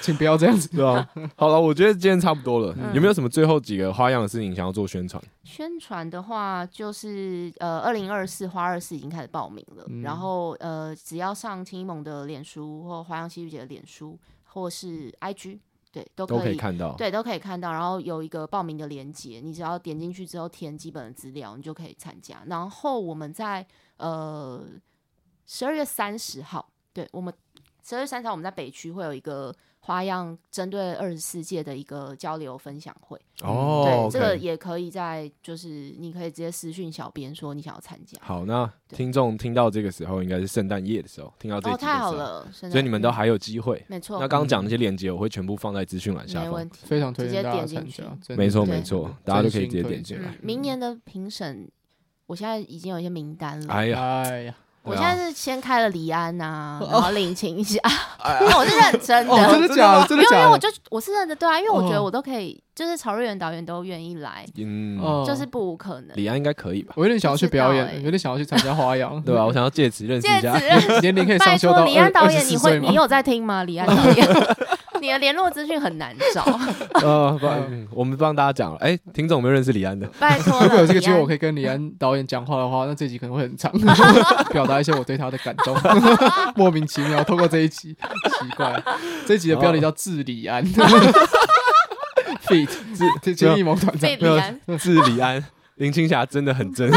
S3: 请不要这样子。
S2: 对啊。好了，我觉得今天差不多了，
S1: 嗯
S2: 有没有什么最后几个花样的事情想要做宣传？
S1: 宣传的话，就是呃，二零二四花二四已经开始报名了，
S3: 嗯
S1: 然后呃，只要上青一盟的脸书或花样戏剧节的脸书或是 IG，对，都
S2: 都
S1: 可
S2: 可以
S1: 以。
S2: 看到。
S1: 对，都可以看到，然后有一个报名的链接，你只要点进去之后填基本的资料，你就可以参加。然后我们在呃十二月三十号，对我们十二月三十号我们在北区会有一个花样针对二十四届的一个交流分享会。
S2: 哦，
S1: 嗯对，这个
S2: OK
S1: 也可以在，就是你可以直接私讯小编说你想要参加。
S2: 好。那
S1: 对
S2: 听众听到这个时候，应该是圣诞夜的时候，听到这一
S1: 哦，
S2: 集的时
S1: 太好
S2: 候，
S1: 了，所
S2: 所以你们都还有机会。
S1: 没错，
S2: 那刚刚讲那些链接，我会全部放在资讯栏下
S1: 没
S2: 方。
S1: 问题。
S3: 非常推
S1: 直
S3: 荐
S1: 接
S3: 大家
S1: 点进
S3: 参
S1: 去
S3: 加，真
S2: 没
S3: 的
S2: 错
S1: 对
S2: 没错，大家都可以直接点进
S3: 真
S2: 来
S1: 嗯
S3: 心。
S1: 明年的评审，我现在已经有一些名单了。
S2: 哎呀，
S3: 哎呀，
S1: 我
S2: 对
S1: 现
S2: 啊
S1: 在是先开了李安呐、然后领情一 下，因为我是认真的，
S3: 哦，真的假的？真
S1: 因
S3: 的
S1: 为因为
S3: 假
S1: 我
S3: 的？
S1: 就我是认真的，对啊，因为我觉得
S3: 哦
S1: 我都可以，就是曹瑞元导演都愿意来，
S2: 嗯，
S3: 哦
S1: 就是不无可能。
S2: 李安应该可以吧？
S3: 我有点想要去表演
S1: 不知
S3: 了，
S1: 道欸
S3: 有点想要去参加花样，
S2: 对吧？啊我想要借此认识
S1: 借
S2: 一
S1: 此
S2: 下。
S1: 认识
S3: 年龄可以
S1: 拜
S3: 啊上修
S1: 托
S3: 到
S1: 李安导演，你会
S3: 会
S1: 你有在听吗？李安导 演，你的联络资讯很难找，
S2: 呃，不， 嗯我们帮大家讲了。哎，听众有没有认识李安的？
S1: 拜托了。
S3: 如果有这个机会，我
S1: 以
S3: 可以跟李
S1: 嗯
S3: 安导演讲话的话，那这集可能会 很长， 表达一些我对他的感动， 莫名其妙。透过这一集，奇怪，这一集的标题叫“治 李安 ”，fit 治
S1: 啊
S3: 金义萌团长
S1: 被， 李安
S2: 是李安， 林青霞真的很真。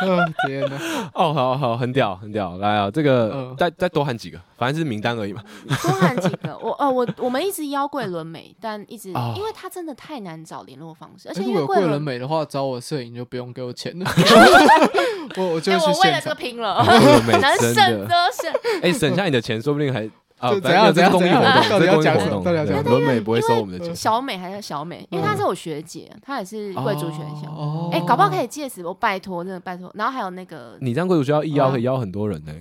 S3: 嗯，天哪，
S2: 哦，好好，很屌，很屌。来啊，这个
S3: 嗯
S2: 再再多喊几个，反正是名单而已 嘛。
S1: 多喊几个，我哦我我们一直邀桂纶镁，但一直
S2: 哦
S1: 因为他真的太难找联络方式，而且
S3: 哎如
S1: 因
S3: 果
S1: 为
S3: 有桂纶
S1: 纶镁，
S3: 镁的话，找我摄影就不用给我钱 了， 我我就
S1: 哎
S3: 会去
S1: 我为了这
S3: 现场哎
S1: 个。拼 了，
S2: 我没
S1: 能
S2: 真
S1: 省
S2: 的，
S1: 则省。
S2: 哎，省下你的钱，说不定还啊，
S3: 这
S2: 反
S3: 怎样
S2: 正这是公益活
S1: 怎样
S2: 动，这
S3: 到
S2: 是
S3: 底要
S2: 公益
S3: 讲
S2: 活
S1: 什么
S2: 动，
S3: 到底要
S2: 对
S3: 讲什么
S2: 伦美不会收我们的钱。嗯
S1: 小美还是小美，因为她是我学姐，她也是贵族学校。
S3: 哦
S1: 哎，搞不好可以借此，我拜托，真的拜托。然后还有那 个
S2: 你这样贵族学校一邀
S3: 嗯
S2: 可以邀很多人呢。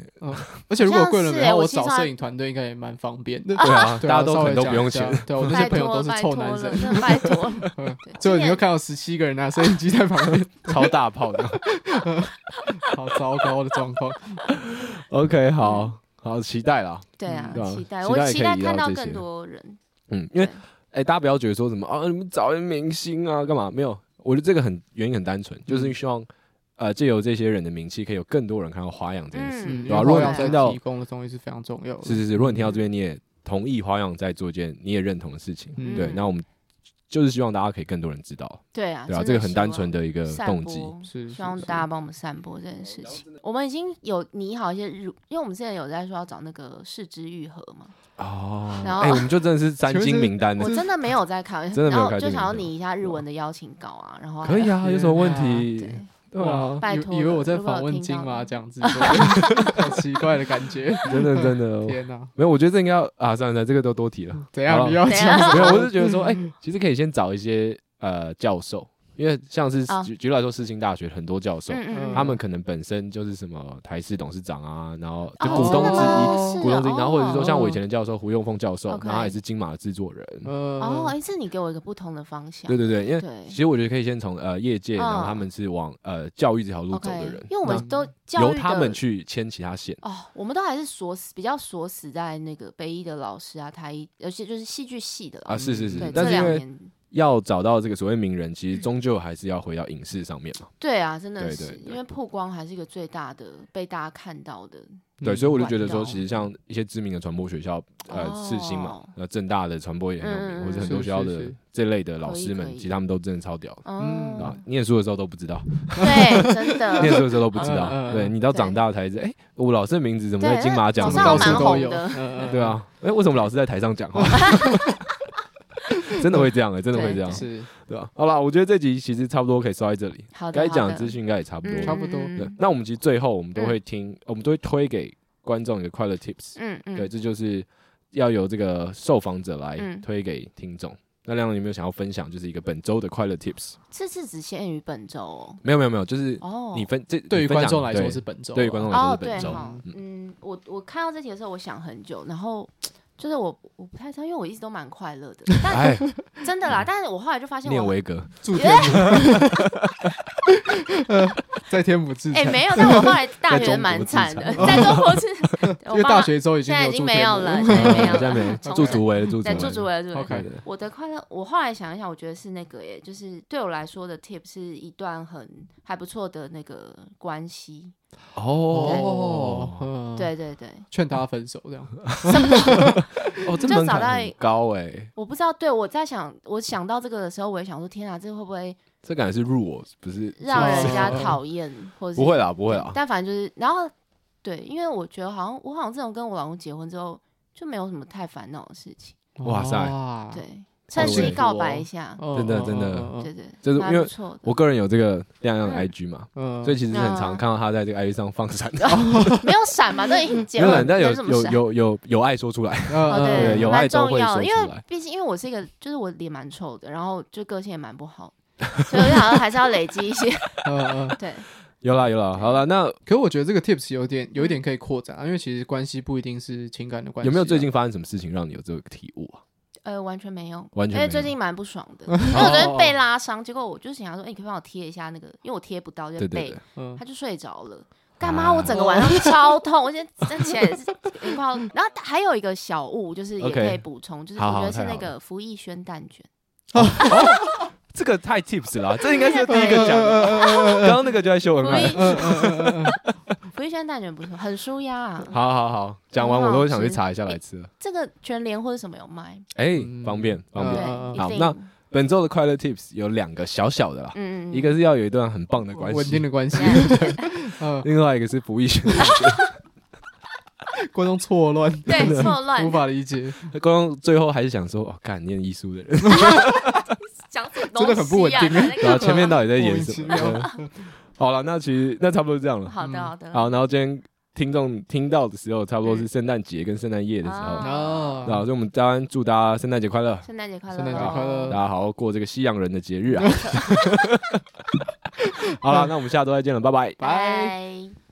S3: 而且如果有桂纶镁
S1: 像
S3: 的
S1: 是
S3: 话，
S1: 欸我
S3: 我
S1: 其实
S3: 找
S1: 还
S3: 摄影团队应该也蛮方便的。
S2: 对啊，大
S3: 对
S2: 家都
S3: 稍
S2: 可
S3: 微
S2: 能都
S3: 讲
S2: 不用
S3: 一下
S2: 钱。
S3: 对我那
S1: 拜
S3: 些朋友
S1: 托
S3: 都是
S1: 拜
S3: 臭
S1: 托
S3: 男
S1: 了，
S3: 生，
S1: 真的拜托 了。
S3: 嗯
S1: 对
S3: 最后你
S1: 今
S3: 就
S1: 年
S3: 看到十七个人啊
S1: 啊
S3: 拿摄影机在旁边，
S2: 超大炮的。
S3: 好糟糕的状况。
S2: OK，好好期待啦。
S1: 对啊
S2: 对啊，
S1: 期待
S2: 期
S1: 我
S2: 待
S1: 期
S2: 可以
S1: 待
S2: 聊
S1: 看到
S2: 这
S1: 更
S2: 些
S1: 多人。
S2: 嗯，因为
S1: 对
S2: 哎、大家不要觉得说什么啊，你们找人明星啊，干嘛？没有，我觉得这个很原因很单
S1: 嗯
S2: 纯，就是希望呃借由这些人的名气，可以有更多人看到花样这件事。
S1: 嗯
S3: 嗯，
S2: 对
S3: 因
S2: 啊
S3: 为
S2: 如果
S3: 花样
S2: 你
S3: 在
S2: 听到
S3: 提供的东西是非常重要的。
S2: 是是是，如果你听到这边你也同意花样在做一件你也认同的事情，
S3: 嗯
S2: 对，那我们就是希望大家可以更多人知道，
S1: 对啊，
S2: 对啊，
S1: 真
S2: 这个很
S1: 希
S2: 单
S1: 望
S2: 纯的一个
S1: 散
S2: 动机。
S1: 播。
S3: 是，
S1: 希望
S3: 是
S1: 大家帮我们散播这件事情。我们已经有拟好一些入，因为我们之前有在说要找那个视之愈合嘛，
S2: 哦，
S1: 然后
S2: 哎、我们就真的是三
S3: 请问
S2: 金
S3: 这
S2: 名单
S1: 我
S2: 的，
S1: 真的没有在开玩笑，
S2: 真的没有
S1: 然后
S2: 开这
S1: 就
S2: 个
S1: 想要
S2: 名字
S1: 拟一下日文的邀请稿啊，然后
S2: 可以啊，有什么问
S1: 对
S2: 题？对啊，
S1: 拜
S3: 以
S1: 托
S3: 以为
S1: 了
S3: 我在
S1: 如果有
S3: 访问
S1: 听
S3: 金
S1: 到
S3: 马
S1: 的
S3: 奖制作， 很奇怪的感 觉。
S2: 真的真的，
S3: 天哪，
S2: 没有，我觉得这应该要啊，算了算了，这个都多提了。
S3: 怎
S2: 好
S3: 样？
S2: 了
S3: 你要
S1: 怎
S3: 讲
S1: 样
S3: 什
S2: 没有，
S3: 么？
S2: 我是觉得说，哎、
S1: 嗯
S2: 其实可以先找一些呃教授，因为像是
S1: 啊
S2: 举举例来说，世新大学很多教授，
S1: 嗯嗯嗯
S2: 他们可能本身就是什么台市董事长啊，然后就
S1: 哦
S2: 股
S1: 真
S2: 东
S1: 的
S2: 之一，
S1: 吗是
S2: 股东之一，
S1: 哦
S2: 然后或者是说像我以
S3: 哦
S2: 前的教授胡用凤教授，
S1: OK
S2: 然后他也是金马的制作人，
S1: 哦，
S3: 呃，
S1: 哎，这你给我一个不同的方向，
S2: 对对对，因为
S1: 对
S2: 其实我觉得可以先从呃业界，
S1: 嗯
S2: 然后他们是往呃教育这条路走
S1: OK，
S2: 的人，
S1: 因为我们
S3: 那
S1: 都
S2: 那
S1: 教
S2: 由
S1: 育
S2: 他
S1: 的
S2: 们去牵其他线，
S1: 哦，我们都还是锁死，比较锁死在那个北医的老师啊，台医，而且就是戏剧系的
S2: 啊
S1: 老师，
S2: 是是是
S1: 嗯对，
S2: 但
S1: 这
S2: 是因
S1: 两
S2: 为
S1: 年。
S2: 要找到这个所谓名 人，其实终究还是要回到影视上面嘛，
S1: 对啊，真的
S2: 对
S1: 是
S2: 对对
S1: 因为曝光还是一个最大的被大家看到的，
S2: 对，所以我就觉得
S1: 嗯管
S2: 说，
S1: 道
S2: 其实像一些知名的传播学校，呃，世新嘛
S1: 哦，
S2: 那正大的传播也很有
S1: 嗯嗯
S2: 名，
S1: 嗯
S2: 或者很多
S3: 是
S2: 学校
S3: 是
S2: 的
S3: 是
S2: 这类的老
S1: 可以
S2: 师
S1: 可
S2: 们，
S1: 以
S2: 其实他们都真的超屌的
S1: 嗯，
S2: 啊！念书的时候都不 知道，
S1: 对，真的，
S2: 念书的时候都不知道
S3: 嗯嗯，嗯
S2: 对你到长大才知，哎，我老师的名字怎么在
S1: 对
S2: 金马
S1: 好
S2: 奖里
S1: 像
S2: 面？
S3: 到
S1: 蛮
S3: 处都
S1: 红
S3: 有。
S1: 的
S3: 嗯
S2: 对，啊，哎，为什么老师在台上讲话？ 真的会这样哎，真的会这样
S3: 嗯，是
S2: 对吧？好啦，我觉得这集其实差不多可以收在这里，
S1: 好的，
S2: 该
S1: 好
S2: 讲的
S1: 的
S2: 资讯应该也差不多
S1: 嗯
S3: 差
S2: 了。
S3: 不多
S1: 嗯
S2: 对，那我们其实最后我们都会听，我们都会推给观众一个快乐 tips。
S1: 嗯嗯，
S2: 对，这就是要由这个受访者来
S1: 嗯
S2: 推给听众。那亮亮有没有想要分享，就是一个本周的快乐 tips？
S1: 这次只限于本周哦。
S2: 没有没有没有，就是
S1: 哦，
S2: 你分这
S3: 对于
S2: 你分
S3: 观
S2: 享
S3: 众来说
S2: 对
S3: 是本周啊，
S2: 对于观众来说
S1: 哦
S2: 是
S1: 对
S2: 本周，
S1: 哈，嗯，我我看到这题的时候，我想很久，然后就是我我不太知道，因为我一直都蛮快乐的，但
S2: 哎，
S1: 真的啦，但是我后来就发现
S2: 念
S1: 我。
S2: 维格，
S3: 祝天母， 在天母自
S1: 哎、
S3: 产，
S1: 没有，但我后来大
S2: 中
S1: 学
S2: 国
S1: 蛮
S2: 自
S1: 惨
S2: 残
S1: 的，在中国是，
S3: 因
S1: 我
S3: 为
S1: 爸妈
S3: 大学之后已经
S1: 现在已
S3: 有
S1: 经
S3: 住
S1: 没
S3: 天
S1: 有
S3: 母
S1: 了，现 在没 有
S2: 好像没有
S1: 了， 重
S2: 驻
S1: 生
S2: 足为了驻足
S1: 对，
S2: 为
S1: 驻
S2: 了
S1: 足为了，驻足为了
S3: OK
S2: 对
S1: 我的快乐，我后来想一想，我觉得是那个耶，就是对我来说的 tip 是一段很还不错的那个关系。
S3: 哦，
S2: 哦
S3: 嗯，
S1: 对对 对，
S3: 劝他分手这样，
S2: 哦，这
S1: 就
S2: 门
S1: 找到
S2: 槛很
S1: 一
S2: 高哎，
S1: 我不知道，对我在想，我想到这个的时候，我也想说，天啊，这会不会
S2: 这感觉是入我不是
S1: 让
S3: 是
S1: 人家
S3: 是
S1: 讨厌，或者
S2: 不会啦不会啊
S1: 对
S2: 啦，
S1: 但反正就是，然后对，因为我觉得好像我好像自从跟我老公结婚之后，就没有什么太烦恼的事情。
S2: 哇塞
S3: 哇，
S1: 对，趁
S2: 幸
S1: 机
S2: 福
S1: 告
S3: 哦
S1: 白一下，
S3: 嗯，
S2: 真的真的
S3: 嗯，
S1: 对对，
S2: 哦就是
S1: 蛮
S2: 因为
S1: 不错的
S2: 我个人有这个亮亮的
S1: 嗯
S2: IG 嘛，
S3: 嗯
S2: 所以其实是很常
S1: 嗯
S2: 看到他在这个 IG 上放闪，
S1: 没有闪嘛，都已经
S2: 没
S1: 结
S2: 有
S1: 婚了
S2: 啦，，但有
S1: 什么
S2: 有
S1: 闪
S2: 有有有爱说出来，
S1: 哦，对，
S2: 对有爱
S1: 蛮
S2: 都
S1: 重
S2: 会
S1: 要
S2: 说
S1: 的，因
S2: 出
S1: 为
S2: 来
S1: 毕竟因为我是一个，就是我脸蛮丑的，然后就个性也蛮不好的，所以我就想说还是要累积一些，
S3: 嗯嗯，
S2: 啊
S1: 对，
S2: 有啦有啦，好啦，那
S3: 可我觉得这个 tips 有
S1: 嗯
S3: 点有一点可以扩展啊，因为其实关系不一定是情感的关系啊。
S2: 有没有最近发生什么事情让你有这个体悟啊？
S1: 呃，完全没有，
S2: 完全
S1: 因
S2: 没有哦
S1: 为最近蛮不爽 的，因为我昨天被拉伤，结果我就想说，哎，你可以帮我贴一下那个，因为我贴不到，就
S2: 哦对
S1: 是
S2: 对
S1: 背
S2: 对，，
S3: 嗯
S1: 他就睡着了。干嘛？我整个晚上超痛，我现在站起来也是晕快要。然后还有一个小物，就是也
S2: OK
S1: 可以补充，就是
S2: 好
S1: 我
S2: 好
S1: 觉得是
S2: 太好
S1: 那个福益轩蛋卷，
S2: 这个太 tips 啦，这应该是第一个讲的，刚刚那个就在秀恩
S1: 福
S2: 爱。
S1: 益
S3: 嗯嗯
S1: 福益轩蛋卷不错，很舒压啊。
S2: 好好好，讲完我都想去查一下来吃了。
S1: 这个全联或者什么有卖，
S2: 哎、
S3: 嗯
S2: 方便方
S3: 嗯
S2: 便。
S1: 对，
S2: 好
S1: 一定
S2: 那本周的快乐 Tips 有两个小小的啦，
S1: 嗯，
S2: 一个是要有一段很棒的关
S3: 嗯，稳定
S2: 系，
S3: 的关系，嗯，
S2: 另外一个是不易选。
S3: 观众错乱，
S1: 对错乱
S3: 无法理解，
S2: 观众最后还是想说，哦，干念艺术的 人，
S1: 讲什么
S3: 真的很不稳定
S1: 东西啊
S2: 然后前面到底在演什
S3: 莫名
S2: 么？嗯好了，那其实那差不多这样了。
S1: 好的好的，
S2: 嗯好，然后今天听众听到的时候，差不多是圣诞节跟圣诞夜的时候。
S1: 啊
S3: 啊
S2: 然，后，所以我们当然祝大家圣诞节快乐，
S1: 圣诞节快乐，哦
S3: 圣诞节快乐
S1: 嗯
S2: 大家好好过这个西洋人的节日啊！好了，那我们下周再见了，拜拜。
S3: 拜。
S1: 拜。